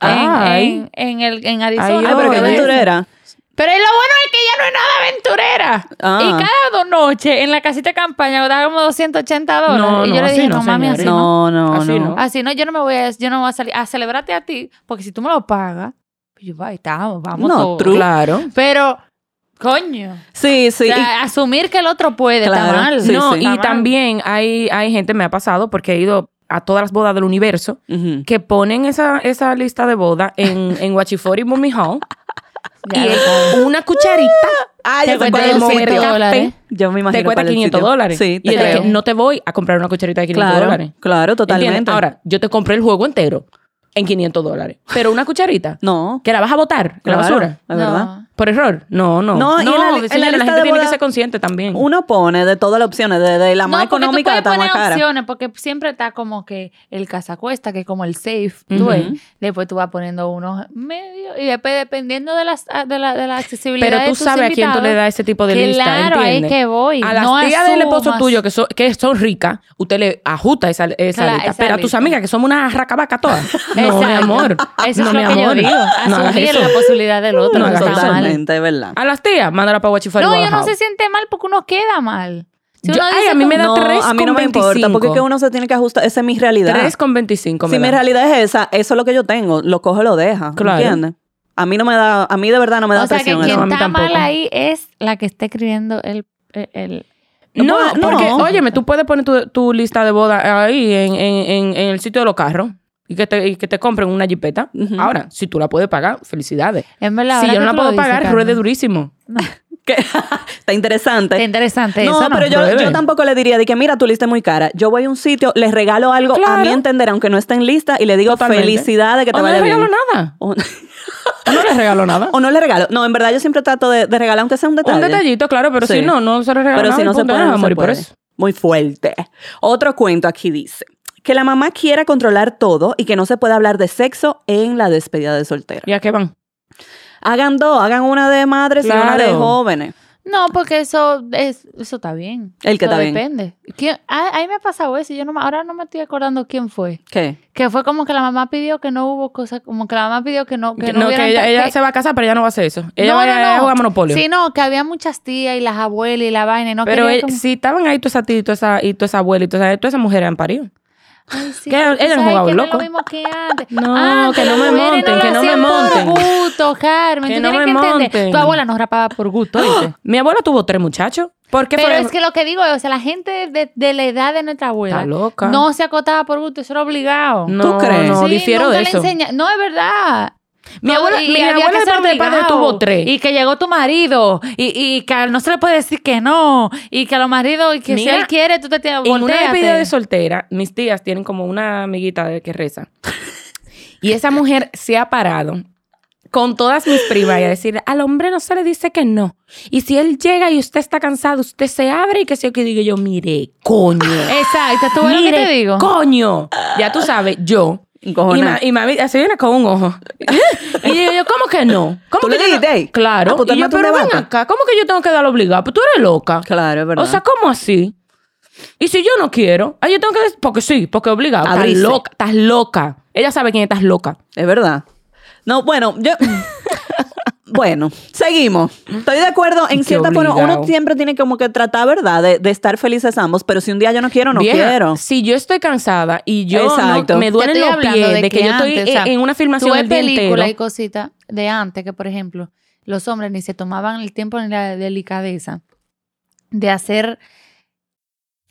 [SPEAKER 4] en,
[SPEAKER 3] Ay.
[SPEAKER 4] en, en el, en
[SPEAKER 3] Ay,
[SPEAKER 4] Arizona.
[SPEAKER 2] Ay, pero qué
[SPEAKER 3] Yo-
[SPEAKER 2] aventurera.
[SPEAKER 4] Pero lo bueno es que ya no es nada aventurera.
[SPEAKER 2] Ah.
[SPEAKER 4] Y cada dos noches en la casita de campaña costaba como 280 dólares.
[SPEAKER 3] No,
[SPEAKER 4] y yo
[SPEAKER 3] no,
[SPEAKER 4] le
[SPEAKER 3] así
[SPEAKER 4] dije,
[SPEAKER 3] no,
[SPEAKER 4] no, mami,
[SPEAKER 3] señores.
[SPEAKER 4] así no.
[SPEAKER 2] No, no,
[SPEAKER 3] Así
[SPEAKER 2] no.
[SPEAKER 3] no.
[SPEAKER 4] Así no, yo no me voy a, yo no voy a salir a celebrarte a ti, porque si tú me lo pagas, pues yo, ahí estamos, vamos
[SPEAKER 2] No,
[SPEAKER 4] todos.
[SPEAKER 2] true.
[SPEAKER 3] Claro.
[SPEAKER 4] Pero, coño,
[SPEAKER 2] Sí, sí.
[SPEAKER 4] o sea, asumir que el otro puede,
[SPEAKER 2] Claro,
[SPEAKER 4] está mal.
[SPEAKER 2] sí,
[SPEAKER 3] no,
[SPEAKER 2] sí.
[SPEAKER 3] y
[SPEAKER 4] Está mal.
[SPEAKER 3] también hay, hay gente, me ha pasado, porque he ido a todas las bodas del universo,
[SPEAKER 2] y- Ujú.
[SPEAKER 3] que ponen esa, esa lista de boda en, en Huachifori y Mummy Hall.
[SPEAKER 4] Ya
[SPEAKER 3] y
[SPEAKER 4] lo
[SPEAKER 3] es
[SPEAKER 4] sabes.
[SPEAKER 3] una cucharita
[SPEAKER 2] Ah,
[SPEAKER 4] Te
[SPEAKER 2] yo sé
[SPEAKER 4] cuesta
[SPEAKER 2] cuál es el
[SPEAKER 4] 200
[SPEAKER 2] sitio.
[SPEAKER 4] dólares.
[SPEAKER 2] Yo me imagino
[SPEAKER 3] te
[SPEAKER 2] cuál
[SPEAKER 3] cuesta
[SPEAKER 2] es el
[SPEAKER 3] 500
[SPEAKER 2] sitio.
[SPEAKER 3] dólares.
[SPEAKER 2] Sí,
[SPEAKER 3] y
[SPEAKER 2] te
[SPEAKER 3] es de que
[SPEAKER 2] creo.
[SPEAKER 3] no te voy a comprar una cucharita de 500
[SPEAKER 2] Claro,
[SPEAKER 3] dólares.
[SPEAKER 2] claro, totalmente.
[SPEAKER 3] ¿Entiendes? Ahora, yo te compré el juego entero en 500 dólares, pero una cucharita
[SPEAKER 2] No.
[SPEAKER 3] que la vas a botar en la
[SPEAKER 2] claro,
[SPEAKER 3] basura.
[SPEAKER 2] es verdad.
[SPEAKER 4] No.
[SPEAKER 3] ¿Por error? No, no.
[SPEAKER 2] No, y en la- en la
[SPEAKER 3] señores, la,
[SPEAKER 2] lista
[SPEAKER 3] gente
[SPEAKER 2] de
[SPEAKER 3] tiene que
[SPEAKER 2] boda-
[SPEAKER 3] ser consciente también.
[SPEAKER 2] Uno pone de todas las opciones, desde la más
[SPEAKER 4] no, porque
[SPEAKER 2] económica
[SPEAKER 4] tú
[SPEAKER 2] hasta
[SPEAKER 4] puedes
[SPEAKER 2] la
[SPEAKER 4] poner
[SPEAKER 2] más cara.
[SPEAKER 4] opciones, porque siempre está como que el cazacuesta, que es como el safe, tú
[SPEAKER 3] Ujú.
[SPEAKER 4] ves. Después tú vas poniendo unos medios y después dependiendo de, las, ah, de, la, de la accesibilidad
[SPEAKER 3] Pero
[SPEAKER 4] de
[SPEAKER 3] tú
[SPEAKER 4] tus
[SPEAKER 3] sabes a quién tú le
[SPEAKER 4] invitados,
[SPEAKER 3] das ese tipo de
[SPEAKER 4] claro,
[SPEAKER 3] lista,
[SPEAKER 4] ahí
[SPEAKER 3] ¿entiendes?
[SPEAKER 4] que voy.
[SPEAKER 3] A las
[SPEAKER 4] no
[SPEAKER 3] tías del esposo
[SPEAKER 4] asumas.
[SPEAKER 3] tuyo que son, que son ricas, usted le ajusta esa, esa
[SPEAKER 4] Claro,
[SPEAKER 3] lista.
[SPEAKER 4] esa
[SPEAKER 3] pero a tus
[SPEAKER 4] lista.
[SPEAKER 3] amigas que somos una racabaca todas. no, mi
[SPEAKER 4] Exacto.
[SPEAKER 3] amor.
[SPEAKER 4] Eso
[SPEAKER 3] no,
[SPEAKER 4] es
[SPEAKER 3] mi
[SPEAKER 4] lo que yo
[SPEAKER 3] amor.
[SPEAKER 4] digo.
[SPEAKER 3] No hagas
[SPEAKER 4] Asumir
[SPEAKER 3] eso.
[SPEAKER 4] la posibilidad del otro.
[SPEAKER 3] No
[SPEAKER 4] que
[SPEAKER 3] hagas
[SPEAKER 4] está
[SPEAKER 3] eso.
[SPEAKER 4] mal.
[SPEAKER 2] Totalmente, es verdad.
[SPEAKER 3] A las tías, mándala para Guachifar.
[SPEAKER 4] No, y uno se siente mal porque uno queda mal. Si
[SPEAKER 3] Yo-
[SPEAKER 4] uno
[SPEAKER 3] ay,
[SPEAKER 4] dice
[SPEAKER 3] a mí me
[SPEAKER 4] como-
[SPEAKER 3] da
[SPEAKER 2] no,
[SPEAKER 3] tres
[SPEAKER 2] a mí
[SPEAKER 3] con
[SPEAKER 2] no me importa,
[SPEAKER 3] 25.
[SPEAKER 2] porque es que uno se tiene que ajustar. Esa es mi realidad.
[SPEAKER 3] 3 con 25 me
[SPEAKER 2] si mi
[SPEAKER 3] da.
[SPEAKER 2] realidad es esa, eso es lo que yo tengo. Lo coge, lo deja.
[SPEAKER 3] Claro.
[SPEAKER 2] ¿Entiendes? A mí no me da, a mí de verdad no me da
[SPEAKER 4] O sea, que
[SPEAKER 2] presión.
[SPEAKER 4] quien
[SPEAKER 2] eso.
[SPEAKER 3] a mí
[SPEAKER 4] está mal
[SPEAKER 3] tampoco.
[SPEAKER 4] ahí es la que está escribiendo el... el- el-
[SPEAKER 3] No,
[SPEAKER 2] Bueno,
[SPEAKER 3] no, porque,
[SPEAKER 2] no.
[SPEAKER 3] óyeme, tú puedes poner tu, tu lista de boda ahí en, en- en- en el sitio de los carros y que te, y que te compren una jipeta.
[SPEAKER 2] Ujú.
[SPEAKER 3] Ahora, si tú la puedes pagar, felicidades.
[SPEAKER 4] En verdad,
[SPEAKER 3] si
[SPEAKER 4] ahora que
[SPEAKER 3] yo no la
[SPEAKER 4] tú lo
[SPEAKER 3] puedo
[SPEAKER 4] dices,
[SPEAKER 3] pagar,
[SPEAKER 4] Carmen.
[SPEAKER 3] ruede durísimo.
[SPEAKER 2] Que- está interesante.
[SPEAKER 4] Está interesante
[SPEAKER 2] no,
[SPEAKER 4] eso, ¿no?
[SPEAKER 2] pero yo,
[SPEAKER 3] Pruebe.
[SPEAKER 2] yo tampoco le diría de que mira, tu lista es muy cara. Yo voy a un sitio, les regalo algo a
[SPEAKER 3] Claro.
[SPEAKER 2] mi entender, aunque no esté en lista, y le digo
[SPEAKER 3] Totalmente.
[SPEAKER 2] felicidades, que te
[SPEAKER 3] o no
[SPEAKER 2] vaya
[SPEAKER 3] le
[SPEAKER 2] bien.
[SPEAKER 3] regalo nada.
[SPEAKER 2] O,
[SPEAKER 3] O no le regalo nada.
[SPEAKER 2] o no le regalo. No, en verdad yo siempre trato de, de regalar, aunque sea un detalle.
[SPEAKER 3] Un detallito, claro, pero
[SPEAKER 2] Sí.
[SPEAKER 3] si no, no se le regala
[SPEAKER 2] Pero
[SPEAKER 3] nada.
[SPEAKER 2] si
[SPEAKER 3] y
[SPEAKER 2] no se
[SPEAKER 3] punto,
[SPEAKER 2] puede,
[SPEAKER 3] ya
[SPEAKER 2] no
[SPEAKER 3] va a
[SPEAKER 2] se
[SPEAKER 3] morir por
[SPEAKER 2] puede.
[SPEAKER 3] eso.
[SPEAKER 2] Muy fuerte. Otro cuento aquí dice que la mamá quiera controlar todo y que no se puede hablar de sexo en la despedida de soltero.
[SPEAKER 3] ¿Y a qué van?
[SPEAKER 2] Hagan dos, hagan una de madres y una de
[SPEAKER 3] Claro.
[SPEAKER 2] jóvenes.
[SPEAKER 4] No, porque eso es, eso está bien.
[SPEAKER 2] El que
[SPEAKER 4] Eso
[SPEAKER 2] está bien.
[SPEAKER 4] Depende. ¿Quién- a, a mí me ha pasado eso. Yo no, me- ahora no me estoy acordando quién fue.
[SPEAKER 2] ¿Qué?
[SPEAKER 4] Que fue como que la mamá pidió que no hubo cosas, como que la mamá pidió que no, que
[SPEAKER 3] Que-
[SPEAKER 4] no,
[SPEAKER 3] no, que
[SPEAKER 4] hubieran-
[SPEAKER 3] ella, ella
[SPEAKER 4] que-
[SPEAKER 3] se va a casar, pero ella no va a hacer eso. Ella
[SPEAKER 4] No,
[SPEAKER 3] va
[SPEAKER 4] no,
[SPEAKER 3] a
[SPEAKER 4] no.
[SPEAKER 3] jugar monopolio.
[SPEAKER 4] Sí, no, que había muchas tías y las abuelas y la vaina y no
[SPEAKER 3] pero
[SPEAKER 4] quería
[SPEAKER 3] él-
[SPEAKER 4] como-
[SPEAKER 3] si estaban ahí todas esas tías y todas esas toda esa abuelas y todas esas toda esa mujeres han parido.
[SPEAKER 4] Ay, sí,
[SPEAKER 3] que
[SPEAKER 4] pero tú
[SPEAKER 3] ellas
[SPEAKER 4] sabes
[SPEAKER 3] jugaban
[SPEAKER 4] que no es
[SPEAKER 3] loco.
[SPEAKER 4] lo mismo que antes.
[SPEAKER 3] No,
[SPEAKER 4] Antes
[SPEAKER 3] que no
[SPEAKER 4] las
[SPEAKER 3] me
[SPEAKER 4] mujeres
[SPEAKER 3] monten,
[SPEAKER 4] lo
[SPEAKER 3] que no me
[SPEAKER 4] hacían por
[SPEAKER 3] monten.
[SPEAKER 4] gusto, Carmen.
[SPEAKER 3] Que
[SPEAKER 4] tú
[SPEAKER 3] no
[SPEAKER 4] tienes
[SPEAKER 3] me
[SPEAKER 4] que entender.
[SPEAKER 3] monten.
[SPEAKER 4] Tu abuela nos rapaba por gusto, ¿oíste?
[SPEAKER 3] Mi abuela tuvo tres muchachos. ¿Por qué
[SPEAKER 4] Pero
[SPEAKER 3] fue-
[SPEAKER 4] es que lo que digo es, o sea, la gente de, de la edad de nuestra abuela
[SPEAKER 3] Está loca.
[SPEAKER 4] no se acotaba por gusto, eso era obligado.
[SPEAKER 3] no,
[SPEAKER 2] ¿Tú crees?
[SPEAKER 3] No,
[SPEAKER 4] Sí,
[SPEAKER 3] difiero
[SPEAKER 4] nunca
[SPEAKER 3] de
[SPEAKER 4] le
[SPEAKER 3] eso.
[SPEAKER 4] enseña- No, es verdad.
[SPEAKER 3] Mi
[SPEAKER 4] No,
[SPEAKER 3] abuela,
[SPEAKER 4] y
[SPEAKER 3] mi
[SPEAKER 4] había
[SPEAKER 3] abuela
[SPEAKER 4] que
[SPEAKER 3] de
[SPEAKER 4] ser
[SPEAKER 3] parte de padre
[SPEAKER 4] obligado.
[SPEAKER 3] tuvo tres.
[SPEAKER 4] Y que llegó tu marido. Y, y que no se le puede decir que no. Y que a los maridos, y que
[SPEAKER 3] Mira,
[SPEAKER 4] si él quiere, tú te tienes
[SPEAKER 3] en una
[SPEAKER 4] voltéate.
[SPEAKER 3] despedida de soltera, mis tías tienen como una amiguita de que reza. Y esa mujer se ha parado con todas mis primas y a decir, al hombre no se le dice que no. Y si él llega y usted está cansado, usted se abre y que sé yo que digo yo, mire, coño.
[SPEAKER 4] Ah, Exacto, tú ves lo que
[SPEAKER 3] Mire,
[SPEAKER 4] te digo.
[SPEAKER 3] coño. Ya tú sabes, yo. Y,
[SPEAKER 2] Encojonada.
[SPEAKER 3] ma- y mami así viene con un ojo. Y digo yo, ¿cómo que no? ¿Cómo
[SPEAKER 2] ¿Tú
[SPEAKER 3] que
[SPEAKER 2] le
[SPEAKER 3] yo no?
[SPEAKER 2] dijiste ahí?
[SPEAKER 3] Claro.
[SPEAKER 2] Ah, pues tú
[SPEAKER 3] y yo,
[SPEAKER 2] armaste un
[SPEAKER 3] pero ven
[SPEAKER 2] debate.
[SPEAKER 3] acá, ¿cómo que yo tengo que dar obligado? Pues tú eres loca.
[SPEAKER 2] Claro, es verdad.
[SPEAKER 3] O sea, ¿cómo así? Y si yo no quiero, ah, yo tengo que decir, porque sí, porque obligado. Estás
[SPEAKER 2] Abrirse.
[SPEAKER 3] loca, estás loca. Ella sabe quién estás loca.
[SPEAKER 2] Es verdad. No, bueno, yo. Bueno, seguimos. Estoy de acuerdo en
[SPEAKER 3] Qué
[SPEAKER 2] cierta forma. Uno
[SPEAKER 3] obligado.
[SPEAKER 2] siempre tiene como que tratar, ¿verdad? De, de estar felices ambos, pero si un día yo no quiero, no
[SPEAKER 3] Vieja,
[SPEAKER 2] quiero.
[SPEAKER 3] Si yo estoy cansada y yo no-
[SPEAKER 2] Exacto.
[SPEAKER 3] me duelen
[SPEAKER 4] Yo estoy
[SPEAKER 3] los
[SPEAKER 4] hablando
[SPEAKER 3] pies de, que, yo estoy
[SPEAKER 4] antes,
[SPEAKER 3] en-
[SPEAKER 4] o sea,
[SPEAKER 3] en una
[SPEAKER 4] tú
[SPEAKER 3] filmación
[SPEAKER 4] ves
[SPEAKER 3] el día entero.
[SPEAKER 4] películas y cositas de antes que, por ejemplo, los hombres ni se tomaban el tiempo ni la delicadeza de hacer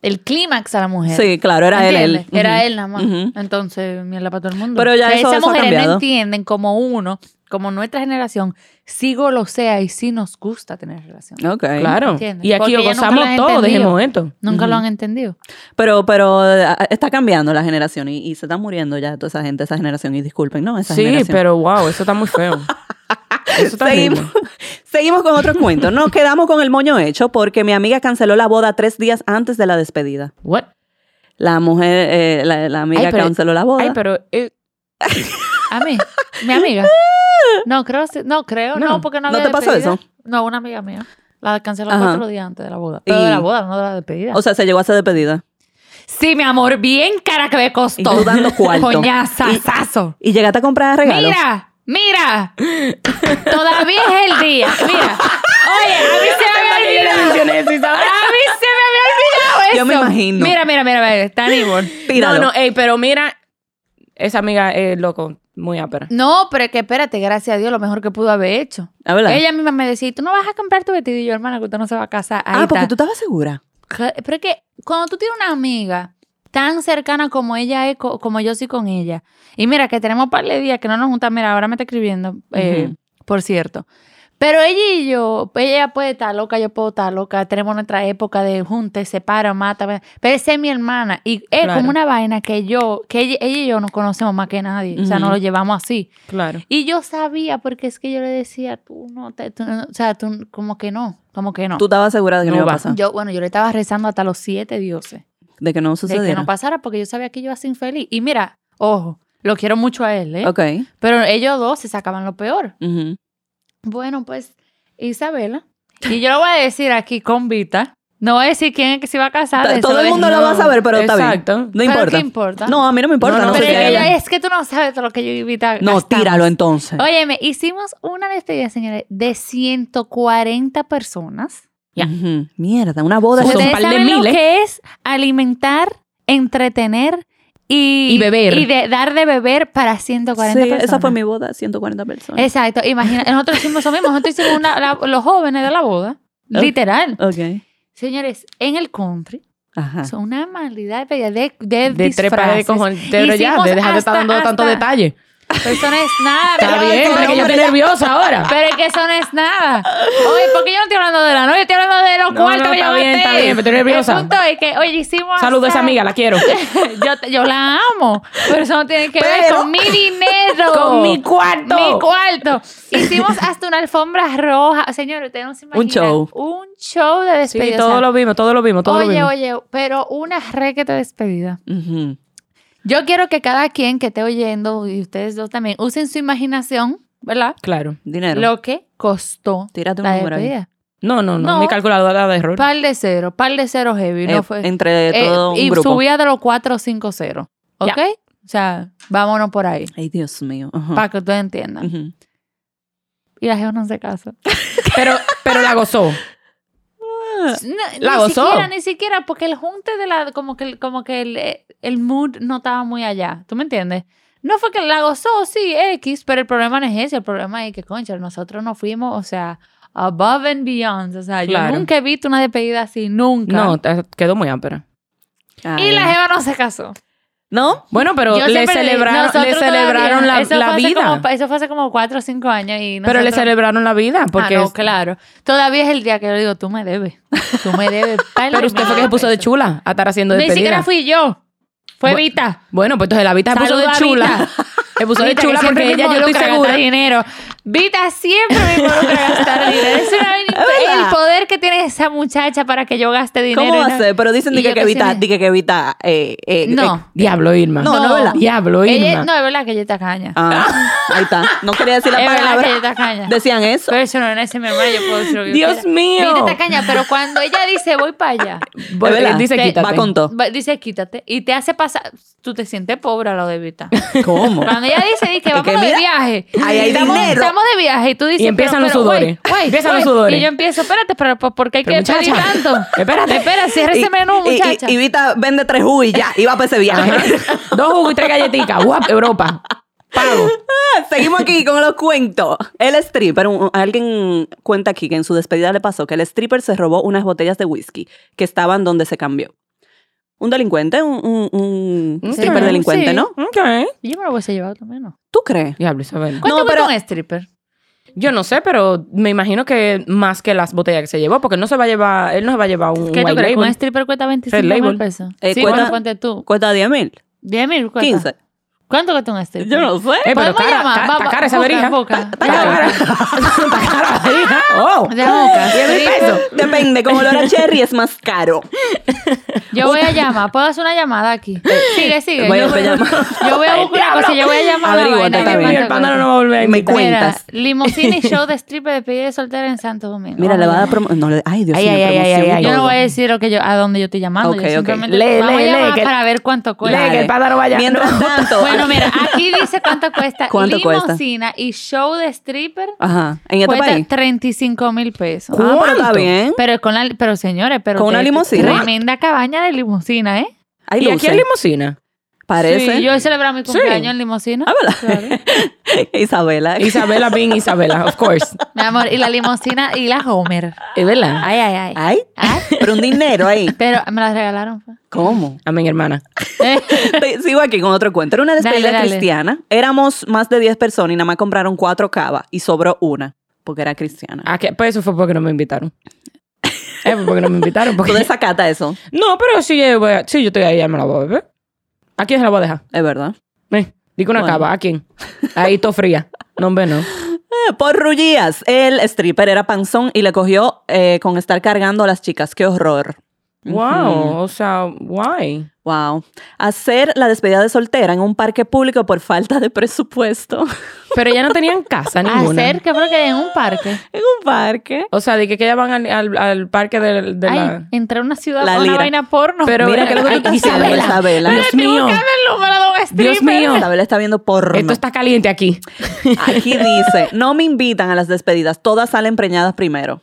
[SPEAKER 4] el clímax a la mujer.
[SPEAKER 2] Sí, claro, era él,
[SPEAKER 4] ¿Entiendes?
[SPEAKER 2] él.
[SPEAKER 4] Era
[SPEAKER 2] Ujú.
[SPEAKER 4] él nada más.
[SPEAKER 2] Ujú.
[SPEAKER 4] Entonces, mierda para todo el mundo.
[SPEAKER 2] Pero ya eso-
[SPEAKER 4] esas
[SPEAKER 2] eso ha
[SPEAKER 4] mujeres
[SPEAKER 2] cambiado.
[SPEAKER 4] no entienden como uno, como nuestra generación, sí golosea y sí nos gusta tener relación.
[SPEAKER 3] Oh.
[SPEAKER 2] Ok.
[SPEAKER 3] Claro.
[SPEAKER 4] ¿Entiendes?
[SPEAKER 3] Y aquí
[SPEAKER 4] Porque
[SPEAKER 3] lo
[SPEAKER 4] ella nunca las
[SPEAKER 3] gozamos todo desde el
[SPEAKER 4] entendió.
[SPEAKER 3] momento.
[SPEAKER 4] Nunca lo han entendido.
[SPEAKER 2] Pero, pero a- está cambiando la generación y, y se está muriendo ya toda esa gente, esa generación. Y disculpen, ¿no? Esa
[SPEAKER 3] Sí,
[SPEAKER 2] generación.
[SPEAKER 3] pero wow, eso está muy feo. Eso está
[SPEAKER 2] Seguimos,
[SPEAKER 3] horrible.
[SPEAKER 2] seguimos con otro cuento. Nos quedamos con el moño hecho porque mi amiga canceló la boda tres días antes de la despedida.
[SPEAKER 3] What?
[SPEAKER 2] La mujer, eh, la, la amiga
[SPEAKER 3] Ay, pero-
[SPEAKER 2] canceló la boda.
[SPEAKER 3] Ay, pero eh,
[SPEAKER 4] A mí, mi amiga. No, creo, sí- no, creo, no,
[SPEAKER 3] No.
[SPEAKER 4] porque no
[SPEAKER 2] ¿No
[SPEAKER 4] había
[SPEAKER 2] te pasó
[SPEAKER 4] despedida.
[SPEAKER 2] eso?
[SPEAKER 4] No, una amiga mía. La canceló
[SPEAKER 2] Ajá.
[SPEAKER 4] cuatro días antes de la boda. Pero de
[SPEAKER 2] Y-
[SPEAKER 4] la boda, no de la despedida.
[SPEAKER 2] o sea, se llegó a hacer despedida.
[SPEAKER 4] sí, mi amor, bien cara que me costó.
[SPEAKER 2] Y tú dando cuarto.
[SPEAKER 4] Coñazazazo.
[SPEAKER 2] Y llegaste a comprar regalos.
[SPEAKER 4] Mira, mira. Todavía es el día. Mira. Oye, a mí se me había olvidado. A mí se me había olvidado eso.
[SPEAKER 2] Yo me imagino.
[SPEAKER 4] Mira, mira, mira, mira. Está Nibor.
[SPEAKER 2] Tíralo.
[SPEAKER 3] No, no, ey, pero mira, esa amiga es loco, muy ápera.
[SPEAKER 4] No, pero es que espérate, gracias a Dios, lo mejor que pudo haber hecho.
[SPEAKER 2] Ah, ¿verdad?
[SPEAKER 4] Ella misma me decía, tú no vas a comprar tu vestido y yo, hermana, que usted no se va a casar. Ahí
[SPEAKER 2] ah, porque
[SPEAKER 4] está.
[SPEAKER 2] tú estabas segura.
[SPEAKER 4] Cla- Pero es que cuando tú tienes una amiga tan cercana como ella es, co- como yo soy con ella, y mira que tenemos un par de días que no nos juntan, mira, ahora me está escribiendo, eh, por cierto. Pero ella y yo, ella puede estar loca, yo puedo estar loca, tenemos nuestra época de juntes, separa, mata, va- pero esa es mi hermana. Y es
[SPEAKER 3] Claro.
[SPEAKER 4] como una vaina que yo, que ella, ella y yo nos conocemos más que nadie, o sea,
[SPEAKER 2] Ujú.
[SPEAKER 4] nos lo llevamos así.
[SPEAKER 3] Claro.
[SPEAKER 4] Y yo sabía, porque es que yo le decía, tú no, te- tú no", o sea, tú como que no, como que no.
[SPEAKER 2] Tú estabas segura de que no,
[SPEAKER 3] No
[SPEAKER 2] iba a
[SPEAKER 3] va.
[SPEAKER 2] pasar.
[SPEAKER 4] Yo, bueno, yo le estaba rezando hasta los siete dioses
[SPEAKER 2] de que no
[SPEAKER 4] de
[SPEAKER 2] sucediera.
[SPEAKER 4] que no pasara porque yo sabía que yo iba a ser infeliz. Y mira, ojo, lo quiero mucho a él, ¿eh?
[SPEAKER 2] Ok.
[SPEAKER 4] Pero ellos dos se sacaban lo peor.
[SPEAKER 2] Ujú.
[SPEAKER 4] Bueno, pues Isabela. Y yo lo voy a decir aquí con Vita. No voy a decir quién es que se va a casar. Ah, de eso
[SPEAKER 2] Todo el
[SPEAKER 4] de-
[SPEAKER 2] mundo lo
[SPEAKER 4] No.
[SPEAKER 2] va a saber, pero está bien.
[SPEAKER 3] Exacto.
[SPEAKER 2] No
[SPEAKER 4] ¿Pero
[SPEAKER 2] importa.
[SPEAKER 4] qué importa?
[SPEAKER 2] No, a mí no me importa. No,
[SPEAKER 3] No, no,
[SPEAKER 2] sé
[SPEAKER 4] Pero
[SPEAKER 2] si
[SPEAKER 4] es,
[SPEAKER 2] a
[SPEAKER 4] que yo-
[SPEAKER 2] ella-
[SPEAKER 4] es que tú no sabes todo lo que yo y Vita
[SPEAKER 2] No,
[SPEAKER 4] gastamos.
[SPEAKER 2] tíralo entonces.
[SPEAKER 4] Óyeme, hicimos una despedida, señores, de 140 personas.
[SPEAKER 2] Ujú. Mierda, una boda.
[SPEAKER 3] Son
[SPEAKER 2] eso-
[SPEAKER 4] Ustedes
[SPEAKER 3] un par de
[SPEAKER 4] saben lo
[SPEAKER 3] miles.
[SPEAKER 4] que es alimentar, entretener y,
[SPEAKER 3] Y beber.
[SPEAKER 4] Y de, dar de beber para 140
[SPEAKER 2] Sí,
[SPEAKER 4] personas.
[SPEAKER 2] esa fue mi boda, 140 personas.
[SPEAKER 4] Exacto, imagina. Nosotros hicimos eso mismo. Nosotros hicimos una- la- los jóvenes de la boda.
[SPEAKER 2] Ok.
[SPEAKER 4] Literal.
[SPEAKER 2] Ok.
[SPEAKER 4] Señores, en el country
[SPEAKER 2] Ajá.
[SPEAKER 4] son una maldad de de, de,
[SPEAKER 3] Ah. De tres pares de
[SPEAKER 4] disfraces.
[SPEAKER 3] cojones. Pero ya,
[SPEAKER 4] Hicimos
[SPEAKER 3] de dejar de estar
[SPEAKER 4] hasta-
[SPEAKER 3] dando tanto
[SPEAKER 4] hasta-
[SPEAKER 3] detalle.
[SPEAKER 4] Eso no es nada.
[SPEAKER 3] Está
[SPEAKER 4] pero
[SPEAKER 3] bien,
[SPEAKER 4] eso
[SPEAKER 3] pero que
[SPEAKER 4] no-
[SPEAKER 3] yo estoy nerviosa ahora.
[SPEAKER 4] Pero es que eso no es nada. Oye, porque yo no estoy hablando de la novia, estoy hablando de los
[SPEAKER 3] No,
[SPEAKER 4] cuartos
[SPEAKER 3] no,
[SPEAKER 4] que
[SPEAKER 3] está
[SPEAKER 4] yo
[SPEAKER 3] bien,
[SPEAKER 4] gasté.
[SPEAKER 3] está bien, me estoy nerviosa.
[SPEAKER 4] El punto es que, oye, hicimos.
[SPEAKER 3] Saludo a esa
[SPEAKER 4] hasta-
[SPEAKER 3] amiga, la quiero.
[SPEAKER 4] yo, te- yo la amo, pero eso no tiene que ver
[SPEAKER 2] Pero-
[SPEAKER 4] con mi dinero.
[SPEAKER 3] Con mi cuarto.
[SPEAKER 4] Mi cuarto. Hicimos hasta una alfombra roja. Señor, ustedes no se imaginan.
[SPEAKER 2] show.
[SPEAKER 4] Un show de
[SPEAKER 3] Sí,
[SPEAKER 4] despedida. O
[SPEAKER 3] todo
[SPEAKER 4] sea,
[SPEAKER 3] lo vimos, todo lo vimos, todo lo
[SPEAKER 4] oye,
[SPEAKER 3] vimos.
[SPEAKER 4] oye, pero una requete despedida.
[SPEAKER 2] Ujú.
[SPEAKER 4] Yo quiero que cada quien que esté oyendo y ustedes dos también usen su imaginación, ¿verdad?
[SPEAKER 3] Claro.
[SPEAKER 2] Dinero.
[SPEAKER 4] Lo que costó
[SPEAKER 2] Tírate un
[SPEAKER 4] la
[SPEAKER 2] número ahí.
[SPEAKER 4] despedida.
[SPEAKER 3] No, no, no,
[SPEAKER 4] No.
[SPEAKER 3] Mi calculadora de error.
[SPEAKER 4] Par de cero, par de cero heavy.
[SPEAKER 2] Eh,
[SPEAKER 4] no fue.
[SPEAKER 2] entre
[SPEAKER 4] Eh,
[SPEAKER 2] todo un
[SPEAKER 4] y
[SPEAKER 2] grupo.
[SPEAKER 4] subía de los 4 o 5 0. ¿Ok? O sea, vámonos por ahí.
[SPEAKER 2] Ay, Dios mío. Ajá.
[SPEAKER 4] Para que ustedes entiendan.
[SPEAKER 2] Ujú.
[SPEAKER 4] Y la jeva no se casa.
[SPEAKER 3] Pero, pero la gozó. La
[SPEAKER 4] ni
[SPEAKER 3] gozó.
[SPEAKER 4] siquiera, ni siquiera, eh, porque el junte de la, como que, el- como que el, el mood no estaba muy allá. ¿Tú me entiendes? No fue que la gozó, sí, X, pero el problema no es ese, el problema es que, concha, nosotros nos fuimos, o sea, above and beyond. O sea,
[SPEAKER 3] Claro.
[SPEAKER 4] yo nunca he visto una despedida así, nunca.
[SPEAKER 3] No, te- quedó muy ápera.
[SPEAKER 4] Y la jeva no se casó.
[SPEAKER 2] ¿No?
[SPEAKER 3] Bueno, pero
[SPEAKER 4] Yo
[SPEAKER 3] le
[SPEAKER 4] siempre digo,
[SPEAKER 3] celebraron, le
[SPEAKER 4] nosotros todavía-
[SPEAKER 3] celebraron la,
[SPEAKER 4] eso
[SPEAKER 3] la
[SPEAKER 4] fue hace
[SPEAKER 3] vida.
[SPEAKER 4] como- eso fue hace como cuatro o cinco años. Y
[SPEAKER 3] Pero le
[SPEAKER 4] nosotros-
[SPEAKER 3] celebraron la vida porque...
[SPEAKER 4] Ah, no, claro. Todavía es el día que yo digo, tú me debes. Tú me debes.
[SPEAKER 3] Pero usted fue que se puso de chula a estar haciendo
[SPEAKER 4] Ni
[SPEAKER 3] despedida.
[SPEAKER 4] siquiera fui yo. Fue
[SPEAKER 3] Bu-
[SPEAKER 4] Vita.
[SPEAKER 3] Bueno, pues entonces la Vita se puso de
[SPEAKER 4] Saluda a
[SPEAKER 3] chula.
[SPEAKER 4] Vita.
[SPEAKER 3] Se puso de
[SPEAKER 4] Vita, que
[SPEAKER 3] chula
[SPEAKER 4] siempre
[SPEAKER 3] porque
[SPEAKER 4] me
[SPEAKER 3] ella, yo estoy
[SPEAKER 4] involucra a gastar
[SPEAKER 3] segura.
[SPEAKER 4] dinero. Vita siempre me involucra a gastar dinero. Es una vaina
[SPEAKER 2] Es verdad.
[SPEAKER 4] el poder que tiene esa muchacha para que yo gaste dinero.
[SPEAKER 2] ¿Cómo va
[SPEAKER 4] y no-
[SPEAKER 2] a ser? Pero dicen
[SPEAKER 4] y
[SPEAKER 2] di que,
[SPEAKER 4] yo
[SPEAKER 2] que evita,
[SPEAKER 4] sí-
[SPEAKER 2] di que, que evita. Eh, eh, eh,
[SPEAKER 4] No.
[SPEAKER 3] Diablo, Irma.
[SPEAKER 2] No, no, ¿verdad?
[SPEAKER 3] Diablo, Irma.
[SPEAKER 4] Ella- no, es verdad que ella está caña.
[SPEAKER 2] ah, ahí está. No quería decir la
[SPEAKER 4] Es verdad
[SPEAKER 2] palabra.
[SPEAKER 4] que ella está caña.
[SPEAKER 2] Decían eso.
[SPEAKER 4] Pero eso no es mi hermano, yo puedo decir lo que yo
[SPEAKER 3] Dios
[SPEAKER 4] quiera.
[SPEAKER 3] mío.
[SPEAKER 4] Vita está caña, pero cuando ella dice voy para allá,
[SPEAKER 2] Es
[SPEAKER 3] Bueno,
[SPEAKER 2] verdad.
[SPEAKER 3] dice,
[SPEAKER 2] Te-
[SPEAKER 3] quítate.
[SPEAKER 2] Va con todo.
[SPEAKER 4] va- dice quítate y te hace pasar, tú te sientes pobre a lo de Vita.
[SPEAKER 2] ¿Cómo?
[SPEAKER 4] Cuando ella dice, dice,
[SPEAKER 2] Es
[SPEAKER 4] vamos
[SPEAKER 2] que
[SPEAKER 4] de
[SPEAKER 2] mira,
[SPEAKER 4] viaje.
[SPEAKER 2] ahí hay
[SPEAKER 4] estamos,
[SPEAKER 2] dinero.
[SPEAKER 4] estamos de viaje y tú dices,
[SPEAKER 3] Y empiezan
[SPEAKER 4] pero-
[SPEAKER 3] los
[SPEAKER 4] pero,
[SPEAKER 3] sudores.
[SPEAKER 4] wait, wait,
[SPEAKER 3] Empiezan los
[SPEAKER 4] wait.
[SPEAKER 3] sudores.
[SPEAKER 4] Y yo empiezo, espérate, pero ¿por- ¿por qué hay que
[SPEAKER 3] Pero,
[SPEAKER 4] pedir
[SPEAKER 3] muchacha,
[SPEAKER 4] tanto?
[SPEAKER 3] espérate.
[SPEAKER 4] Espera, cierra
[SPEAKER 2] Y-
[SPEAKER 4] ese menú,
[SPEAKER 2] y- y-
[SPEAKER 4] muchacha.
[SPEAKER 2] Y Vita vende tres jugos y ya. Iba para ese viaje.
[SPEAKER 3] Dos jugos y tres galletitas. Guap, Europa. Pago.
[SPEAKER 2] Seguimos aquí con los cuentos. El stripper, un- alguien cuenta aquí que en su despedida le pasó que el stripper se robó unas botellas de whisky que estaban donde se cambió. Un delincuente, un, un- un
[SPEAKER 3] Sí,
[SPEAKER 2] stripper
[SPEAKER 3] sí.
[SPEAKER 2] delincuente, ¿no?
[SPEAKER 3] Ok.
[SPEAKER 4] Y yo me lo hubiese llevado también, ¿no?
[SPEAKER 2] ¿Tú crees?
[SPEAKER 3] Diablo, Isabel.
[SPEAKER 4] ¿Cuánto
[SPEAKER 2] No,
[SPEAKER 4] cuesta
[SPEAKER 2] pero-
[SPEAKER 4] un stripper?
[SPEAKER 3] Yo no sé, pero me imagino que más que las botellas que se llevó, porque no se va a llevar, él no se va a llevar un
[SPEAKER 4] ¿Qué tú
[SPEAKER 3] white
[SPEAKER 4] crees?
[SPEAKER 3] label.
[SPEAKER 4] Un stripper cuesta 25
[SPEAKER 3] Red label.
[SPEAKER 4] mil pesos.
[SPEAKER 2] Eh,
[SPEAKER 4] sí,
[SPEAKER 2] cuesta-
[SPEAKER 4] bueno, ponte tú.
[SPEAKER 2] Cuesta 10 mil,
[SPEAKER 4] 10 mil cuesta.
[SPEAKER 2] 15.
[SPEAKER 4] ¿Cuánto cuesta un stripper?
[SPEAKER 2] sé.
[SPEAKER 3] Eh, pero
[SPEAKER 4] ¿Podemos
[SPEAKER 3] cara,
[SPEAKER 4] llamar?
[SPEAKER 3] ca-
[SPEAKER 4] Va-
[SPEAKER 3] está
[SPEAKER 4] va-
[SPEAKER 3] cara esa
[SPEAKER 4] busca,
[SPEAKER 3] verija.
[SPEAKER 4] busca.
[SPEAKER 2] Ah,
[SPEAKER 3] Está cara. Está cara la verija. Oh.
[SPEAKER 4] Déjame buscar.
[SPEAKER 3] Diez mil
[SPEAKER 4] stripper.
[SPEAKER 3] pesos.
[SPEAKER 2] Depende, como lo era Cherry es más caro.
[SPEAKER 4] Yo voy a llamar. ¿Puedo hacer una llamada aquí? Sigue, sigue.
[SPEAKER 2] Eh, Voy a
[SPEAKER 4] yo, voy,
[SPEAKER 2] llamar.
[SPEAKER 4] yo voy a buscar una cosa. Yo voy a llamar. a la
[SPEAKER 2] Averíguate,
[SPEAKER 4] vaina,
[SPEAKER 2] está
[SPEAKER 4] a ver
[SPEAKER 2] bien.
[SPEAKER 4] cuánto
[SPEAKER 3] El pándano
[SPEAKER 4] cuesta.
[SPEAKER 3] no va a volver a
[SPEAKER 2] Me
[SPEAKER 3] invitar.
[SPEAKER 2] cuenta.
[SPEAKER 4] Mira,
[SPEAKER 2] cuentas.
[SPEAKER 4] Limosina y show de stripper de pedida de soltera en Santo Domingo.
[SPEAKER 2] Mira, le va a dar
[SPEAKER 4] Vamos
[SPEAKER 2] promoción. No, le- Oh, ay, Dios
[SPEAKER 3] Ay,
[SPEAKER 2] mío,
[SPEAKER 3] ay, ay, ay,
[SPEAKER 2] promoción
[SPEAKER 3] ay,
[SPEAKER 2] y
[SPEAKER 4] allá. Yo no
[SPEAKER 2] todo.
[SPEAKER 4] voy a decir lo que yo, a dónde yo estoy llamando.
[SPEAKER 2] Ok,
[SPEAKER 4] yo
[SPEAKER 2] ok.
[SPEAKER 4] simplemente
[SPEAKER 3] Lee,
[SPEAKER 4] vamos
[SPEAKER 3] lee,
[SPEAKER 4] a llamar
[SPEAKER 3] lee, que-
[SPEAKER 4] para ver cuánto cuesta.
[SPEAKER 3] Lee, que el pándaro vaya.
[SPEAKER 2] Mientras tanto.
[SPEAKER 4] Bueno, mira, aquí dice cuánto cuesta
[SPEAKER 2] ¿Cuánto cuesta?
[SPEAKER 4] limosina y show de stripper.
[SPEAKER 2] Ajá. En este
[SPEAKER 4] Cuesta
[SPEAKER 2] país.
[SPEAKER 4] 35 mil pesos.
[SPEAKER 2] Ah, pero está
[SPEAKER 3] ¿Cuánto?
[SPEAKER 2] bien.
[SPEAKER 4] Pero con la, pero señores, pero
[SPEAKER 2] Con
[SPEAKER 4] qué
[SPEAKER 2] una limusina.
[SPEAKER 4] Tremenda cabaña de limusina, ¿eh?
[SPEAKER 2] Hay
[SPEAKER 3] ¿Y aquí
[SPEAKER 2] luces.
[SPEAKER 3] hay limusina?
[SPEAKER 2] Parece.
[SPEAKER 4] Sí, yo he celebrado mi cumpleaños en limusina.
[SPEAKER 2] Ah, ¿verdad? Isabela.
[SPEAKER 3] Isabela Bin Isabela, of course.
[SPEAKER 4] Mi amor, y la limusina y la Homer.
[SPEAKER 3] Es verdad.
[SPEAKER 4] Ay, ay, ay.
[SPEAKER 2] Ay,
[SPEAKER 4] Ay.
[SPEAKER 2] pero un dinero ahí.
[SPEAKER 4] Pero me las regalaron. pues. Eh, fue.
[SPEAKER 2] ¿Cómo?
[SPEAKER 3] Amén, hermana.
[SPEAKER 2] Te- Sigo aquí con otro cuento. Era una despedida
[SPEAKER 4] Dale, dale.
[SPEAKER 2] cristiana. Éramos más de 10 personas y nada más compraron cuatro cavas y sobró una porque era cristiana.
[SPEAKER 3] Ah, que- Pues eso fue porque no me invitaron. Eh, fue porque no me invitaron.
[SPEAKER 2] Tú
[SPEAKER 3] Porque...
[SPEAKER 2] desacata eso,
[SPEAKER 3] No, pero si yo, voy a- si yo estoy ahí, ya me la voy a beber. ¿A quién se la voy a dejar?
[SPEAKER 2] es verdad.
[SPEAKER 3] Ven, digo una
[SPEAKER 2] Bueno.
[SPEAKER 3] cava. ¿A quién? Ahí todo fría. No, hombre, no.
[SPEAKER 2] Eh, Por Rullías, el stripper era panzón y le cogió eh, con estar cargando a las chicas. ¡Qué horror!
[SPEAKER 3] Wow, o sea, why?
[SPEAKER 2] Wow. Hacer la despedida de soltera en un parque público por falta de presupuesto.
[SPEAKER 3] Pero ya no tenían casa ninguna.
[SPEAKER 4] Hacer que creo que en un parque.
[SPEAKER 2] en un parque.
[SPEAKER 3] O sea, de que, que ya van al, al- al parque de, de
[SPEAKER 4] Ay,
[SPEAKER 3] la...
[SPEAKER 4] entré a una ciudad
[SPEAKER 2] La
[SPEAKER 4] a una
[SPEAKER 2] lira.
[SPEAKER 4] vaina porno.
[SPEAKER 3] Pero
[SPEAKER 2] Mira qué loco que tú estás,
[SPEAKER 3] Isabela,
[SPEAKER 2] Isabela.
[SPEAKER 3] Dios mío. Dios mío.
[SPEAKER 2] Isabel está viendo porno.
[SPEAKER 3] Esto está caliente aquí.
[SPEAKER 2] Aquí dice, no me invitan a las despedidas, todas salen preñadas primero.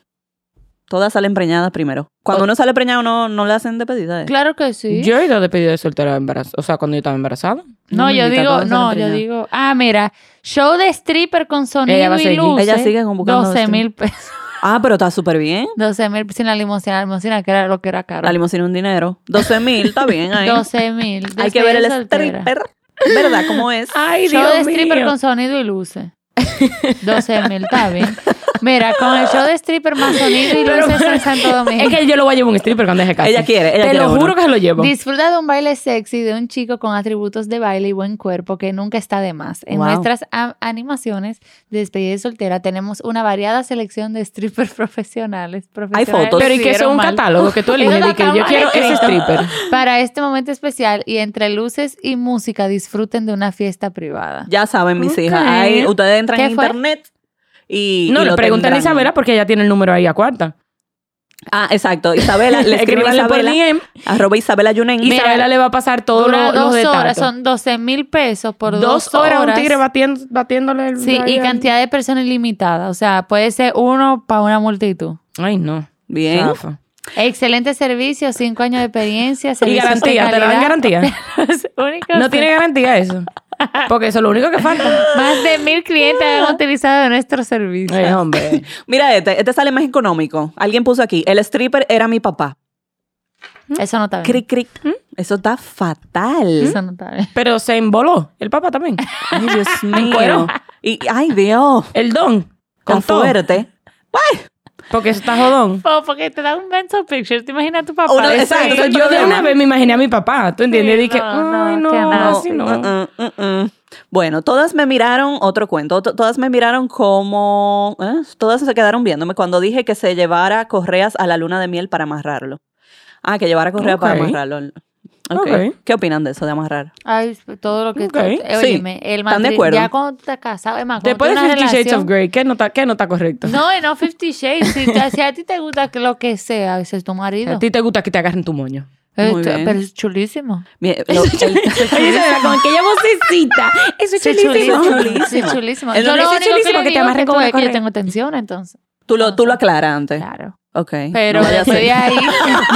[SPEAKER 2] Todas salen preñadas primero. Cuando uno sale preñado no, no le hacen despedida. ¿eh?
[SPEAKER 4] Claro que sí.
[SPEAKER 3] Yo he ido de pedido de soltera embarazada. O sea, cuando yo estaba embarazada.
[SPEAKER 4] no,
[SPEAKER 2] No,
[SPEAKER 4] yo
[SPEAKER 2] bendita,
[SPEAKER 4] digo,
[SPEAKER 2] todas
[SPEAKER 4] no,
[SPEAKER 2] eran
[SPEAKER 4] yo
[SPEAKER 2] preñadas.
[SPEAKER 4] digo, ah, mira, show de stripper con
[SPEAKER 3] Ella
[SPEAKER 4] sonido
[SPEAKER 3] va a
[SPEAKER 4] y
[SPEAKER 3] seguir.
[SPEAKER 4] luces.
[SPEAKER 2] Ella sigue con buscando
[SPEAKER 4] 12 mil
[SPEAKER 2] stripper.
[SPEAKER 4] pesos.
[SPEAKER 2] Ah, pero está súper bien.
[SPEAKER 4] 12 mil sin la limusina, la limusina que era lo que era caro.
[SPEAKER 2] La limusina es un dinero. 12 mil, está bien ahí.
[SPEAKER 4] 12 mil.
[SPEAKER 2] Hay que ver el
[SPEAKER 4] soltera.
[SPEAKER 2] stripper. ¿Verdad? ¿Cómo es?
[SPEAKER 3] Ay,
[SPEAKER 4] Show de stripper con sonido y luces. 12 mil, está bien. Mira, con el show de stripper más sonido y
[SPEAKER 3] Pero-
[SPEAKER 4] luces en Santo Domingo.
[SPEAKER 3] Es que yo lo voy a llevar a un stripper cuando deje casa.
[SPEAKER 2] Ella quiere, ella
[SPEAKER 3] Te
[SPEAKER 2] quiere
[SPEAKER 3] lo
[SPEAKER 2] uno.
[SPEAKER 3] juro que se lo llevo.
[SPEAKER 4] Disfruta de un baile sexy de un chico con atributos de baile y buen cuerpo que nunca está de más. En
[SPEAKER 2] Wow.
[SPEAKER 4] nuestras a- animaciones de despedida de soltera tenemos una variada selección de strippers profesionales. profesionales
[SPEAKER 2] fotos.
[SPEAKER 3] Pero y que eso es
[SPEAKER 4] hicieron
[SPEAKER 3] un
[SPEAKER 4] mal.
[SPEAKER 3] catálogo que tú eliges.
[SPEAKER 4] Eso
[SPEAKER 3] y que
[SPEAKER 4] está
[SPEAKER 3] yo
[SPEAKER 4] mal
[SPEAKER 3] quiero ese
[SPEAKER 4] escrito.
[SPEAKER 3] stripper.
[SPEAKER 4] Para este momento especial y entre luces y música disfruten de una fiesta privada.
[SPEAKER 2] Ya saben, mis
[SPEAKER 3] Ok.
[SPEAKER 2] hijas. Ahí, ustedes entran en
[SPEAKER 4] ¿Qué fue?
[SPEAKER 2] internet y.
[SPEAKER 3] No,
[SPEAKER 2] y
[SPEAKER 3] le
[SPEAKER 2] lo
[SPEAKER 3] preguntan a
[SPEAKER 2] tendrán.
[SPEAKER 3] Isabela porque ella tiene el número ahí a cuarta.
[SPEAKER 2] Ah, exacto. Isabela, le escriben a
[SPEAKER 3] Escríbanle por
[SPEAKER 2] Isabela.
[SPEAKER 3] DM.
[SPEAKER 2] Arroba Isabela Yunen.
[SPEAKER 3] Isabela le va a pasar todos
[SPEAKER 4] Dura
[SPEAKER 3] los, los
[SPEAKER 4] dos horas,
[SPEAKER 3] detalles.
[SPEAKER 4] son 12 mil pesos por
[SPEAKER 3] dos horas un tigre batien- batiéndole el.
[SPEAKER 4] Sí, y cantidad de personas ilimitada. O sea, puede ser uno para una multitud.
[SPEAKER 3] Ay, no.
[SPEAKER 2] Bien.
[SPEAKER 3] Zafa.
[SPEAKER 4] Excelente servicio, cinco años de experiencia.
[SPEAKER 3] Y
[SPEAKER 4] servicios de
[SPEAKER 3] garantía, te la dan
[SPEAKER 4] calidad.
[SPEAKER 3] garantía.
[SPEAKER 4] Los únicos-
[SPEAKER 3] No tiene garantía eso. Porque eso es lo único que falta.
[SPEAKER 4] Más de mil clientes han utilizado nuestro servicio.
[SPEAKER 3] Ay, hombre.
[SPEAKER 2] Mira este, este sale más económico. Alguien puso aquí, el stripper era mi papá.
[SPEAKER 4] Eso no está bien.
[SPEAKER 2] Cric, cric.
[SPEAKER 3] ¿Mm?
[SPEAKER 2] Eso está fatal.
[SPEAKER 4] Eso no está bien.
[SPEAKER 3] Pero se emboló. El papá también.
[SPEAKER 2] Ay, Dios mío.
[SPEAKER 3] cuero.
[SPEAKER 2] Y, ay, Dios.
[SPEAKER 3] El don.
[SPEAKER 2] Con
[SPEAKER 3] Con todo.
[SPEAKER 2] fuerte. Ay,
[SPEAKER 3] Porque eso está jodón.
[SPEAKER 4] Po, Oh, porque te da un mental picture. ¿Te imaginas a tu papá?
[SPEAKER 2] Uno-
[SPEAKER 4] de-
[SPEAKER 2] Exacto,
[SPEAKER 3] Oh, Exacto.
[SPEAKER 2] ese es el
[SPEAKER 3] yo de
[SPEAKER 2] problema.
[SPEAKER 3] una vez me imaginé a mi papá. ¿Tú entiendes?
[SPEAKER 4] Sí,
[SPEAKER 3] Dije,
[SPEAKER 4] no,
[SPEAKER 3] ay,
[SPEAKER 4] no,
[SPEAKER 3] no,
[SPEAKER 4] que no.
[SPEAKER 3] así no.
[SPEAKER 2] Uh-uh, uh-uh. Bueno, todas me miraron, otro cuento, to- todas me miraron como, ¿eh? todas se quedaron viéndome cuando dije que se llevara correas a la luna de miel para amarrarlo. Ah, que llevara correas para
[SPEAKER 3] Ok.
[SPEAKER 2] amarrarlo. Ok.
[SPEAKER 3] Ok.
[SPEAKER 2] ¿Qué opinan de eso de amarrar?
[SPEAKER 4] Ay, todo lo que...
[SPEAKER 3] Ok.
[SPEAKER 4] Óyeme, el
[SPEAKER 2] ¿Están de
[SPEAKER 4] matri-
[SPEAKER 2] acuerdo?
[SPEAKER 4] Ya cuando estás casado, es más, cuando
[SPEAKER 3] Después de
[SPEAKER 4] tienes una
[SPEAKER 3] 50 Shades
[SPEAKER 4] relación-
[SPEAKER 3] of Grey, ¿qué no está, qué no está correcto?
[SPEAKER 4] No, y no 50 Shades. Si, te- si a ti te gusta que lo que sea, ese es tu marido.
[SPEAKER 3] A ti te gusta que te agarren tu moño.
[SPEAKER 2] Muy
[SPEAKER 4] Esto-
[SPEAKER 2] bien.
[SPEAKER 4] Este, pero es chulísimo.
[SPEAKER 2] Mi- eh, lo- el-
[SPEAKER 3] Oye, Isabela, con aquella vocecita. Eso es
[SPEAKER 4] Sí,
[SPEAKER 3] chulísimo.
[SPEAKER 4] Sí, es chulísimo.
[SPEAKER 2] Es
[SPEAKER 4] Yo
[SPEAKER 2] lo
[SPEAKER 4] lo
[SPEAKER 2] que-
[SPEAKER 4] único
[SPEAKER 2] es
[SPEAKER 4] que,
[SPEAKER 3] chulísimo
[SPEAKER 4] le
[SPEAKER 3] que te
[SPEAKER 4] digo que
[SPEAKER 3] amarren con
[SPEAKER 4] tú
[SPEAKER 3] una
[SPEAKER 4] es que yo
[SPEAKER 3] correa.
[SPEAKER 4] tengo tensión, entonces.
[SPEAKER 2] tú, lo, tú lo aclaraste.
[SPEAKER 4] Claro.
[SPEAKER 2] Ok.
[SPEAKER 4] Pero
[SPEAKER 2] No vaya a
[SPEAKER 4] después
[SPEAKER 2] ser.
[SPEAKER 4] de ahí...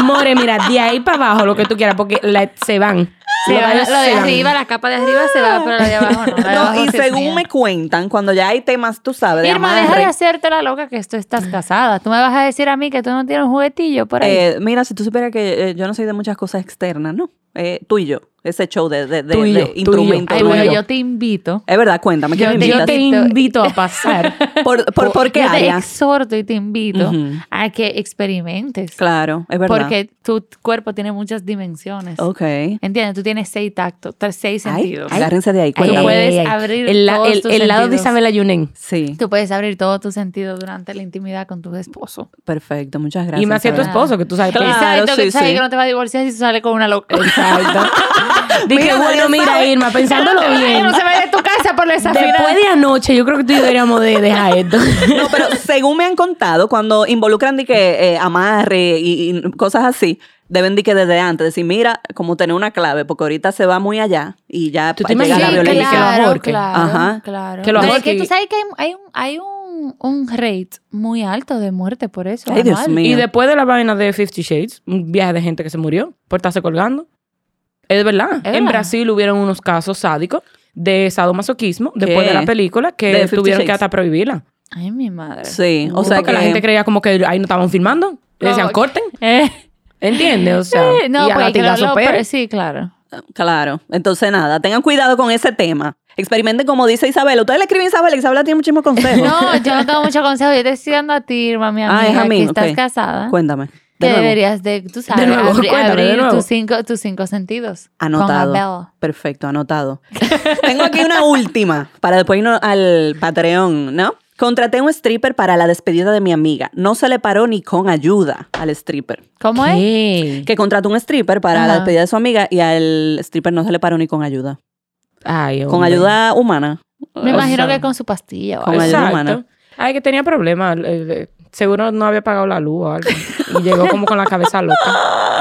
[SPEAKER 3] More, mira, de ahí para abajo, lo que tú quieras, porque la- se van.
[SPEAKER 4] Se
[SPEAKER 3] Los
[SPEAKER 4] va,
[SPEAKER 3] gallos
[SPEAKER 4] lo de
[SPEAKER 3] se van.
[SPEAKER 4] arriba, la capa de arriba se va, pero la de abajo no. la de
[SPEAKER 2] No,
[SPEAKER 4] abajo
[SPEAKER 2] y
[SPEAKER 4] sí es
[SPEAKER 2] según
[SPEAKER 4] mía.
[SPEAKER 2] me cuentan, cuando ya hay temas, tú sabes, de
[SPEAKER 4] Irma, deja de
[SPEAKER 2] amarre,
[SPEAKER 4] hacerte la loca que tú estás casada. Tú me vas a decir a mí que tú no tienes un juguetillo por ahí.
[SPEAKER 2] Eh, mira, si tú supieras que eh, yo no soy de muchas cosas externas, ¿no? Eh, tú y yo, ese show de, de, de,
[SPEAKER 3] Tú y
[SPEAKER 2] de
[SPEAKER 3] yo, tú y yo.
[SPEAKER 2] instrumento
[SPEAKER 4] Ay, bueno,
[SPEAKER 2] nuevo.
[SPEAKER 4] yo te invito.
[SPEAKER 2] Es verdad, cuéntame, ¿qué
[SPEAKER 4] Yo
[SPEAKER 2] me
[SPEAKER 4] te-
[SPEAKER 2] invitas?
[SPEAKER 3] Yo te invito a pasar.
[SPEAKER 2] ¿Por, por, por qué
[SPEAKER 4] yo te
[SPEAKER 2] área?
[SPEAKER 4] exhorto y te invito
[SPEAKER 2] Ujú.
[SPEAKER 4] a que experimentes.
[SPEAKER 2] Claro, es verdad.
[SPEAKER 4] Porque tu cuerpo tiene muchas dimensiones.
[SPEAKER 2] Ok.
[SPEAKER 4] ¿Entiendes? Tú tienes seis tactos, tres, seis
[SPEAKER 2] Ay,
[SPEAKER 4] sentidos.
[SPEAKER 2] agárrense de ahí,
[SPEAKER 4] Tú
[SPEAKER 2] cuéntame.
[SPEAKER 4] puedes abrir
[SPEAKER 3] el, la-
[SPEAKER 4] todos
[SPEAKER 3] el-
[SPEAKER 4] tus
[SPEAKER 3] el lado de
[SPEAKER 4] sentidos.
[SPEAKER 3] Isabela Yunen.
[SPEAKER 2] Sí,
[SPEAKER 4] Tú puedes abrir todos tus sentidos durante la intimidad con tu esposo.
[SPEAKER 2] perfecto, muchas gracias.
[SPEAKER 3] y más que tu
[SPEAKER 2] Isabel.
[SPEAKER 4] Isabela.
[SPEAKER 3] esposo, que tú sabes.
[SPEAKER 2] Claro,
[SPEAKER 4] Exacto, que
[SPEAKER 2] sí,
[SPEAKER 4] tú sabes
[SPEAKER 2] sí.
[SPEAKER 4] que no te vas a divorciar si tú sales con una loca.
[SPEAKER 3] Exacto. Dije,
[SPEAKER 2] Mira,
[SPEAKER 3] bueno,
[SPEAKER 2] ya
[SPEAKER 3] mira,
[SPEAKER 2] sabes.
[SPEAKER 3] Irma, pensándolo bien.
[SPEAKER 4] no se vaya de tu casa por esa
[SPEAKER 3] Después de anoche, yo creo que tú y yo deberíamos de dejar esto.
[SPEAKER 2] No, pero según me han contado, cuando involucran de que eh, amarre y, y cosas así, deben de que desde antes decir, mira, como tener una clave, porque ahorita se va muy allá y ya
[SPEAKER 3] ¿Tú
[SPEAKER 2] pa-
[SPEAKER 3] te
[SPEAKER 2] llega
[SPEAKER 3] imaginas
[SPEAKER 2] la
[SPEAKER 3] que
[SPEAKER 4] claro,
[SPEAKER 2] violencia.
[SPEAKER 3] lo ahorque.
[SPEAKER 4] Claro,
[SPEAKER 2] Ajá.
[SPEAKER 4] claro.
[SPEAKER 3] Que lo
[SPEAKER 4] No, es
[SPEAKER 3] ahorque.
[SPEAKER 4] que tú sabes que hay, hay un, hay un, un rate muy alto de muerte por eso.
[SPEAKER 2] Ay, Dios
[SPEAKER 4] anual.
[SPEAKER 2] mío.
[SPEAKER 3] Y después de la vaina de 50 Shades, un viaje de gente que se murió por estarse colgando. Es verdad. en
[SPEAKER 4] verdad.
[SPEAKER 3] Brasil hubieron unos casos sádicos de sadomasoquismo después
[SPEAKER 2] ¿Qué?
[SPEAKER 3] de la película que
[SPEAKER 2] De 50
[SPEAKER 3] tuvieron que
[SPEAKER 2] Shades.
[SPEAKER 3] hasta prohibirla.
[SPEAKER 4] Ay, mi madre.
[SPEAKER 2] Sí, o sea
[SPEAKER 3] porque
[SPEAKER 2] que
[SPEAKER 3] la gente creía como que ahí no estaban filmando. Le decían,
[SPEAKER 4] No.
[SPEAKER 3] corten.
[SPEAKER 4] Eh,
[SPEAKER 3] ¿Entiendes? O sea,
[SPEAKER 4] eh, no,
[SPEAKER 3] y a
[SPEAKER 4] pues que lo-
[SPEAKER 3] latigazo
[SPEAKER 4] lo-
[SPEAKER 3] Pérez.
[SPEAKER 4] pero sí, claro.
[SPEAKER 2] Claro, entonces nada, tengan cuidado con ese tema. Experimenten como dice Isabela. Ustedes le escriben a Isabela, Isabela tiene muchísimos consejos.
[SPEAKER 4] No, yo no tengo mucho consejo. Yo te estoy dando a ti, Irma, mi amiga,
[SPEAKER 2] ah, es a mí.
[SPEAKER 4] que estás
[SPEAKER 2] ok.
[SPEAKER 4] casada.
[SPEAKER 2] Cuéntame. de
[SPEAKER 4] que
[SPEAKER 2] nuevo.
[SPEAKER 4] deberías de, tú sabes,
[SPEAKER 3] nuevo,
[SPEAKER 4] abri-
[SPEAKER 3] cuéntame, de
[SPEAKER 4] abrir
[SPEAKER 3] nuevo.
[SPEAKER 4] Tus, cinco, tus cinco sentidos.
[SPEAKER 2] Anotado.
[SPEAKER 4] Con Abel.
[SPEAKER 2] Perfecto, anotado. Tengo aquí una última para después irnos al Patreon, ¿no? Contraté un stripper para la despedida de mi amiga. No se le paró ni con ayuda al stripper.
[SPEAKER 4] ¿Cómo es?
[SPEAKER 3] ¿Qué?
[SPEAKER 2] Que contrató un stripper para la
[SPEAKER 4] Ajá.
[SPEAKER 2] despedida de su amiga y al stripper no se le paró ni con ayuda.
[SPEAKER 3] Ay,
[SPEAKER 2] Con
[SPEAKER 3] hombre.
[SPEAKER 2] ayuda humana.
[SPEAKER 4] Me imagino
[SPEAKER 3] sea,
[SPEAKER 4] que con su pastilla. o
[SPEAKER 2] con
[SPEAKER 4] algo.
[SPEAKER 2] ayuda
[SPEAKER 3] Exacto.
[SPEAKER 2] humana.
[SPEAKER 3] Ay, que tenía problemas. eh, eh, Seguro no había pagado la luz o algo. Y llegó como con la cabeza loca.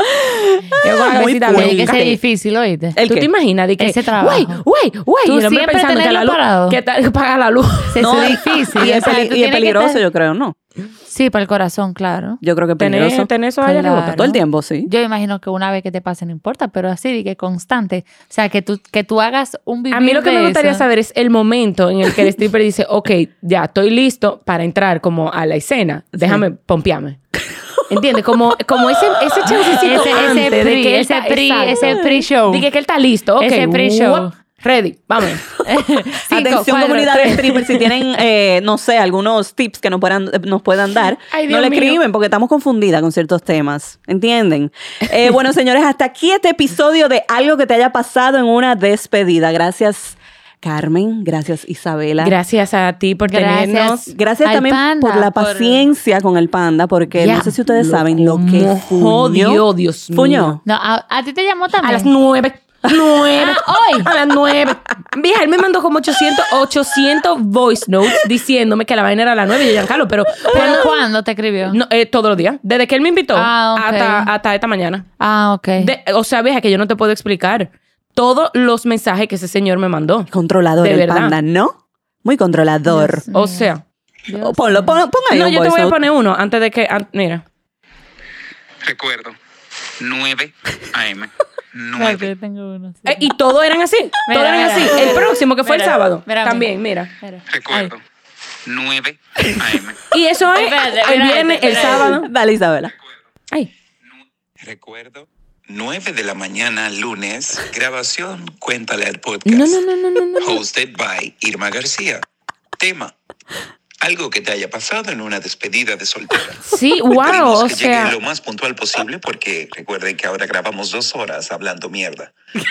[SPEAKER 3] Llegó con la
[SPEAKER 2] Muy
[SPEAKER 3] cabecita
[SPEAKER 4] Tiene que
[SPEAKER 3] loca.
[SPEAKER 4] ser difícil, ¿oíste?
[SPEAKER 2] ¿El
[SPEAKER 3] ¿Tú
[SPEAKER 2] qué?
[SPEAKER 3] te imaginas de que
[SPEAKER 4] Ese trabajo.
[SPEAKER 3] Güey, güey, güey,
[SPEAKER 4] Tú
[SPEAKER 3] y el hombre
[SPEAKER 4] siempre
[SPEAKER 3] pensando que la
[SPEAKER 4] tenerlo
[SPEAKER 3] luz,
[SPEAKER 4] parado.
[SPEAKER 3] que tal- paga la luz.
[SPEAKER 4] Sí, eso es difícil.
[SPEAKER 2] Y
[SPEAKER 4] o
[SPEAKER 2] es,
[SPEAKER 4] sea,
[SPEAKER 2] peli-
[SPEAKER 4] tú
[SPEAKER 2] y es
[SPEAKER 4] tienes que
[SPEAKER 2] peligroso,
[SPEAKER 4] estar-
[SPEAKER 2] yo creo, ¿no?
[SPEAKER 4] Sí, para el corazón, claro.
[SPEAKER 2] Yo creo que es peligroso.
[SPEAKER 3] Tener, tener eso allá arriba.
[SPEAKER 4] Claro.
[SPEAKER 2] Todo el tiempo, sí.
[SPEAKER 4] Yo imagino que una vez que te pase no importa, pero así de que constante. O sea, que tú, que tú hagas un video.
[SPEAKER 3] A mí lo que me gustaría saber es el momento en el que el stripper dice, ok, ya estoy listo para entrar como a la escena. Déjame, pompeame. ¿Entiendes? Como, como ese, ese chancecito
[SPEAKER 4] Ese- ese
[SPEAKER 3] antes de
[SPEAKER 4] pre-
[SPEAKER 3] que él
[SPEAKER 4] ese
[SPEAKER 3] está-
[SPEAKER 4] pre-
[SPEAKER 3] exacto.
[SPEAKER 4] ese pre-show.
[SPEAKER 3] Dije que él está listo. ok,
[SPEAKER 4] Ese pre-show.
[SPEAKER 3] guap, Ready, vamos.
[SPEAKER 2] Atención comunidad de strippers, si tienen, eh, no sé, algunos tips que nos puedan, eh, nos puedan dar,
[SPEAKER 3] Ay,
[SPEAKER 2] no
[SPEAKER 3] Dios
[SPEAKER 2] le
[SPEAKER 3] mío.
[SPEAKER 2] escriben porque estamos confundidas con ciertos temas, ¿entienden? Eh, bueno, señores, hasta aquí este episodio de algo que te haya pasado en una despedida. Gracias, Carmen. Gracias, Isabela.
[SPEAKER 3] Gracias a ti por
[SPEAKER 4] Gracias.
[SPEAKER 3] tenernos.
[SPEAKER 2] Gracias
[SPEAKER 4] Al
[SPEAKER 2] también
[SPEAKER 4] panda,
[SPEAKER 2] por la
[SPEAKER 4] por-
[SPEAKER 2] paciencia con el panda, porque no sé si ustedes saben lo que
[SPEAKER 3] cómo
[SPEAKER 2] fuñó.
[SPEAKER 3] jodió, Dios mío.
[SPEAKER 2] Fuñó.
[SPEAKER 4] No, a, a ti te llamó
[SPEAKER 3] A
[SPEAKER 4] también. Ah,
[SPEAKER 3] las nueve. Nueve.
[SPEAKER 4] hoy.
[SPEAKER 3] A las nueve. Vieja, él me mandó como 800, 800 voice notes diciéndome que la vaina era a las nueve. Y yo, Giancarlo, pero...
[SPEAKER 4] ¿Pero
[SPEAKER 3] ¿cuándo?
[SPEAKER 4] cuándo te escribió?
[SPEAKER 3] No, eh, todos los días. Desde que él me invitó
[SPEAKER 4] Ah, ok.
[SPEAKER 3] hasta, hasta esta mañana.
[SPEAKER 4] Ah, ok.
[SPEAKER 3] De- o sea, vieja, que yo no te puedo explicar todos los mensajes que ese señor me mandó.
[SPEAKER 2] Controlador
[SPEAKER 3] De
[SPEAKER 2] el
[SPEAKER 3] verdad.
[SPEAKER 2] panda, ¿no? Muy controlador.
[SPEAKER 3] O sea...
[SPEAKER 2] Oh, Ponlo, pon, pon ahí
[SPEAKER 3] No,
[SPEAKER 2] un
[SPEAKER 3] yo te
[SPEAKER 2] voice
[SPEAKER 3] voy a
[SPEAKER 2] note.
[SPEAKER 3] poner uno antes de que... an- mira.
[SPEAKER 5] Recuerdo, 9 AM.
[SPEAKER 4] Claro que tengo uno. sí.
[SPEAKER 3] Eh, y todos eran así.
[SPEAKER 4] Mira,
[SPEAKER 3] todos eran
[SPEAKER 4] mira,
[SPEAKER 3] así.
[SPEAKER 4] mira.
[SPEAKER 3] el próximo, que fue el
[SPEAKER 4] Mira,
[SPEAKER 3] sábado.
[SPEAKER 4] mira, mira.
[SPEAKER 3] también, mira.
[SPEAKER 4] Espera.
[SPEAKER 5] Recuerdo, 9 AM.
[SPEAKER 3] Y eso es
[SPEAKER 4] Espérate,
[SPEAKER 3] el
[SPEAKER 4] espérate,
[SPEAKER 3] viernes, el
[SPEAKER 4] espérate.
[SPEAKER 3] sábado.
[SPEAKER 2] Dale, Isabela.
[SPEAKER 3] Ay.
[SPEAKER 5] Recuerdo, 9 de la mañana, lunes, grabación Cuéntale al podcast.
[SPEAKER 3] No, no, no, no, no, no.
[SPEAKER 5] Hosted by Irma García. Tema. Algo que te haya pasado en una despedida de soltera.
[SPEAKER 3] Sí, wow,
[SPEAKER 5] Pedimos
[SPEAKER 3] o
[SPEAKER 5] que llegue
[SPEAKER 3] sea.
[SPEAKER 5] lo más puntual posible porque recuerden que ahora grabamos dos horas hablando mierda.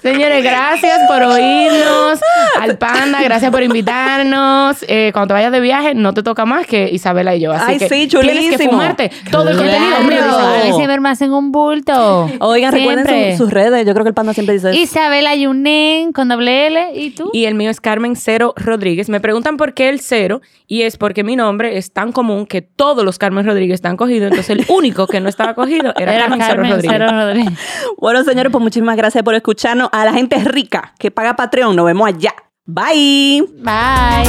[SPEAKER 3] Señores, gracias por oírnos. Al panda, gracias por invitarnos. Eh, cuando te vayas de viaje, no te toca más que Isabela y yo. Así
[SPEAKER 2] Ay,
[SPEAKER 3] que
[SPEAKER 2] sí,
[SPEAKER 3] tienes que
[SPEAKER 2] chulísimo.
[SPEAKER 3] fumarte todo el contenido.
[SPEAKER 4] Claro,
[SPEAKER 3] mío de Isabela.
[SPEAKER 4] a ver si ver más en un bulto.
[SPEAKER 2] Oigan, recuerden
[SPEAKER 4] Siempre.
[SPEAKER 2] su- sus redes. Yo creo que el panda siempre dice eso.
[SPEAKER 4] Isabela Yunen con doble L. ¿Y tú?
[SPEAKER 3] Y el mío es Carmen Cero Rodríguez. Me preguntan por qué el cero y es porque mi nombre es tan común que todos los Carmen Rodríguez están cogidos. Entonces el único que no estaba cogido era, Carmen, Cero Rodríguez.
[SPEAKER 4] Cero Rodríguez.
[SPEAKER 2] Bueno, señores, pues muchísimas gracias por escucharnos. A la gente rica que paga Patreon, nos vemos allá. Bye.
[SPEAKER 4] Bye.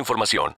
[SPEAKER 6] información.